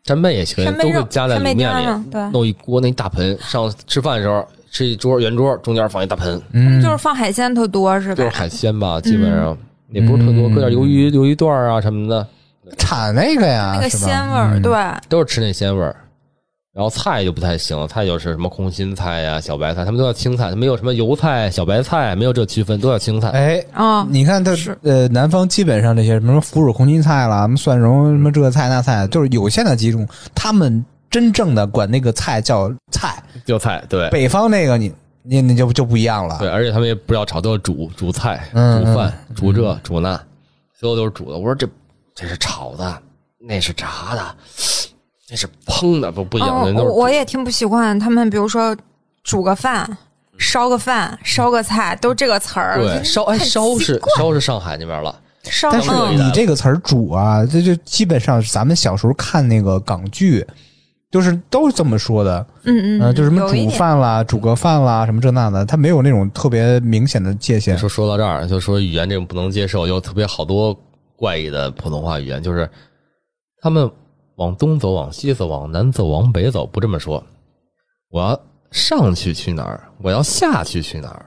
Speaker 2: 扇贝也行
Speaker 3: 扇，贝
Speaker 2: 都
Speaker 3: 肉
Speaker 2: 会加在卤
Speaker 3: 扇贝干儿嘛
Speaker 2: 面
Speaker 3: 对
Speaker 2: 里，弄一锅那大盆。上吃饭的时候吃一桌圆桌，中间放一大盆，
Speaker 1: 嗯
Speaker 3: 就是放海鲜特多是
Speaker 2: 就是
Speaker 3: 吧？
Speaker 2: 海鲜
Speaker 3: 嗯
Speaker 2: 吧，基本上也不是特
Speaker 1: 嗯
Speaker 2: 多，搁点鱿鱼、鱿鱼段儿啊什么的，
Speaker 1: 产那个呀，
Speaker 3: 那个
Speaker 1: 是吧嗯
Speaker 3: 鲜味
Speaker 2: 嗯
Speaker 3: 儿，对，
Speaker 2: 都是吃那鲜味儿。然后菜就不太行了，菜就是什么空心菜呀、小白菜，他们都叫青菜，没有什么油菜、小白菜，没有这区分，都叫青菜。
Speaker 1: 哎，
Speaker 3: 嗯，
Speaker 1: 你看它
Speaker 3: 是
Speaker 1: 呃，南方基本上这些什么腐乳空心菜啦，什么蒜蓉什么这菜那菜，就是有限的几种，他们真正的管那个菜叫菜。
Speaker 2: 就菜，对
Speaker 1: 北方那个你你你就就不一样了。
Speaker 2: 哎对，而且他们也不要炒，都是煮煮菜、
Speaker 1: 啊嗯
Speaker 2: 煮饭、煮这、煮那，所有都是煮的。我说这这是炒的，那是炸的，那是烹的，不不一样，
Speaker 3: 哦
Speaker 2: 那，
Speaker 3: 我
Speaker 2: 都是
Speaker 3: 我
Speaker 2: 煮
Speaker 3: 也听不习惯他们，比如说煮个饭、烧个饭、烧个菜，都这个词儿。我觉
Speaker 2: 对
Speaker 3: 得
Speaker 2: 烧哎
Speaker 3: 很
Speaker 2: 烧
Speaker 3: 奇
Speaker 2: 是
Speaker 3: 怪
Speaker 2: 烧是上海那边了，
Speaker 3: 烧，
Speaker 1: 但是
Speaker 2: 嗯
Speaker 1: 你这个词儿“煮”啊，这就基本上是咱们小时候看那个港剧，就是都是这么说的，
Speaker 3: 嗯嗯
Speaker 1: 嗯、
Speaker 3: 嗯，
Speaker 1: 就是什么
Speaker 3: 有一
Speaker 1: 煮
Speaker 3: 点
Speaker 1: 饭啦、煮个饭啦，什么这那的，它没有那种特别明显的界限。
Speaker 2: 说说到这儿，就说语言这种不能接受，有特别好多怪异的普通话语言，就是他们往东走、往西走、往南走、往北走，不这么说。我要上去去哪儿？我要下去去哪儿？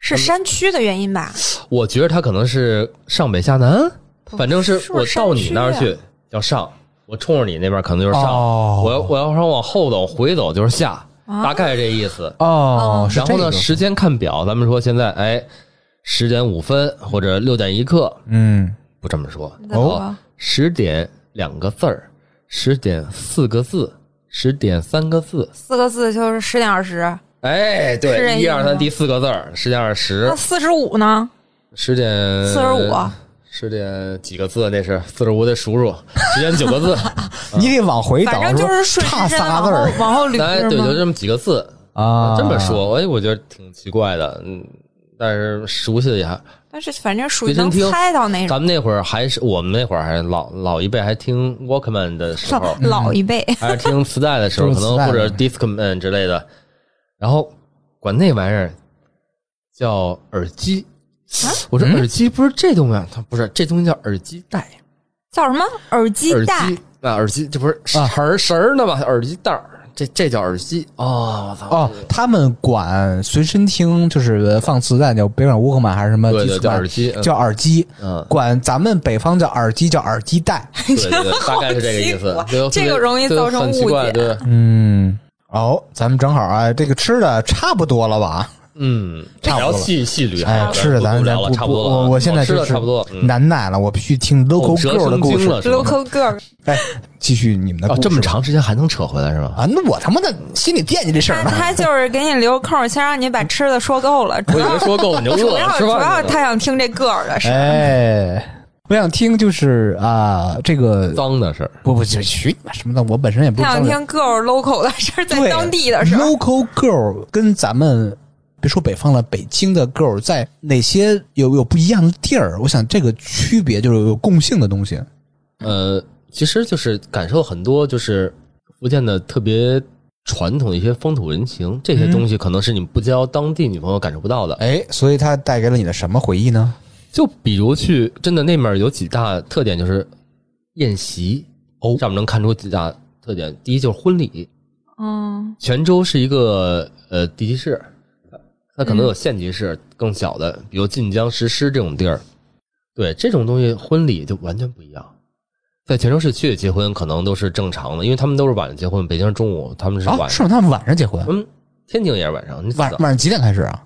Speaker 3: 是山区的原因吧？
Speaker 2: 我觉得他可能是上北下南，
Speaker 3: 不
Speaker 2: 反正是
Speaker 3: 是
Speaker 2: 我到你那儿
Speaker 3: 山区啊
Speaker 2: 去要上，我冲着你那边可能就是上，
Speaker 1: 哦
Speaker 2: 我要我要说往后走回走就是下，
Speaker 3: 啊
Speaker 2: 大概这意思。
Speaker 1: 哦，是
Speaker 2: 然后
Speaker 1: 这
Speaker 2: 呢，
Speaker 1: 个
Speaker 2: 时间看表，咱们说现在哎，十点五分或者六点一刻，
Speaker 1: 嗯，
Speaker 2: 不这么说哦
Speaker 3: 怎么说
Speaker 2: 十点两个字儿，十点四个字，十点三个字，
Speaker 3: 四个字就是十点二十，
Speaker 2: 哎，
Speaker 3: 是这
Speaker 2: 对，
Speaker 3: 意
Speaker 2: 一
Speaker 3: 思
Speaker 2: 二
Speaker 3: 吗
Speaker 2: 三，第四个字儿，十点二十呃
Speaker 3: 那，四十五呢？
Speaker 2: 十点
Speaker 3: 四十五，啊
Speaker 2: 十点几个字？那是四十五得数 数，十点九个字，
Speaker 1: 你得往回倒
Speaker 3: 反，正就是
Speaker 1: 说
Speaker 3: 顺
Speaker 1: 差
Speaker 3: 时针
Speaker 1: 仨
Speaker 3: 往
Speaker 1: 字
Speaker 3: 后
Speaker 1: 儿
Speaker 3: 往后捋
Speaker 2: 哎，对，
Speaker 3: 是吗
Speaker 2: 就这么几个字。
Speaker 1: 啊，
Speaker 2: 这么说，哎，我觉得挺奇怪的，嗯，但是熟悉一下。
Speaker 3: 但是反正属于
Speaker 2: 随身
Speaker 3: 能
Speaker 2: 听
Speaker 3: 猜到
Speaker 1: 哎
Speaker 3: 那种
Speaker 2: 咱们那会儿还是我们那会儿还是老老一辈还听 Walkman 的时候，
Speaker 3: 老一辈。
Speaker 2: 还是听磁带 的时候，
Speaker 1: 都是
Speaker 2: 可
Speaker 1: 磁
Speaker 2: 能
Speaker 1: 带
Speaker 2: 或
Speaker 1: 的
Speaker 2: 者 Discman 之类的，然后管那玩意儿叫耳机。
Speaker 1: 啊
Speaker 2: 我
Speaker 1: 嗯
Speaker 2: 说耳机不是这东西啊，他不是这东西叫耳机带，
Speaker 3: 叫什么耳机
Speaker 2: 耳
Speaker 3: 带？
Speaker 2: 机那耳机这不是
Speaker 1: 啊
Speaker 2: 绳儿绳儿呢吗？耳机带儿，这这叫耳机哦，我操！
Speaker 1: 哦，他们管随身听就是放磁带叫北管乌克曼还是什么
Speaker 2: 对
Speaker 1: 迪
Speaker 2: 对，
Speaker 1: 斯
Speaker 2: 叫
Speaker 1: 曼
Speaker 2: 耳机，嗯
Speaker 1: 叫耳机，
Speaker 2: 嗯
Speaker 1: 管咱们北方叫耳机叫耳机带。
Speaker 2: 对 对对，大概是这个意
Speaker 3: 好
Speaker 2: 思
Speaker 3: 奇怪。
Speaker 2: 对
Speaker 3: 这个容易造成
Speaker 2: 很奇怪
Speaker 3: 误解啊
Speaker 2: 对，
Speaker 1: 嗯，哦，咱们正好啊，这个吃的差不多了吧？
Speaker 2: 嗯，
Speaker 1: 差不多
Speaker 2: 聊
Speaker 1: 了
Speaker 2: 细细捋还
Speaker 1: 哎
Speaker 2: 好，的，
Speaker 1: 吃的咱
Speaker 2: 不
Speaker 1: 咱
Speaker 2: 聊了
Speaker 1: 不
Speaker 2: 差不多了啊，
Speaker 1: 我我现在
Speaker 2: 吃
Speaker 1: 就
Speaker 2: 的
Speaker 1: 是
Speaker 2: 差不多，嗯
Speaker 1: 难耐了，我必须听 local
Speaker 2: 口舌
Speaker 1: girl 的
Speaker 2: 生
Speaker 1: 故
Speaker 2: 津
Speaker 1: 事
Speaker 2: 了。是吗
Speaker 3: local girl，
Speaker 1: 哎，继续你们的故
Speaker 2: 哦，
Speaker 1: 事。
Speaker 2: 这么长时间还能扯回来是吗？
Speaker 1: 啊？那我他妈的心里惦记这事儿
Speaker 3: 他
Speaker 1: 呢。
Speaker 3: 他就是给你留空，先让你把吃的说够了。主
Speaker 2: 我已
Speaker 3: 要
Speaker 2: 经说够，你 就
Speaker 3: 主
Speaker 2: 饿
Speaker 3: 要
Speaker 2: 了，
Speaker 3: 主
Speaker 2: 吃
Speaker 3: 要
Speaker 2: 饭去了
Speaker 1: 啊
Speaker 3: 他想听这 girl 的事儿。
Speaker 1: 哎，我想听就是啊，这个
Speaker 2: 脏的事儿。
Speaker 1: 不不去去你妈什么的，我本身也不
Speaker 3: 他
Speaker 1: 是
Speaker 3: 想
Speaker 2: 哎
Speaker 1: 脏人
Speaker 3: 听 girl local 的事儿，在
Speaker 1: 对
Speaker 3: 当地的事儿。
Speaker 1: local girl 跟咱们别说北方了，北京的 girl 在哪些有有不一样的地儿？我想这个区别就是有共性的东西。
Speaker 2: 呃，其实就是感受很多，就是福建的特别传统的一些风土人情，这
Speaker 1: 嗯
Speaker 2: 些东西可能是你不交当地女朋友感受不到的。
Speaker 1: 哎，所以它带给了你的什么回忆呢？
Speaker 2: 就比如去真的那面有几大特点，就是宴席哦，上面能看出几大特点。第一就是婚礼，
Speaker 3: 嗯，
Speaker 2: 泉州是一个呃地级市，它可能有县级市更小的，比如晋江、石狮这种地儿。对这种东西，婚礼就完全不一样。在泉州市区结婚可能都是正常的，因为他们都是晚上结婚，北京是中午，他们是
Speaker 1: 啊，
Speaker 2: 晚
Speaker 1: 是
Speaker 2: 上。
Speaker 1: 吗？他们晚上结婚，
Speaker 2: 嗯，天津也是晚上，你
Speaker 1: 晚
Speaker 2: 早
Speaker 1: 晚上几点开始啊？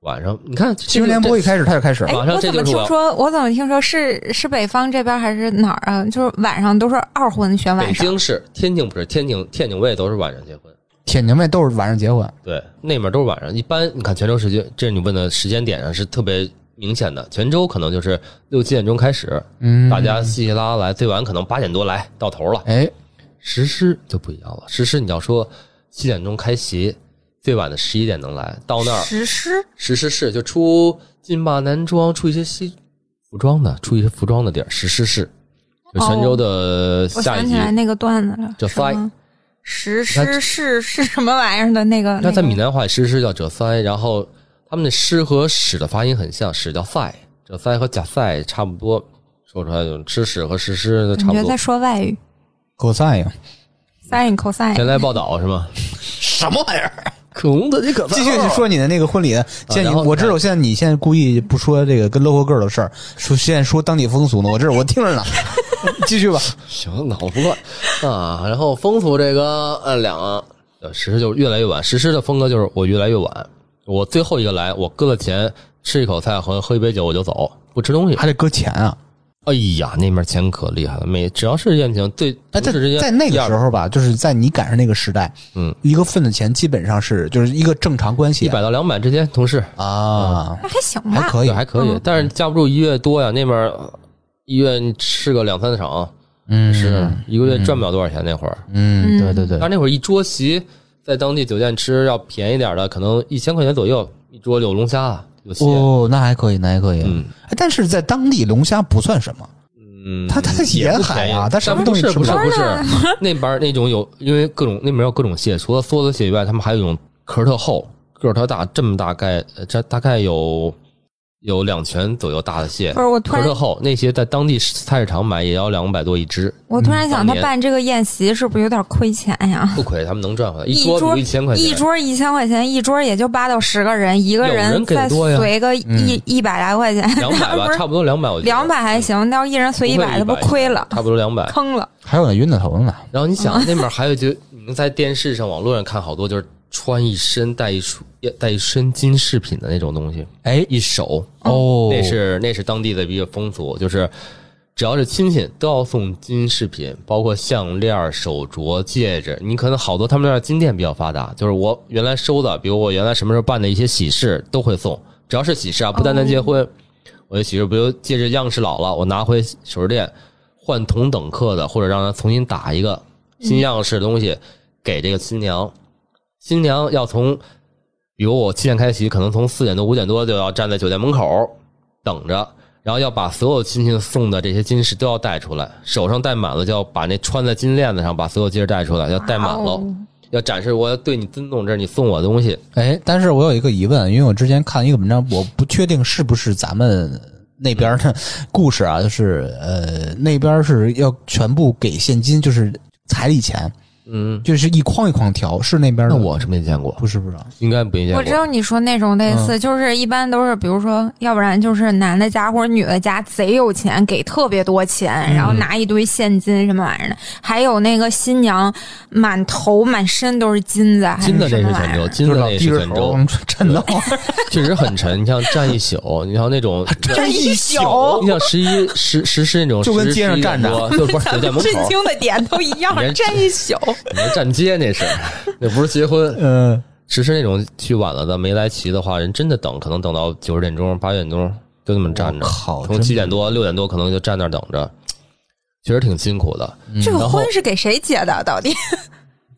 Speaker 2: 晚上你看
Speaker 1: 新闻联播一开始他就开始
Speaker 3: 哎，
Speaker 1: 了。
Speaker 2: 马上
Speaker 3: 我
Speaker 2: 这
Speaker 3: 怎么
Speaker 2: 就是我
Speaker 3: 听说？我怎么听说是是北方这边还是哪儿啊？就是晚上都是二婚选
Speaker 2: 北
Speaker 3: 晚上，
Speaker 2: 京市、天津不是天津，天津我也都是晚上结婚。
Speaker 1: 铁娘妹都是晚上结婚，
Speaker 2: 对，那面都是晚上。一般你看泉州时间，这是你问的时间点上是特别明显的。泉州可能就是六七点钟开始，
Speaker 1: 嗯，
Speaker 2: 大家稀稀拉拉来，最晚可能八点多来到头了。
Speaker 1: 哎，
Speaker 2: 实施就不一样了，实施你要说七点钟开席，最晚的十一点能来，到那儿
Speaker 3: 实施
Speaker 2: 实施室就出金马男装，出一些西服装的，出一些服装的地儿，实施室就泉州的
Speaker 3: 我
Speaker 2: 下
Speaker 3: 想
Speaker 2: 一
Speaker 3: 起
Speaker 2: 集。
Speaker 3: 来那个段子了，
Speaker 2: 就
Speaker 3: 什么
Speaker 2: 塞
Speaker 3: 实施是是什么玩意儿的啊那个？
Speaker 2: 那在
Speaker 3: 个
Speaker 2: 闽南话，诗诗叫“者塞”，然后他们的“诗”和“屎”的发音很像，“屎”叫“塞”，“者塞”和“假塞”差不多，说出来就是“吃屎”和“诗诗”都差
Speaker 3: 你觉得
Speaker 2: 不
Speaker 3: 在
Speaker 2: 多。
Speaker 3: 说外语
Speaker 1: 够赞呀！
Speaker 3: ，sin cosine
Speaker 2: 前来报道 是吗？
Speaker 1: 什么玩意儿？
Speaker 2: 可恶的这可
Speaker 1: 继续你说你的那个婚礼，现在
Speaker 2: 哦然
Speaker 1: 你
Speaker 2: 后
Speaker 1: 我知道，现在你现在故意不说这个跟 local girl 的事儿，说现在说当地风俗呢，我这我听着 呢。继续吧，
Speaker 2: 行，脑不乱啊。然后风俗这个，呃，两呃，实施就是越来越晚。实施的风格就是我越来越晚，我最后一个来，我搁了钱，吃一口菜和喝一杯酒我就走，不吃东西。
Speaker 1: 还得搁钱 啊！
Speaker 2: 哎呀，那面钱可厉害了，每只要是宴请，对，
Speaker 1: 哎，在
Speaker 2: 同事之间
Speaker 1: 在那
Speaker 2: 第
Speaker 1: 个
Speaker 2: 二
Speaker 1: 时候吧，就是在你赶上那个时代，
Speaker 2: 嗯，
Speaker 1: 一个份子钱基本上是就是一个正常关系
Speaker 2: 一百到两百之间，同事
Speaker 1: 啊，
Speaker 3: 那还行
Speaker 1: 还
Speaker 3: 吧，
Speaker 1: 可以
Speaker 2: 对，，哎还可以，
Speaker 3: 嗯
Speaker 2: 但是架不住一月多呀，那边儿一月你吃个两三场，
Speaker 1: 嗯，
Speaker 2: 是一个月赚不了多少钱那会儿。
Speaker 1: 嗯，
Speaker 3: 嗯
Speaker 1: 对对对
Speaker 2: 但，是那会儿一桌席在当地酒店吃要便宜点儿的，可能一千块钱左右一桌，有龙虾，啊有蟹，
Speaker 1: 哦，那还可以，那还可以。
Speaker 2: 嗯
Speaker 1: 哎但是在当地龙虾不算什么，
Speaker 2: 嗯，
Speaker 1: 它它
Speaker 2: 也
Speaker 1: 沿
Speaker 2: 不
Speaker 1: 海
Speaker 2: 便宜
Speaker 1: 啊它什
Speaker 2: 但
Speaker 1: 么
Speaker 2: 不
Speaker 1: 东西
Speaker 2: 是
Speaker 1: 吃
Speaker 2: 不是
Speaker 1: 不着
Speaker 2: 不是，那边儿那种有因为各种那边儿有各种蟹，除了梭子蟹以外，他们还有一种壳儿特厚、个儿特大，这么大概呃这大概有有两拳左右大的蟹，
Speaker 3: 不是我突
Speaker 2: 壳
Speaker 3: 然
Speaker 2: 儿特厚，那些在当地菜市场买也要两百多一只。
Speaker 3: 我突然想，他
Speaker 2: 当年
Speaker 3: 办这个宴席是不是有点亏钱呀？
Speaker 2: 不亏，他们能赚回来，
Speaker 3: 一
Speaker 2: 桌
Speaker 3: 桌
Speaker 2: 一千块钱，
Speaker 3: 一桌一千块钱，一桌也就八到十个人，一个
Speaker 2: 有人给
Speaker 3: 再
Speaker 2: 多呀
Speaker 3: 随个一一百来块钱，
Speaker 2: 两百吧，差不多两百，我觉 得
Speaker 3: 两百还行，那要一人随一百，那不
Speaker 2: 不会100
Speaker 3: 亏了，
Speaker 2: 差不多 两百。
Speaker 3: 坑了。
Speaker 1: 还有那晕的头呢。
Speaker 2: 然后你想，那边还有就你们在电视上、网络上看好多，就是穿一身带一束带一身金饰品的那种东西，
Speaker 1: 哎，
Speaker 2: 一手
Speaker 1: 哦
Speaker 2: 那是那是当地的一个风俗，就是只要是亲戚都要送金饰品，包括项链、手镯、戒指。你可能好多他们那儿金店比较发达，就是我原来收的，比如我原来什么时候办的一些喜事都会送，只要是喜事啊，不单单结婚，我的喜事，比如戒指样式老了，我拿回首饰店换同等克的，或者让他重新打一个新样式的东西、给这个新娘。新娘要从，比如我七点开席，可能从四点多五点多就要站在酒店门口等着，然后要把所有亲戚送的这些金饰都要带出来，手上戴满了，就要把那穿在金链子上，把所有戒指戴出来，要戴满
Speaker 3: 哇
Speaker 2: 了，
Speaker 3: 哦
Speaker 2: 要展示我要对你尊重，这是你送我的东西。
Speaker 1: 哎，但是我有一个疑问，因为我之前看一个文章，我不确定是不是咱们那边的故事啊， 就是呃，那边是要全部给现金，就是彩礼钱，
Speaker 2: 嗯，
Speaker 1: 就是一筐一筐条，是那边的。
Speaker 2: 那我是没见过，
Speaker 1: 不是不知道，
Speaker 2: 应该没见过。
Speaker 3: 我知道你说那种类似，就是一般都是，比如说，要不然就是男的家或者女的家贼有钱，给特别多钱，然后拿一堆现金什么玩意儿的，还有那个新娘满头满身都是金子，还
Speaker 2: 金的
Speaker 3: 什
Speaker 2: 那
Speaker 3: 么
Speaker 2: 是
Speaker 3: 玩
Speaker 2: 泉
Speaker 3: 意
Speaker 2: 州，
Speaker 3: 儿。
Speaker 2: 金的那
Speaker 1: 低
Speaker 2: 是
Speaker 1: 着
Speaker 2: 泉
Speaker 1: 头
Speaker 2: 州，
Speaker 1: 震的。
Speaker 2: 确实很沉。你像站一宿，你像那种
Speaker 3: 这一宿
Speaker 2: 你像十一十十是那种
Speaker 1: 就跟
Speaker 2: 10
Speaker 1: 街上
Speaker 2: 11
Speaker 1: 站着
Speaker 2: 点多就不是酒 店 门
Speaker 3: 震
Speaker 2: 口，
Speaker 3: 惊的点都一样
Speaker 2: 你，这
Speaker 3: 站一宿。
Speaker 2: 你那站街那是，那不是结婚。
Speaker 1: 嗯，
Speaker 2: 只是那种去晚了的没来齐的话，人真的等，可能等到九十点钟、八点钟。就那么站着，
Speaker 1: 靠
Speaker 2: 从
Speaker 1: 真
Speaker 2: 七点多六点多可能就站那儿等着，确实挺辛苦的。
Speaker 1: 嗯
Speaker 3: 这个
Speaker 2: 嗯然后
Speaker 3: 婚是给谁结的？到底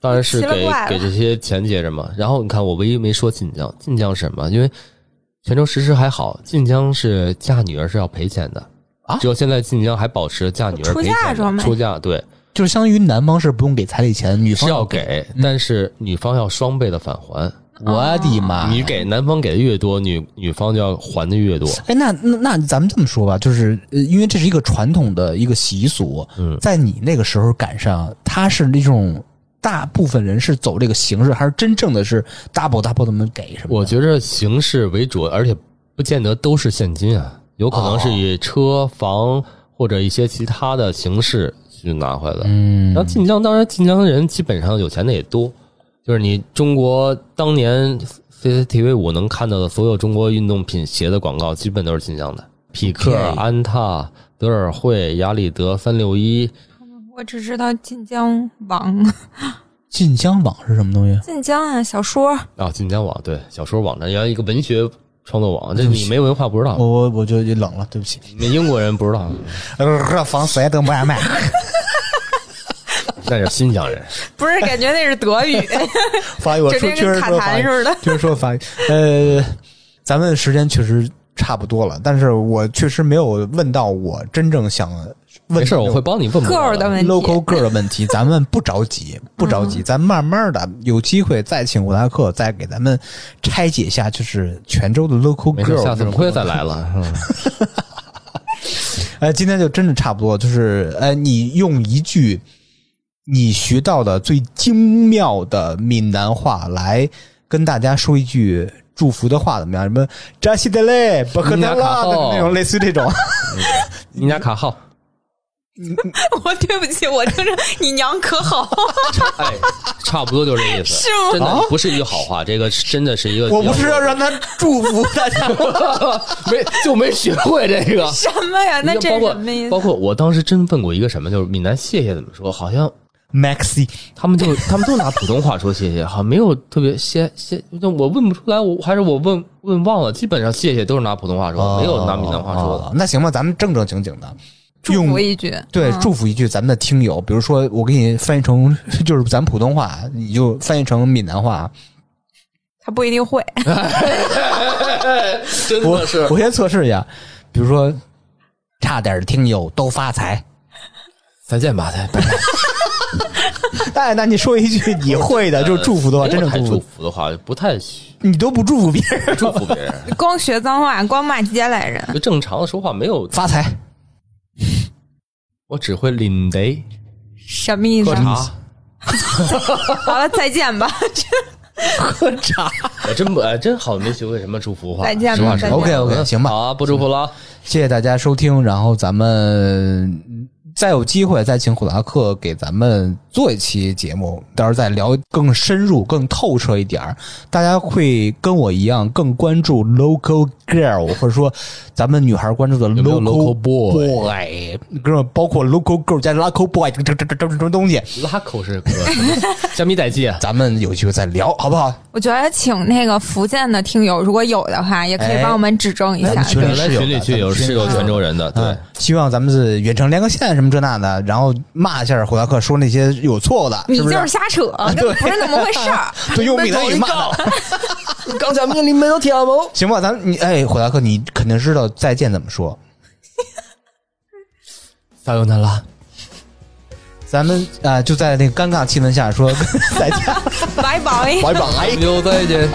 Speaker 2: 当然是
Speaker 3: 奇了
Speaker 2: 给
Speaker 3: 怪了
Speaker 2: 给这些钱接着嘛。然后你看，我唯一没说晋江，晋江是什么？因为泉州实施还好，晋江是嫁女儿是要赔钱的
Speaker 1: 啊
Speaker 2: 只有现在晋江还保持嫁女儿
Speaker 3: 出
Speaker 2: 赔
Speaker 3: 嫁
Speaker 2: 钱
Speaker 3: 是吗
Speaker 2: 的，出嫁对
Speaker 1: 就是相当于男方是不用给彩礼钱，女
Speaker 2: 是
Speaker 1: 方
Speaker 2: 要。给，
Speaker 1: 嗯
Speaker 2: 但是女方要双倍的返还。
Speaker 1: 我的妈！
Speaker 2: 你给男方给的越多，女女方就要还的越多。
Speaker 1: 哎，那那那咱们这么说吧，就是呃因为这是一个传统的一个习俗，
Speaker 2: 嗯
Speaker 1: 在你那个时候赶上，他是那种大部分人是走这个形式，还是真正的是 double double 那么给什么的？
Speaker 2: 我觉着形式为主，而且不见得都是现金啊，有可能是
Speaker 1: 哦
Speaker 2: 以车房或者一些其他的形式去拿回来的。
Speaker 1: 嗯
Speaker 2: 然后晋江，当然晋江人基本上有钱的也多，就是你中国当年 CCTV 五能看到的所有中国运动品鞋的广告，基本都是晋江的，匹克、
Speaker 1: OK
Speaker 2: 安踏、德尔惠、雅里德、三六一，
Speaker 3: 我只知道晋江网、
Speaker 1: 晋江网是什么东西？
Speaker 3: 晋江啊，小说
Speaker 2: 啊，晋江网对小说网站，原来一个文学创作网，这你没文化不知道
Speaker 1: 我，我我就冷了，对不起。
Speaker 2: 你们英国人不知道，
Speaker 1: 呃，房谁都不爱 卖。
Speaker 2: 那是新疆人。
Speaker 3: 不是感觉那是德 语，
Speaker 1: 法语我
Speaker 3: 整
Speaker 1: 说
Speaker 3: 天
Speaker 1: 确实
Speaker 3: 跟卡
Speaker 1: 说法
Speaker 3: 痰
Speaker 1: 语，
Speaker 3: 似的。
Speaker 1: 确实说法语。呃，咱们时间确实差不多了，但是我确实没有问到我真正想问
Speaker 2: 没事，
Speaker 1: 的那
Speaker 2: 我
Speaker 1: 种
Speaker 2: 会帮你问
Speaker 3: girl 的问题嗯
Speaker 1: local girl 的问题， 咱们不着急，不着急，咱慢慢的有机会再请吴达克再给咱们拆解一下，就是泉州的 local
Speaker 2: 没事，
Speaker 1: girl。
Speaker 2: 下次不会再来。了。嗯
Speaker 1: 哎，今天就真的差不多，就是哎，你用一句你学到的最精妙的闽南话来跟大家说一句。祝福的话怎么样？什么扎西德勒、伯克德拉的那种，类似于这 种。
Speaker 2: 你俩卡号，
Speaker 3: 我对不起，我听着你娘可好，
Speaker 2: 哎，差不多就是这意思。
Speaker 3: 是吗
Speaker 2: 真
Speaker 1: 啊
Speaker 2: 的不是一句好话，这个是真的是一个。
Speaker 1: 我不是要让他祝福大家，
Speaker 2: 没就没学会这个。
Speaker 3: 什么呀？那这
Speaker 2: 包
Speaker 3: 是
Speaker 2: 括
Speaker 3: 什么意思
Speaker 2: 包？括我当时真问过一个什么，就是闽南谢谢怎么说，好像
Speaker 1: Maxi
Speaker 2: 他们就 他们都拿普通话说谢谢，好像没有特别谢谢，就我问不出来，我还是我问问忘了，基本上谢谢都是拿普通话说，没有拿闽南话说
Speaker 1: 哦
Speaker 2: 的。
Speaker 1: 那行吧，咱们正正经经的，
Speaker 3: 祝福一句，
Speaker 1: 对，
Speaker 3: 嗯
Speaker 1: 祝福一句咱们的听友，比如说我给你翻译成就是咱普通话，你就翻译成闽南话。
Speaker 3: 他不一定 会。
Speaker 2: 真
Speaker 1: 我
Speaker 2: 的是
Speaker 1: 我先测试一下，比如说差点听友都发财。
Speaker 2: 再见吧，再拜拜。
Speaker 1: 哎，那你说一句你会 的，就是祝福的话，真
Speaker 2: 没有
Speaker 1: 正
Speaker 2: 哎太
Speaker 1: 祝
Speaker 2: 祝
Speaker 1: 福，
Speaker 2: 福的话，不太喜
Speaker 1: 你都不祝福别人，
Speaker 2: 祝福别人。
Speaker 3: 光学脏话，光骂街来人，
Speaker 2: 就正常的说话 没有，
Speaker 1: 发财。
Speaker 2: 我只会领得
Speaker 3: 什么意思
Speaker 2: 喝？茶，
Speaker 3: 好了，再见吧，
Speaker 2: 我真不哎，真好没学会什么祝福话。
Speaker 3: 再见
Speaker 2: 实话
Speaker 3: 吧，
Speaker 2: 实
Speaker 3: 再
Speaker 2: 说
Speaker 3: 见。
Speaker 1: OK OK，行吧
Speaker 2: 好，啊，不祝福了啊。
Speaker 1: 谢谢大家收听，然后咱们再有机会再请虎达克给咱们做一期节目，到时候再聊更深入、更透彻一点儿。大家会跟我一样更关注 local girl，或者说咱们女孩关注的
Speaker 2: 没有
Speaker 1: local
Speaker 2: local boy
Speaker 1: boy，跟包括 local girl 加 local boy 这这这这这这东西，
Speaker 2: 拉口 是哥，虾米代记啊。
Speaker 1: 咱们有机会再聊，好不好？
Speaker 3: 我觉得请那个福建的听友，如果有的话，也可以帮我们指正一
Speaker 1: 哎
Speaker 3: 下
Speaker 1: 那。群
Speaker 2: 原来群里去有是有泉州人的，
Speaker 1: 嗯
Speaker 2: 对，，
Speaker 1: 希望咱们是远程连个线什么这那的，然后骂一下虎达克，说那些有错误的，
Speaker 3: 你
Speaker 1: 是不
Speaker 3: 就是是瞎 扯，根本不是那么回事儿。
Speaker 1: 对，用闽南 语骂的。
Speaker 2: 刚才命令没有听啊冇。
Speaker 1: 行吧，咱你哎，火达克，你肯定知道再见怎么说。
Speaker 2: 撒由那拉，
Speaker 1: 咱们啊、就在那个尴尬气氛下说 再见，
Speaker 3: 拜拜。
Speaker 1: 拜拜。
Speaker 2: 有再见。